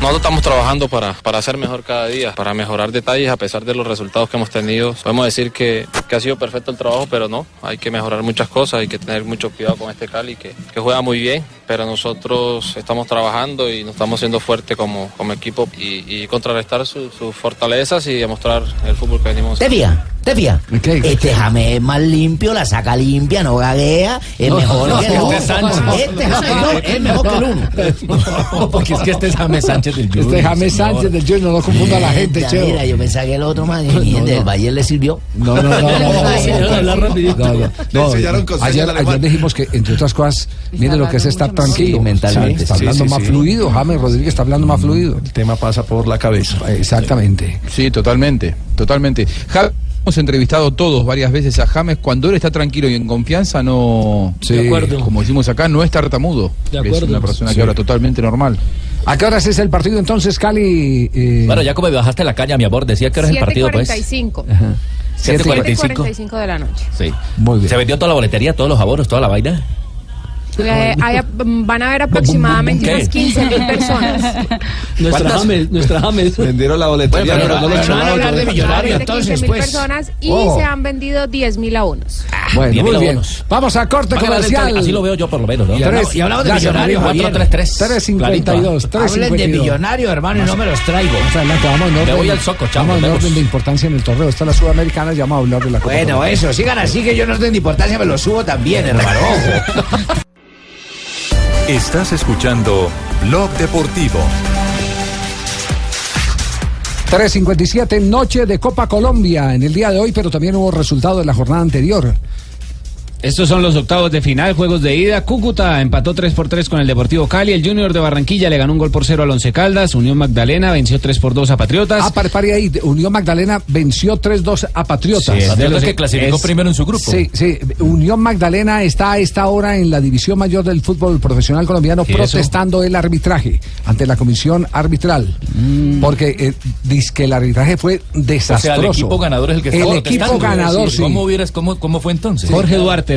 [SPEAKER 29] Nosotros estamos trabajando para, para ser mejor cada día, para mejorar detalles a pesar de los resultados que hemos tenido. Podemos decir que, que ha sido perfecto el trabajo, pero no, hay que mejorar muchas cosas, hay que tener mucho cuidado con este Cali que, que juega muy bien, pero nosotros estamos trabajando y nos estamos haciendo fuerte como, como equipo y, y contrarrestar su- sus fortalezas y demostrar el fútbol que venimos.
[SPEAKER 7] Te fía, te fía. Este James es más limpio, la saca limpia, no gaguea, es
[SPEAKER 29] No,
[SPEAKER 7] mejor
[SPEAKER 29] no,
[SPEAKER 7] que el
[SPEAKER 29] este
[SPEAKER 7] uno.
[SPEAKER 29] es Sánchez.
[SPEAKER 7] Este James no, es mejor que el uno.
[SPEAKER 12] Porque es que este es James Sánchez del Junior.
[SPEAKER 2] Este James
[SPEAKER 12] señor.
[SPEAKER 2] Sánchez del Junior, no confunda a la gente,
[SPEAKER 7] Mira,
[SPEAKER 2] cheo.
[SPEAKER 7] Mira, yo pensaba que el otro man,
[SPEAKER 2] *laughs*
[SPEAKER 7] y el del Valle le sirvió.
[SPEAKER 2] No, no, no.
[SPEAKER 7] *laughs*
[SPEAKER 2] no, no, no, no, no,
[SPEAKER 7] enseñaron con señas
[SPEAKER 2] ayer,
[SPEAKER 7] al
[SPEAKER 2] ayer
[SPEAKER 7] alemán.
[SPEAKER 2] dijimos que, entre otras cosas, miren lo que es estar tranquilo.
[SPEAKER 6] Sí, mentalmente.
[SPEAKER 2] Sí, está
[SPEAKER 6] Sí,
[SPEAKER 2] hablando
[SPEAKER 6] sí,
[SPEAKER 2] más
[SPEAKER 6] sí.
[SPEAKER 2] fluido. James Rodríguez está hablando más fluido.
[SPEAKER 6] El tema pasa por la cabeza.
[SPEAKER 2] Exactamente.
[SPEAKER 20] Sí, totalmente, totalmente. Ja- hemos entrevistado todos varias veces a James. Cuando él está tranquilo y en confianza, no.
[SPEAKER 2] De acuerdo.
[SPEAKER 20] Como decimos acá, no es tartamudo.
[SPEAKER 2] De
[SPEAKER 20] Es
[SPEAKER 2] acuerdo.
[SPEAKER 20] una persona
[SPEAKER 2] Sí.
[SPEAKER 20] que habla totalmente normal.
[SPEAKER 2] ¿A qué horas es el partido entonces, Cali? Eh,
[SPEAKER 12] Bueno, ya como me bajaste la caña, mi amor, decía que era el partido, pues.
[SPEAKER 27] 7.45.
[SPEAKER 12] Ajá. 7.45.
[SPEAKER 27] 7.45 de la noche.
[SPEAKER 12] Sí. Se vendió toda la boletería, todos los abonos, toda la vaina.
[SPEAKER 27] Eh, hay ap- van a haber aproximadamente
[SPEAKER 12] ¿Qué?
[SPEAKER 27] unas 15 mil personas.
[SPEAKER 29] Nuestra
[SPEAKER 6] ¿Cuántas?
[SPEAKER 29] James, nuestra James.
[SPEAKER 6] Vendieron la boletería,
[SPEAKER 29] Bueno, pero
[SPEAKER 6] pero no
[SPEAKER 29] no-
[SPEAKER 6] lo
[SPEAKER 29] pero no van a hablar de millonarios,
[SPEAKER 27] De 15 mil personas y se han vendido 10 mil abonos.
[SPEAKER 2] Bueno,
[SPEAKER 12] 10.000
[SPEAKER 2] muy bien.
[SPEAKER 12] abonos.
[SPEAKER 2] Vamos a corte
[SPEAKER 12] Va a ganar el
[SPEAKER 2] comercial.
[SPEAKER 12] Cali, así lo veo yo por lo menos, ¿no?
[SPEAKER 2] Y hablamos- y hablamos de
[SPEAKER 12] Gracias,
[SPEAKER 2] millonarios,
[SPEAKER 12] Mario,
[SPEAKER 2] Javier.
[SPEAKER 12] 433.
[SPEAKER 2] 352,
[SPEAKER 12] Clarito.
[SPEAKER 2] 352. Más adelante, vamos en
[SPEAKER 12] Me
[SPEAKER 2] orden.
[SPEAKER 12] voy al soco, chao,
[SPEAKER 2] Vamos
[SPEAKER 12] nos
[SPEAKER 2] en
[SPEAKER 12] vemos.
[SPEAKER 2] orden de importancia en el torneo. Está la Sudamericana, ya vamos a hablar de la Copa
[SPEAKER 7] Bueno,
[SPEAKER 2] Colombia.
[SPEAKER 7] eso, sigan así que yo no tengo importancia, me lo subo también, hermano.
[SPEAKER 14] Estás escuchando Blog Deportivo.
[SPEAKER 2] 3.57, noche de Copa Colombia en el día de hoy, pero también hubo resultado de la jornada anterior.
[SPEAKER 15] Estos son los octavos de final, juegos de ida. Cúcuta empató 3 por 3 con el Deportivo Cali. El Junior de Barranquilla le ganó un gol por 0 al Once Caldas. Unión Magdalena venció 3 por 2 a Patriotas.
[SPEAKER 2] Ah, pare, pare ahí. Unión Magdalena venció 3-2 a Patriotas.
[SPEAKER 15] Sí, es de los que clasificó primero en su grupo.
[SPEAKER 2] Sí, sí. Unión Magdalena está a esta hora en la división mayor del fútbol profesional colombiano
[SPEAKER 15] ¿Y eso?
[SPEAKER 2] protestando el arbitraje ante la comisión arbitral. Porque eh, dice que el arbitraje fue
[SPEAKER 12] O sea,
[SPEAKER 2] desastroso.
[SPEAKER 12] el equipo ganador es el que está
[SPEAKER 2] El
[SPEAKER 12] protestando.
[SPEAKER 2] equipo ganador, sí.
[SPEAKER 12] ¿Cómo, hubieras, cómo, ¿Cómo fue entonces?
[SPEAKER 2] Jo- Jorge Duarte.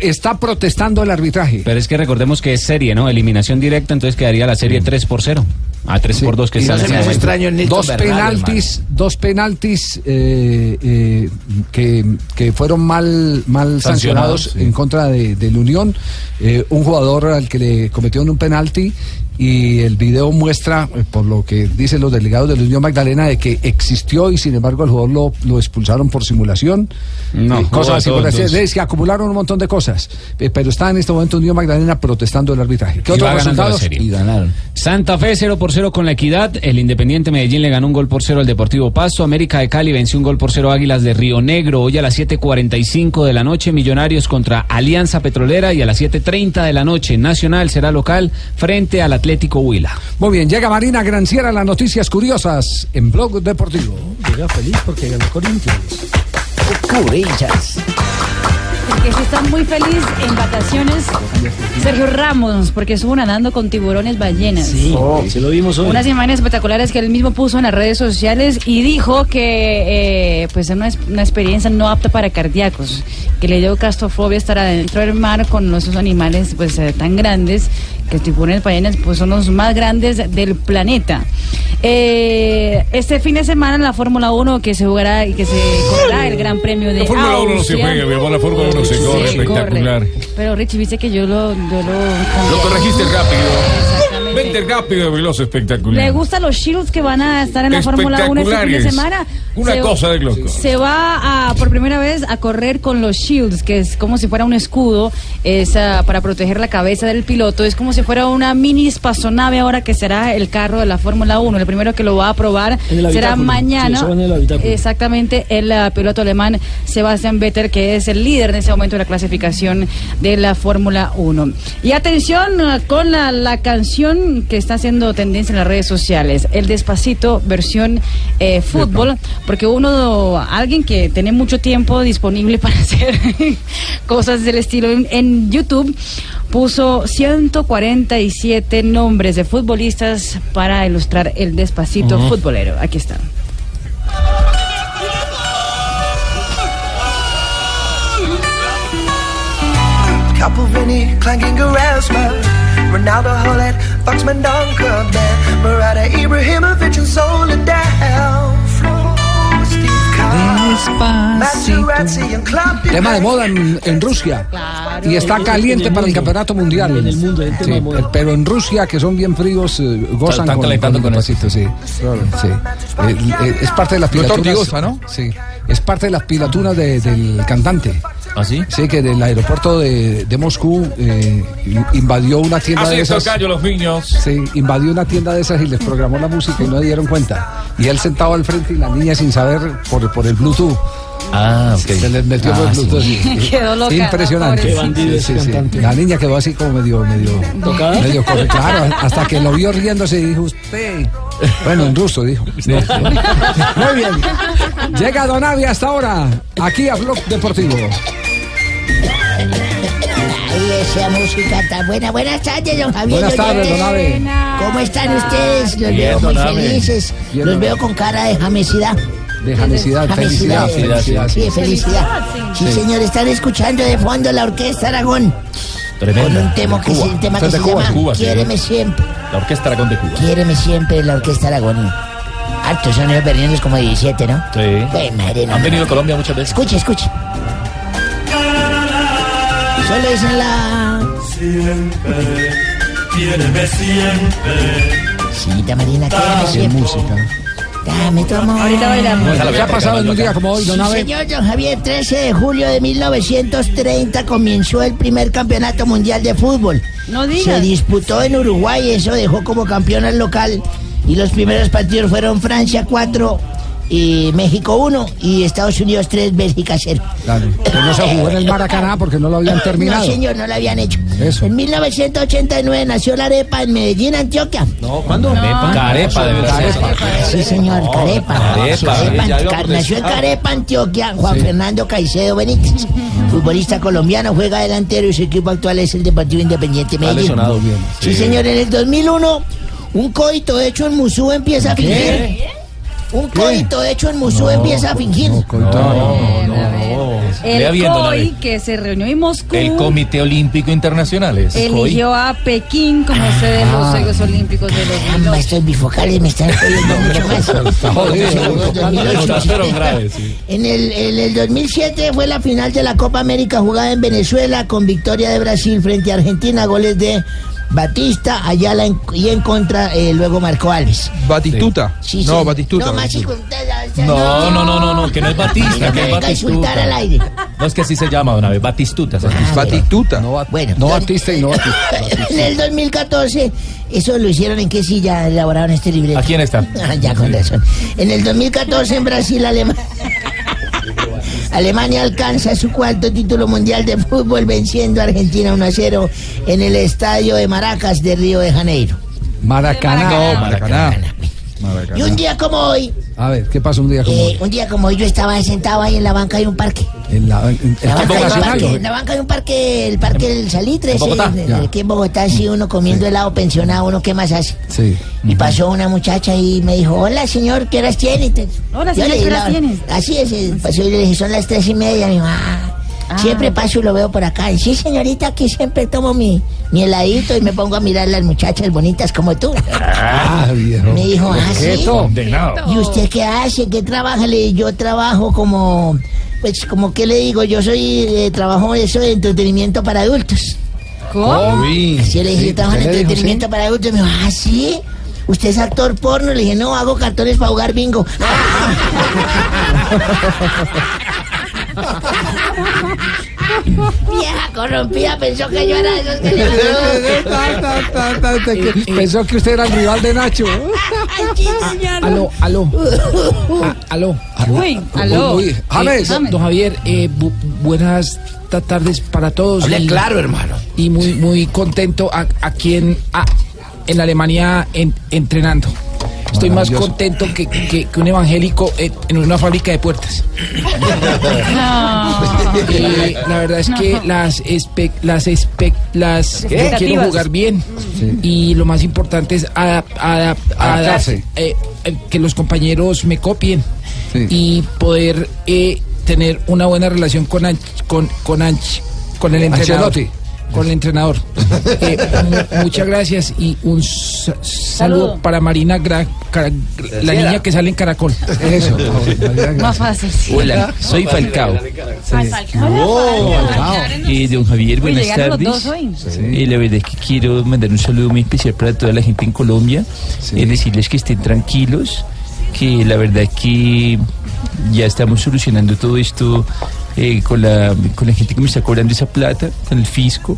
[SPEAKER 2] Está protestando el arbitraje.
[SPEAKER 15] Pero es que recordemos que es serie, ¿no? Eliminación directa, entonces quedaría la serie 3 por 0. A 3 por 2 que
[SPEAKER 2] Y
[SPEAKER 15] sale.
[SPEAKER 2] no se me hace extraño el Nilton
[SPEAKER 15] Dos
[SPEAKER 2] Dos penaltis, dos penaltis eh, eh, que, que fueron mal, mal
[SPEAKER 15] Sancionados,
[SPEAKER 2] sancionados en contra de, del Unión. Eh, un jugador al que le cometieron un penalti y el video muestra, eh, por lo que dicen los delegados del Unión Magdalena, de que existió y sin embargo al jugador lo, lo expulsaron por simulación.
[SPEAKER 15] No,
[SPEAKER 2] Eh,
[SPEAKER 15] jugó a
[SPEAKER 2] cosas así,
[SPEAKER 15] todos,
[SPEAKER 2] por así-
[SPEAKER 15] entonces.
[SPEAKER 2] es que acumularon un montón de cosas. Eh, pero está en este momento Unión Magdalena protestando el arbitraje. ¿Qué
[SPEAKER 15] Y
[SPEAKER 2] otros
[SPEAKER 15] va ganando la
[SPEAKER 2] resultados?
[SPEAKER 15] serie.
[SPEAKER 2] Y ganaron.
[SPEAKER 15] Santa Fe 0 por 0 con la Equidad. El Independiente Medellín le ganó un gol por 0 al Deportivo Pasto. América de Cali venció un gol por 0 a Águilas de Río Negro. Hoy a las 7.45 de la noche, Millonarios contra Alianza Petrolera. Y a las 7.30 de la noche, Nacional será local frente al Atlético Huila.
[SPEAKER 2] Muy bien, llega Marina Granciera, las noticias curiosas en Blog Deportivo. Llega feliz porque ganó Corinthians.
[SPEAKER 4] Curillas.
[SPEAKER 19] Porque sí está muy feliz en vacaciones. Sergio Ramos, porque estuvo nadando con tiburones ballenas.
[SPEAKER 9] Sí,
[SPEAKER 3] Oh.
[SPEAKER 9] se lo vimos hoy.
[SPEAKER 19] Unas imágenes espectaculares que él mismo puso en las redes sociales y dijo que eh, pues es una, es- una experiencia no apta para cardíacos, que le dio castrofobia estar adentro del mar con esos animales pues eh, tan grandes, que tiburones ballenas pues son los más grandes del planeta. Eh, este fin de semana en la Fórmula 1 que se jugará y que se correrá el Gran Premio de
[SPEAKER 10] La Fórmula 1 no se
[SPEAKER 19] Austria.
[SPEAKER 10] juega, mi amor, la Fórmula 1 se
[SPEAKER 19] Sí,
[SPEAKER 10] corre
[SPEAKER 19] corre.
[SPEAKER 10] espectacular.
[SPEAKER 19] Pero Richie, viste que yo lo... Yo lo,
[SPEAKER 10] Lo corregiste rápido. Vente rápido, veloz,
[SPEAKER 19] ¿Le
[SPEAKER 10] espectacular.
[SPEAKER 19] gustan los Shields que van a estar en la Fórmula 1 este fin de
[SPEAKER 10] Espectaculares.
[SPEAKER 19] semana?
[SPEAKER 10] Una
[SPEAKER 19] Se-
[SPEAKER 10] cosa de loco.
[SPEAKER 19] Se va a, por primera vez a correr con los Shields, que es como si fuera un escudo es, ah, para proteger la cabeza del piloto. Es como si fuera una mini espaçonave ahora que será el carro de la Fórmula 1. El primero que lo va a probar
[SPEAKER 9] En el
[SPEAKER 19] será
[SPEAKER 9] habitáculo.
[SPEAKER 19] mañana. eh,
[SPEAKER 9] Sí, eso va en el habitáculo.
[SPEAKER 19] Exactamente, el ah, piloto alemán Sebastian Vettel, que es el líder en ese momento de la clasificación de la Fórmula 1. Y atención ah, con la, la canción que está haciendo tendencia en las redes sociales, el Despacito versión eh, fútbol, porque uno, alguien que tiene mucho tiempo disponible *laughs* para hacer cosas del estilo en, en YouTube, puso 147 nombres de futbolistas para ilustrar el Despacito
[SPEAKER 26] Ujú.
[SPEAKER 19] futbolero. Aquí está.
[SPEAKER 26] Capovini, clanking Erasmus, Ronaldo Holland, Boxman Donker, man, Murata Ibrahimovic and Soledad, Flo, Steve Carr, Materazzi and Klopp.
[SPEAKER 2] Tema de moda en, en Rusia. Y está caliente para el campeonato mundial. Sí, pero en Rusia, que son bien fríos, eh, gozan
[SPEAKER 12] Están
[SPEAKER 2] con,
[SPEAKER 12] calentando
[SPEAKER 2] con el pasito, sí. Sí. Eh, eh, es parte de las
[SPEAKER 20] No es
[SPEAKER 2] pilatunas.
[SPEAKER 20] tortigosa, ¿no?
[SPEAKER 2] Sí. Es parte de las pilatunas de- del cantante. ¿Ah, sí? que del aeropuerto de, de Moscú eh, invadió una tienda
[SPEAKER 10] Así
[SPEAKER 2] de
[SPEAKER 10] es,
[SPEAKER 2] esas.
[SPEAKER 10] tocayo, los niños.
[SPEAKER 2] Sí, invadió una tienda de esas y les programó la música y no dieron cuenta. Y él sentado al frente y la niña sin saber por, por el Bluetooth. Ah, Se les metió por
[SPEAKER 15] Ah,
[SPEAKER 2] el Bluetooth.
[SPEAKER 15] sí.
[SPEAKER 2] *laughs*
[SPEAKER 19] Quedó loca, ¿no?
[SPEAKER 2] Impresionante.
[SPEAKER 19] Pobrecita. Qué bandido
[SPEAKER 2] Sí,
[SPEAKER 19] ese
[SPEAKER 2] sí, sí.
[SPEAKER 19] cantante.
[SPEAKER 2] La niña quedó así como medio, medio.
[SPEAKER 19] ¿Tocada?
[SPEAKER 2] Medio corre- claro, hasta que lo vio riéndose y dijo usted. Bueno, en ruso dijo. Muy bien. Llega Donavi hasta ahora, aquí a Blog Deportivo.
[SPEAKER 8] Ay, esa música tan buena. Buenas tardes, don Javier.
[SPEAKER 2] Buenas tardes,
[SPEAKER 8] oyentes.
[SPEAKER 2] don Abe.
[SPEAKER 8] ¿Cómo están ustedes? Los
[SPEAKER 2] Bien,
[SPEAKER 8] veo muy
[SPEAKER 2] don Abe.
[SPEAKER 8] felices.
[SPEAKER 2] Bien,
[SPEAKER 8] Los
[SPEAKER 2] don
[SPEAKER 8] veo
[SPEAKER 2] Abe.
[SPEAKER 8] con cara de jamesidad.
[SPEAKER 2] De jamesidad, felicidad, felicidad.
[SPEAKER 8] Sí, felicidad. Sí,
[SPEAKER 2] Sí.
[SPEAKER 8] señor, están escuchando de fondo la Orquesta Aragón. Con un tema que, se, un tema que se llama Quiéreme siempre.
[SPEAKER 12] La Orquesta Aragón de Cuba.
[SPEAKER 8] Quiéreme siempre la Orquesta Aragón. Altos son los berlinos como 17, ¿no?
[SPEAKER 12] Sí.
[SPEAKER 8] Ay, madre, no.
[SPEAKER 12] Han venido a Colombia muchas veces.
[SPEAKER 8] Escuche, escuche. Solo dicen la.
[SPEAKER 26] Siempre, tiene siempre.
[SPEAKER 8] Cita Marina, quiéreme siempre. música. Dame tu amor. Ahorita
[SPEAKER 2] bailamos. Bueno, ¿qué ha pasado en un día como hoy, don Abe?
[SPEAKER 8] señor don Javier, 13 de julio de 1930 comenzó el primer campeonato mundial de fútbol.
[SPEAKER 19] No
[SPEAKER 8] Se
[SPEAKER 19] digas.
[SPEAKER 8] disputó en Uruguay, eso dejó como campeón al local. Y los primeros partidos fueron Francia 4, y México 1 y Estados Unidos 3, Bélgica 0.
[SPEAKER 2] Claro, que no se jugó
[SPEAKER 8] *laughs*
[SPEAKER 2] en el Maracaná porque no lo habían terminado.
[SPEAKER 8] No, señor, no lo habían hecho. En 1989 nació la arepa en Medellín, Antioquia.
[SPEAKER 12] No, ¿cuándo? Carepa. Carepa, de verdad.
[SPEAKER 8] Sí, señor, Carepa.
[SPEAKER 12] Carepa,
[SPEAKER 8] Carepa,
[SPEAKER 12] sí, ya Ah. iba
[SPEAKER 8] Ca-
[SPEAKER 12] por
[SPEAKER 8] nació en
[SPEAKER 12] decir-
[SPEAKER 8] Carepa, Antioquia, Juan Fernando Caicedo Benítez. Futbolista colombiano, juega delantero y su equipo actual es el Deportivo Independiente Medellín.
[SPEAKER 12] lesionado, bien.
[SPEAKER 8] Sí,
[SPEAKER 12] Sí.
[SPEAKER 8] señor, en el 2001, un coito hecho en Musú empieza a fingir. Un coito hecho en Musú empieza a fingir.
[SPEAKER 2] No, no, no.
[SPEAKER 30] Lea
[SPEAKER 19] El
[SPEAKER 30] bien, don
[SPEAKER 19] COI,
[SPEAKER 30] Abel.
[SPEAKER 19] que se reunió en Moscú,
[SPEAKER 30] El Comité Olímpico Internacional es COI.
[SPEAKER 19] eligió a Pekín como sede de los
[SPEAKER 30] Ah.
[SPEAKER 19] Juegos Olímpicos de los
[SPEAKER 8] Caramba, estos bifocales me están
[SPEAKER 12] *laughs*
[SPEAKER 8] jodiendo mucho más. En el, en el 2007 fue la final de la Copa América jugada en Venezuela con victoria de Brasil frente a Argentina, goles de Batista, Ayala en- y en contra, eh, luego marcó Alves.
[SPEAKER 20] Batistuta.
[SPEAKER 8] Sí, sí.
[SPEAKER 20] no, Batistuta.
[SPEAKER 8] No, más
[SPEAKER 20] Batistuta.
[SPEAKER 8] hijos, ustedes,
[SPEAKER 30] No, no, no, no, no, que no es Batista,
[SPEAKER 8] No
[SPEAKER 30] que
[SPEAKER 8] me
[SPEAKER 30] es
[SPEAKER 8] venga a insultar al
[SPEAKER 30] Batistuta.
[SPEAKER 8] aire.
[SPEAKER 30] No es que así se llama, don Abel, Batistuta.
[SPEAKER 20] Batistuta.
[SPEAKER 30] No,
[SPEAKER 8] bueno,
[SPEAKER 30] no Batista y no
[SPEAKER 8] *laughs* En el 2014, eso lo hicieron en qué silla elaboraron este libreto.
[SPEAKER 30] ¿A quién está?
[SPEAKER 8] *laughs* Ah, ya con razón. En el 2014 en Brasil, Alemania. *laughs* Alemania alcanza su cuarto título mundial de fútbol venciendo a Argentina 1 a 0 en el estadio de Maracas de Río de Janeiro.
[SPEAKER 2] Maracaná.
[SPEAKER 8] No,
[SPEAKER 2] Maracaná.
[SPEAKER 8] Y un día como hoy,
[SPEAKER 2] A ver, ¿qué pasa un día como
[SPEAKER 8] eh,
[SPEAKER 2] hoy?
[SPEAKER 8] un día como hoy yo estaba sentado ahí en la banca de un parque.
[SPEAKER 2] En la, en- en-
[SPEAKER 8] La
[SPEAKER 2] el
[SPEAKER 8] banca,
[SPEAKER 2] campo
[SPEAKER 8] hay un
[SPEAKER 2] nacional.
[SPEAKER 8] parque, en la banca hay un parque, el parque del Salitre,
[SPEAKER 2] ¿En
[SPEAKER 8] sí,
[SPEAKER 2] Bogotá?
[SPEAKER 8] en- en-
[SPEAKER 2] Ya.
[SPEAKER 8] aquí en Bogotá, sí, uno comiendo helado pensionado, uno qué más hace.
[SPEAKER 2] Sí.
[SPEAKER 8] Y pasó una muchacha y me dijo, hola señor, ¿qué horas tiene? Te-
[SPEAKER 19] Hola,
[SPEAKER 8] Yo
[SPEAKER 19] señor,
[SPEAKER 8] le
[SPEAKER 19] ¿qué
[SPEAKER 8] dije,
[SPEAKER 19] horas
[SPEAKER 8] "La-
[SPEAKER 19] tiene?"
[SPEAKER 8] Así es, eh, pasó y le dije, son las tres y media, mi mamá.
[SPEAKER 19] Ah.
[SPEAKER 8] Siempre paso y lo veo por acá. Y, sí, señorita, aquí siempre tomo mi, mi heladito y me pongo a mirar las muchachas bonitas como tú.
[SPEAKER 2] Ah, viejo.
[SPEAKER 8] Me dijo, ah, sí.
[SPEAKER 2] Objeto.
[SPEAKER 8] ¿Y *laughs* usted qué hace? ¿Qué trabaja? Le dije, yo trabajo como, pues, como que le digo, yo soy, eh, trabajo eso de entretenimiento para adultos. Ah,
[SPEAKER 19] ¿Cómo? Uy,
[SPEAKER 8] Así le dije,
[SPEAKER 19] sí,
[SPEAKER 8] yo trabajo en
[SPEAKER 19] ¿usted le dijo
[SPEAKER 8] entretenimiento para adultos. Me dijo, ah, sí. ¿Usted es actor porno? Le dije, no, hago cartones para jugar bingo. *laughs* Ah, Vieja corrompida, pensó que yo era de esos que
[SPEAKER 19] *laughs*
[SPEAKER 8] le
[SPEAKER 2] Pensó que usted era el rival de Nacho.
[SPEAKER 16] Ah, Aló, *laughs* aló. Ah, aló.
[SPEAKER 19] Uy, aló.
[SPEAKER 16] Uy,
[SPEAKER 19] James.
[SPEAKER 16] eh, don Javier, eh, bu- buenas ta- tardes para todos.
[SPEAKER 7] Hable claro, hermano.
[SPEAKER 16] Y muy, muy contento a- aquí en, a- en Alemania en- entrenando. Estoy más
[SPEAKER 7] Maravilloso.
[SPEAKER 16] contento que, que- que un evangélico eh, en una fábrica de puertas. Eh, la verdad es que las espe- las espe- las yo
[SPEAKER 19] ¿Qué?
[SPEAKER 16] quiero jugar bien y lo más importante es adap- adap-
[SPEAKER 2] Adaptarse.
[SPEAKER 16] adap- eh, eh, que los compañeros me copien y poder eh, tener una buena relación con Anch- con con Anch- con el entrenador
[SPEAKER 2] Ancelotti.
[SPEAKER 16] con
[SPEAKER 2] *laughs*
[SPEAKER 16] el entrenador Eh, mu- muchas gracias y un sa- saludo,
[SPEAKER 19] Saludo.
[SPEAKER 16] para Marina Gra- Car- la
[SPEAKER 19] Graciela.
[SPEAKER 16] niña que sale en Caracol *laughs*
[SPEAKER 2] eso
[SPEAKER 19] Más fácil, sí.
[SPEAKER 12] Hola, soy Falcao.
[SPEAKER 19] Ay, Falcao.
[SPEAKER 12] Oh,
[SPEAKER 19] Falcao.
[SPEAKER 12] Eh, don Javier,
[SPEAKER 19] Uy,
[SPEAKER 12] buenas
[SPEAKER 19] llegaron los
[SPEAKER 12] tardes.
[SPEAKER 19] dos hoy. Sí.
[SPEAKER 12] Eh, la verdad es que quiero mandar un saludo muy especial para toda la gente en Colombia. Eh, decirles que estén tranquilos, que la verdad es que ya estamos solucionando todo esto eh, con, la, con la gente que me está cobrando esa plata, con el fisco.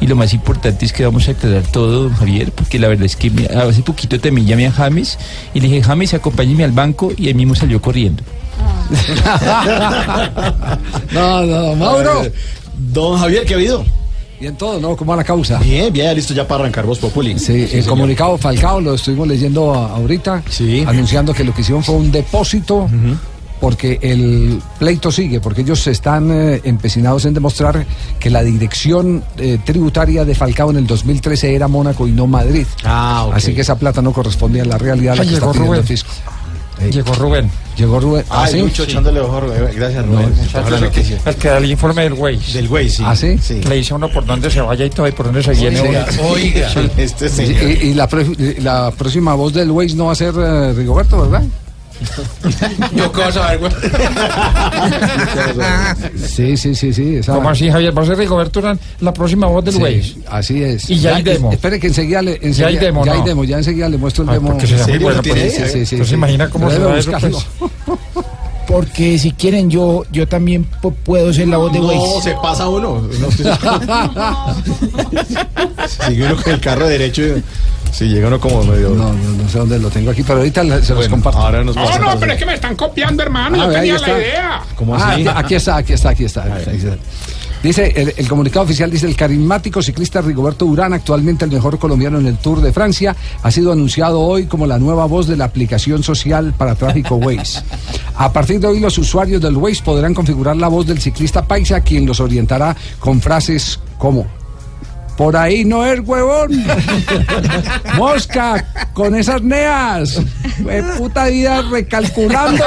[SPEAKER 12] Y lo más importante es que vamos a aclarar todo, don Javier, porque la verdad es que me- hace poquito también llamé a James y le dije, James, acompáñeme al banco y él mismo salió corriendo.
[SPEAKER 2] No, no, Mauro.
[SPEAKER 25] Don Javier, ¿qué ha habido?
[SPEAKER 2] Bien todo, ¿no? ¿Cómo va la causa?
[SPEAKER 25] Bien, bien, listo ya para arrancar Voz Populi.
[SPEAKER 2] Sí, el
[SPEAKER 25] señor.
[SPEAKER 2] comunicado Falcao lo estuvimos leyendo a- ahorita, anunciando que lo que hicieron fue un depósito porque el pleito sigue, porque ellos están eh, empecinados en demostrar que la dirección eh, tributaria de Falcao en el 2013 era Mónaco y no Madrid.
[SPEAKER 25] Ah,
[SPEAKER 2] Así que esa plata no correspondía a la realidad a la
[SPEAKER 25] Ay,
[SPEAKER 2] que está
[SPEAKER 25] llegó
[SPEAKER 2] pidiendo el
[SPEAKER 25] Rubén.
[SPEAKER 2] fisco. Llegó Rubén. Llegó Rubén. Ah,
[SPEAKER 25] Ay,
[SPEAKER 2] ¿sí?
[SPEAKER 25] mucho echándole ojo, Rubén. Gracias, Rubén. Ojalá no te-
[SPEAKER 13] El que da el informe del güey.
[SPEAKER 25] Del güey, sí.
[SPEAKER 2] ¿Ah, sí?
[SPEAKER 13] Le dice a uno por dónde se vaya y todo y por dónde se viene. *laughs*
[SPEAKER 2] Oiga,
[SPEAKER 25] oiga. Oiga, *laughs*
[SPEAKER 2] *laughs*
[SPEAKER 25] este señor.
[SPEAKER 2] Y, y la, pre- la próxima voz del Waze no va a ser eh, Rigoberto, ¿verdad?
[SPEAKER 13] Yo
[SPEAKER 2] *laughs*
[SPEAKER 13] cómo saber, güey.
[SPEAKER 1] Ah,
[SPEAKER 2] Sí, sí, sí, sí. esa-
[SPEAKER 13] ¿Cómo así, Javier? Va a ser Rigoberto Urán la próxima voz del
[SPEAKER 2] Sí,
[SPEAKER 13] güey.
[SPEAKER 2] Así es.
[SPEAKER 13] Y ya hay
[SPEAKER 2] que-
[SPEAKER 13] demo.
[SPEAKER 2] Espere que enseguida le enseguida,
[SPEAKER 13] hay demo,
[SPEAKER 2] ya
[SPEAKER 13] ¿no?
[SPEAKER 2] hay demo, ya enseguida le muestro el
[SPEAKER 13] Ay,
[SPEAKER 2] demo.
[SPEAKER 13] Ah, porque será
[SPEAKER 2] ¿En
[SPEAKER 13] muy
[SPEAKER 2] serio
[SPEAKER 13] bueno,
[SPEAKER 2] lo tiene?
[SPEAKER 13] pues.
[SPEAKER 2] Sí, sí, sí,
[SPEAKER 13] Entonces,
[SPEAKER 2] sí.
[SPEAKER 13] imagina cómo
[SPEAKER 2] Debe
[SPEAKER 13] será eso,
[SPEAKER 2] *laughs* buscarlo.
[SPEAKER 16] porque si quieren yo yo también po- puedo ser la voz de Waze
[SPEAKER 25] No, se pasa uno. No, se- Sigue uno con el carro derecho. y- Sí, llega uno como medio.
[SPEAKER 2] No, no, no sé dónde lo tengo aquí, pero ahorita la- se los comparto.
[SPEAKER 25] Ahora nos vamos
[SPEAKER 1] No,
[SPEAKER 25] a
[SPEAKER 1] no,
[SPEAKER 25] pasar.
[SPEAKER 1] pero es que me están copiando, hermano.
[SPEAKER 2] Ah,
[SPEAKER 1] Yo
[SPEAKER 2] ve, ahí
[SPEAKER 1] tenía
[SPEAKER 2] está.
[SPEAKER 1] la idea.
[SPEAKER 25] ¿Cómo
[SPEAKER 2] Ah,
[SPEAKER 25] así?
[SPEAKER 2] aquí, aquí está, aquí está, aquí está. Ahí está. Dice, el, el comunicado oficial dice, el carismático ciclista Rigoberto Urán, actualmente el mejor colombiano en el Tour de Francia, ha sido anunciado hoy como la nueva voz de la aplicación social para *laughs* tráfico Waze. A partir de hoy, los usuarios del Waze podrán configurar la voz del ciclista paisa, quien los orientará con frases como... Por ahí no es huevón. Mosca, con esas neas. Hue- Puta vida recalculando.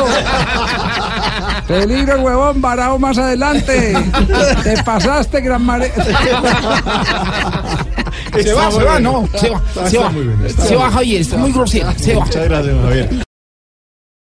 [SPEAKER 2] Peligro, huevón, varado más adelante. Te pasaste, gran
[SPEAKER 16] *laughs*
[SPEAKER 2] mare.
[SPEAKER 16] Se va, se va, no. Se va, se va. Se va, Javier. Está muy grosera. Se va.
[SPEAKER 22] Muchas gracias, Javier.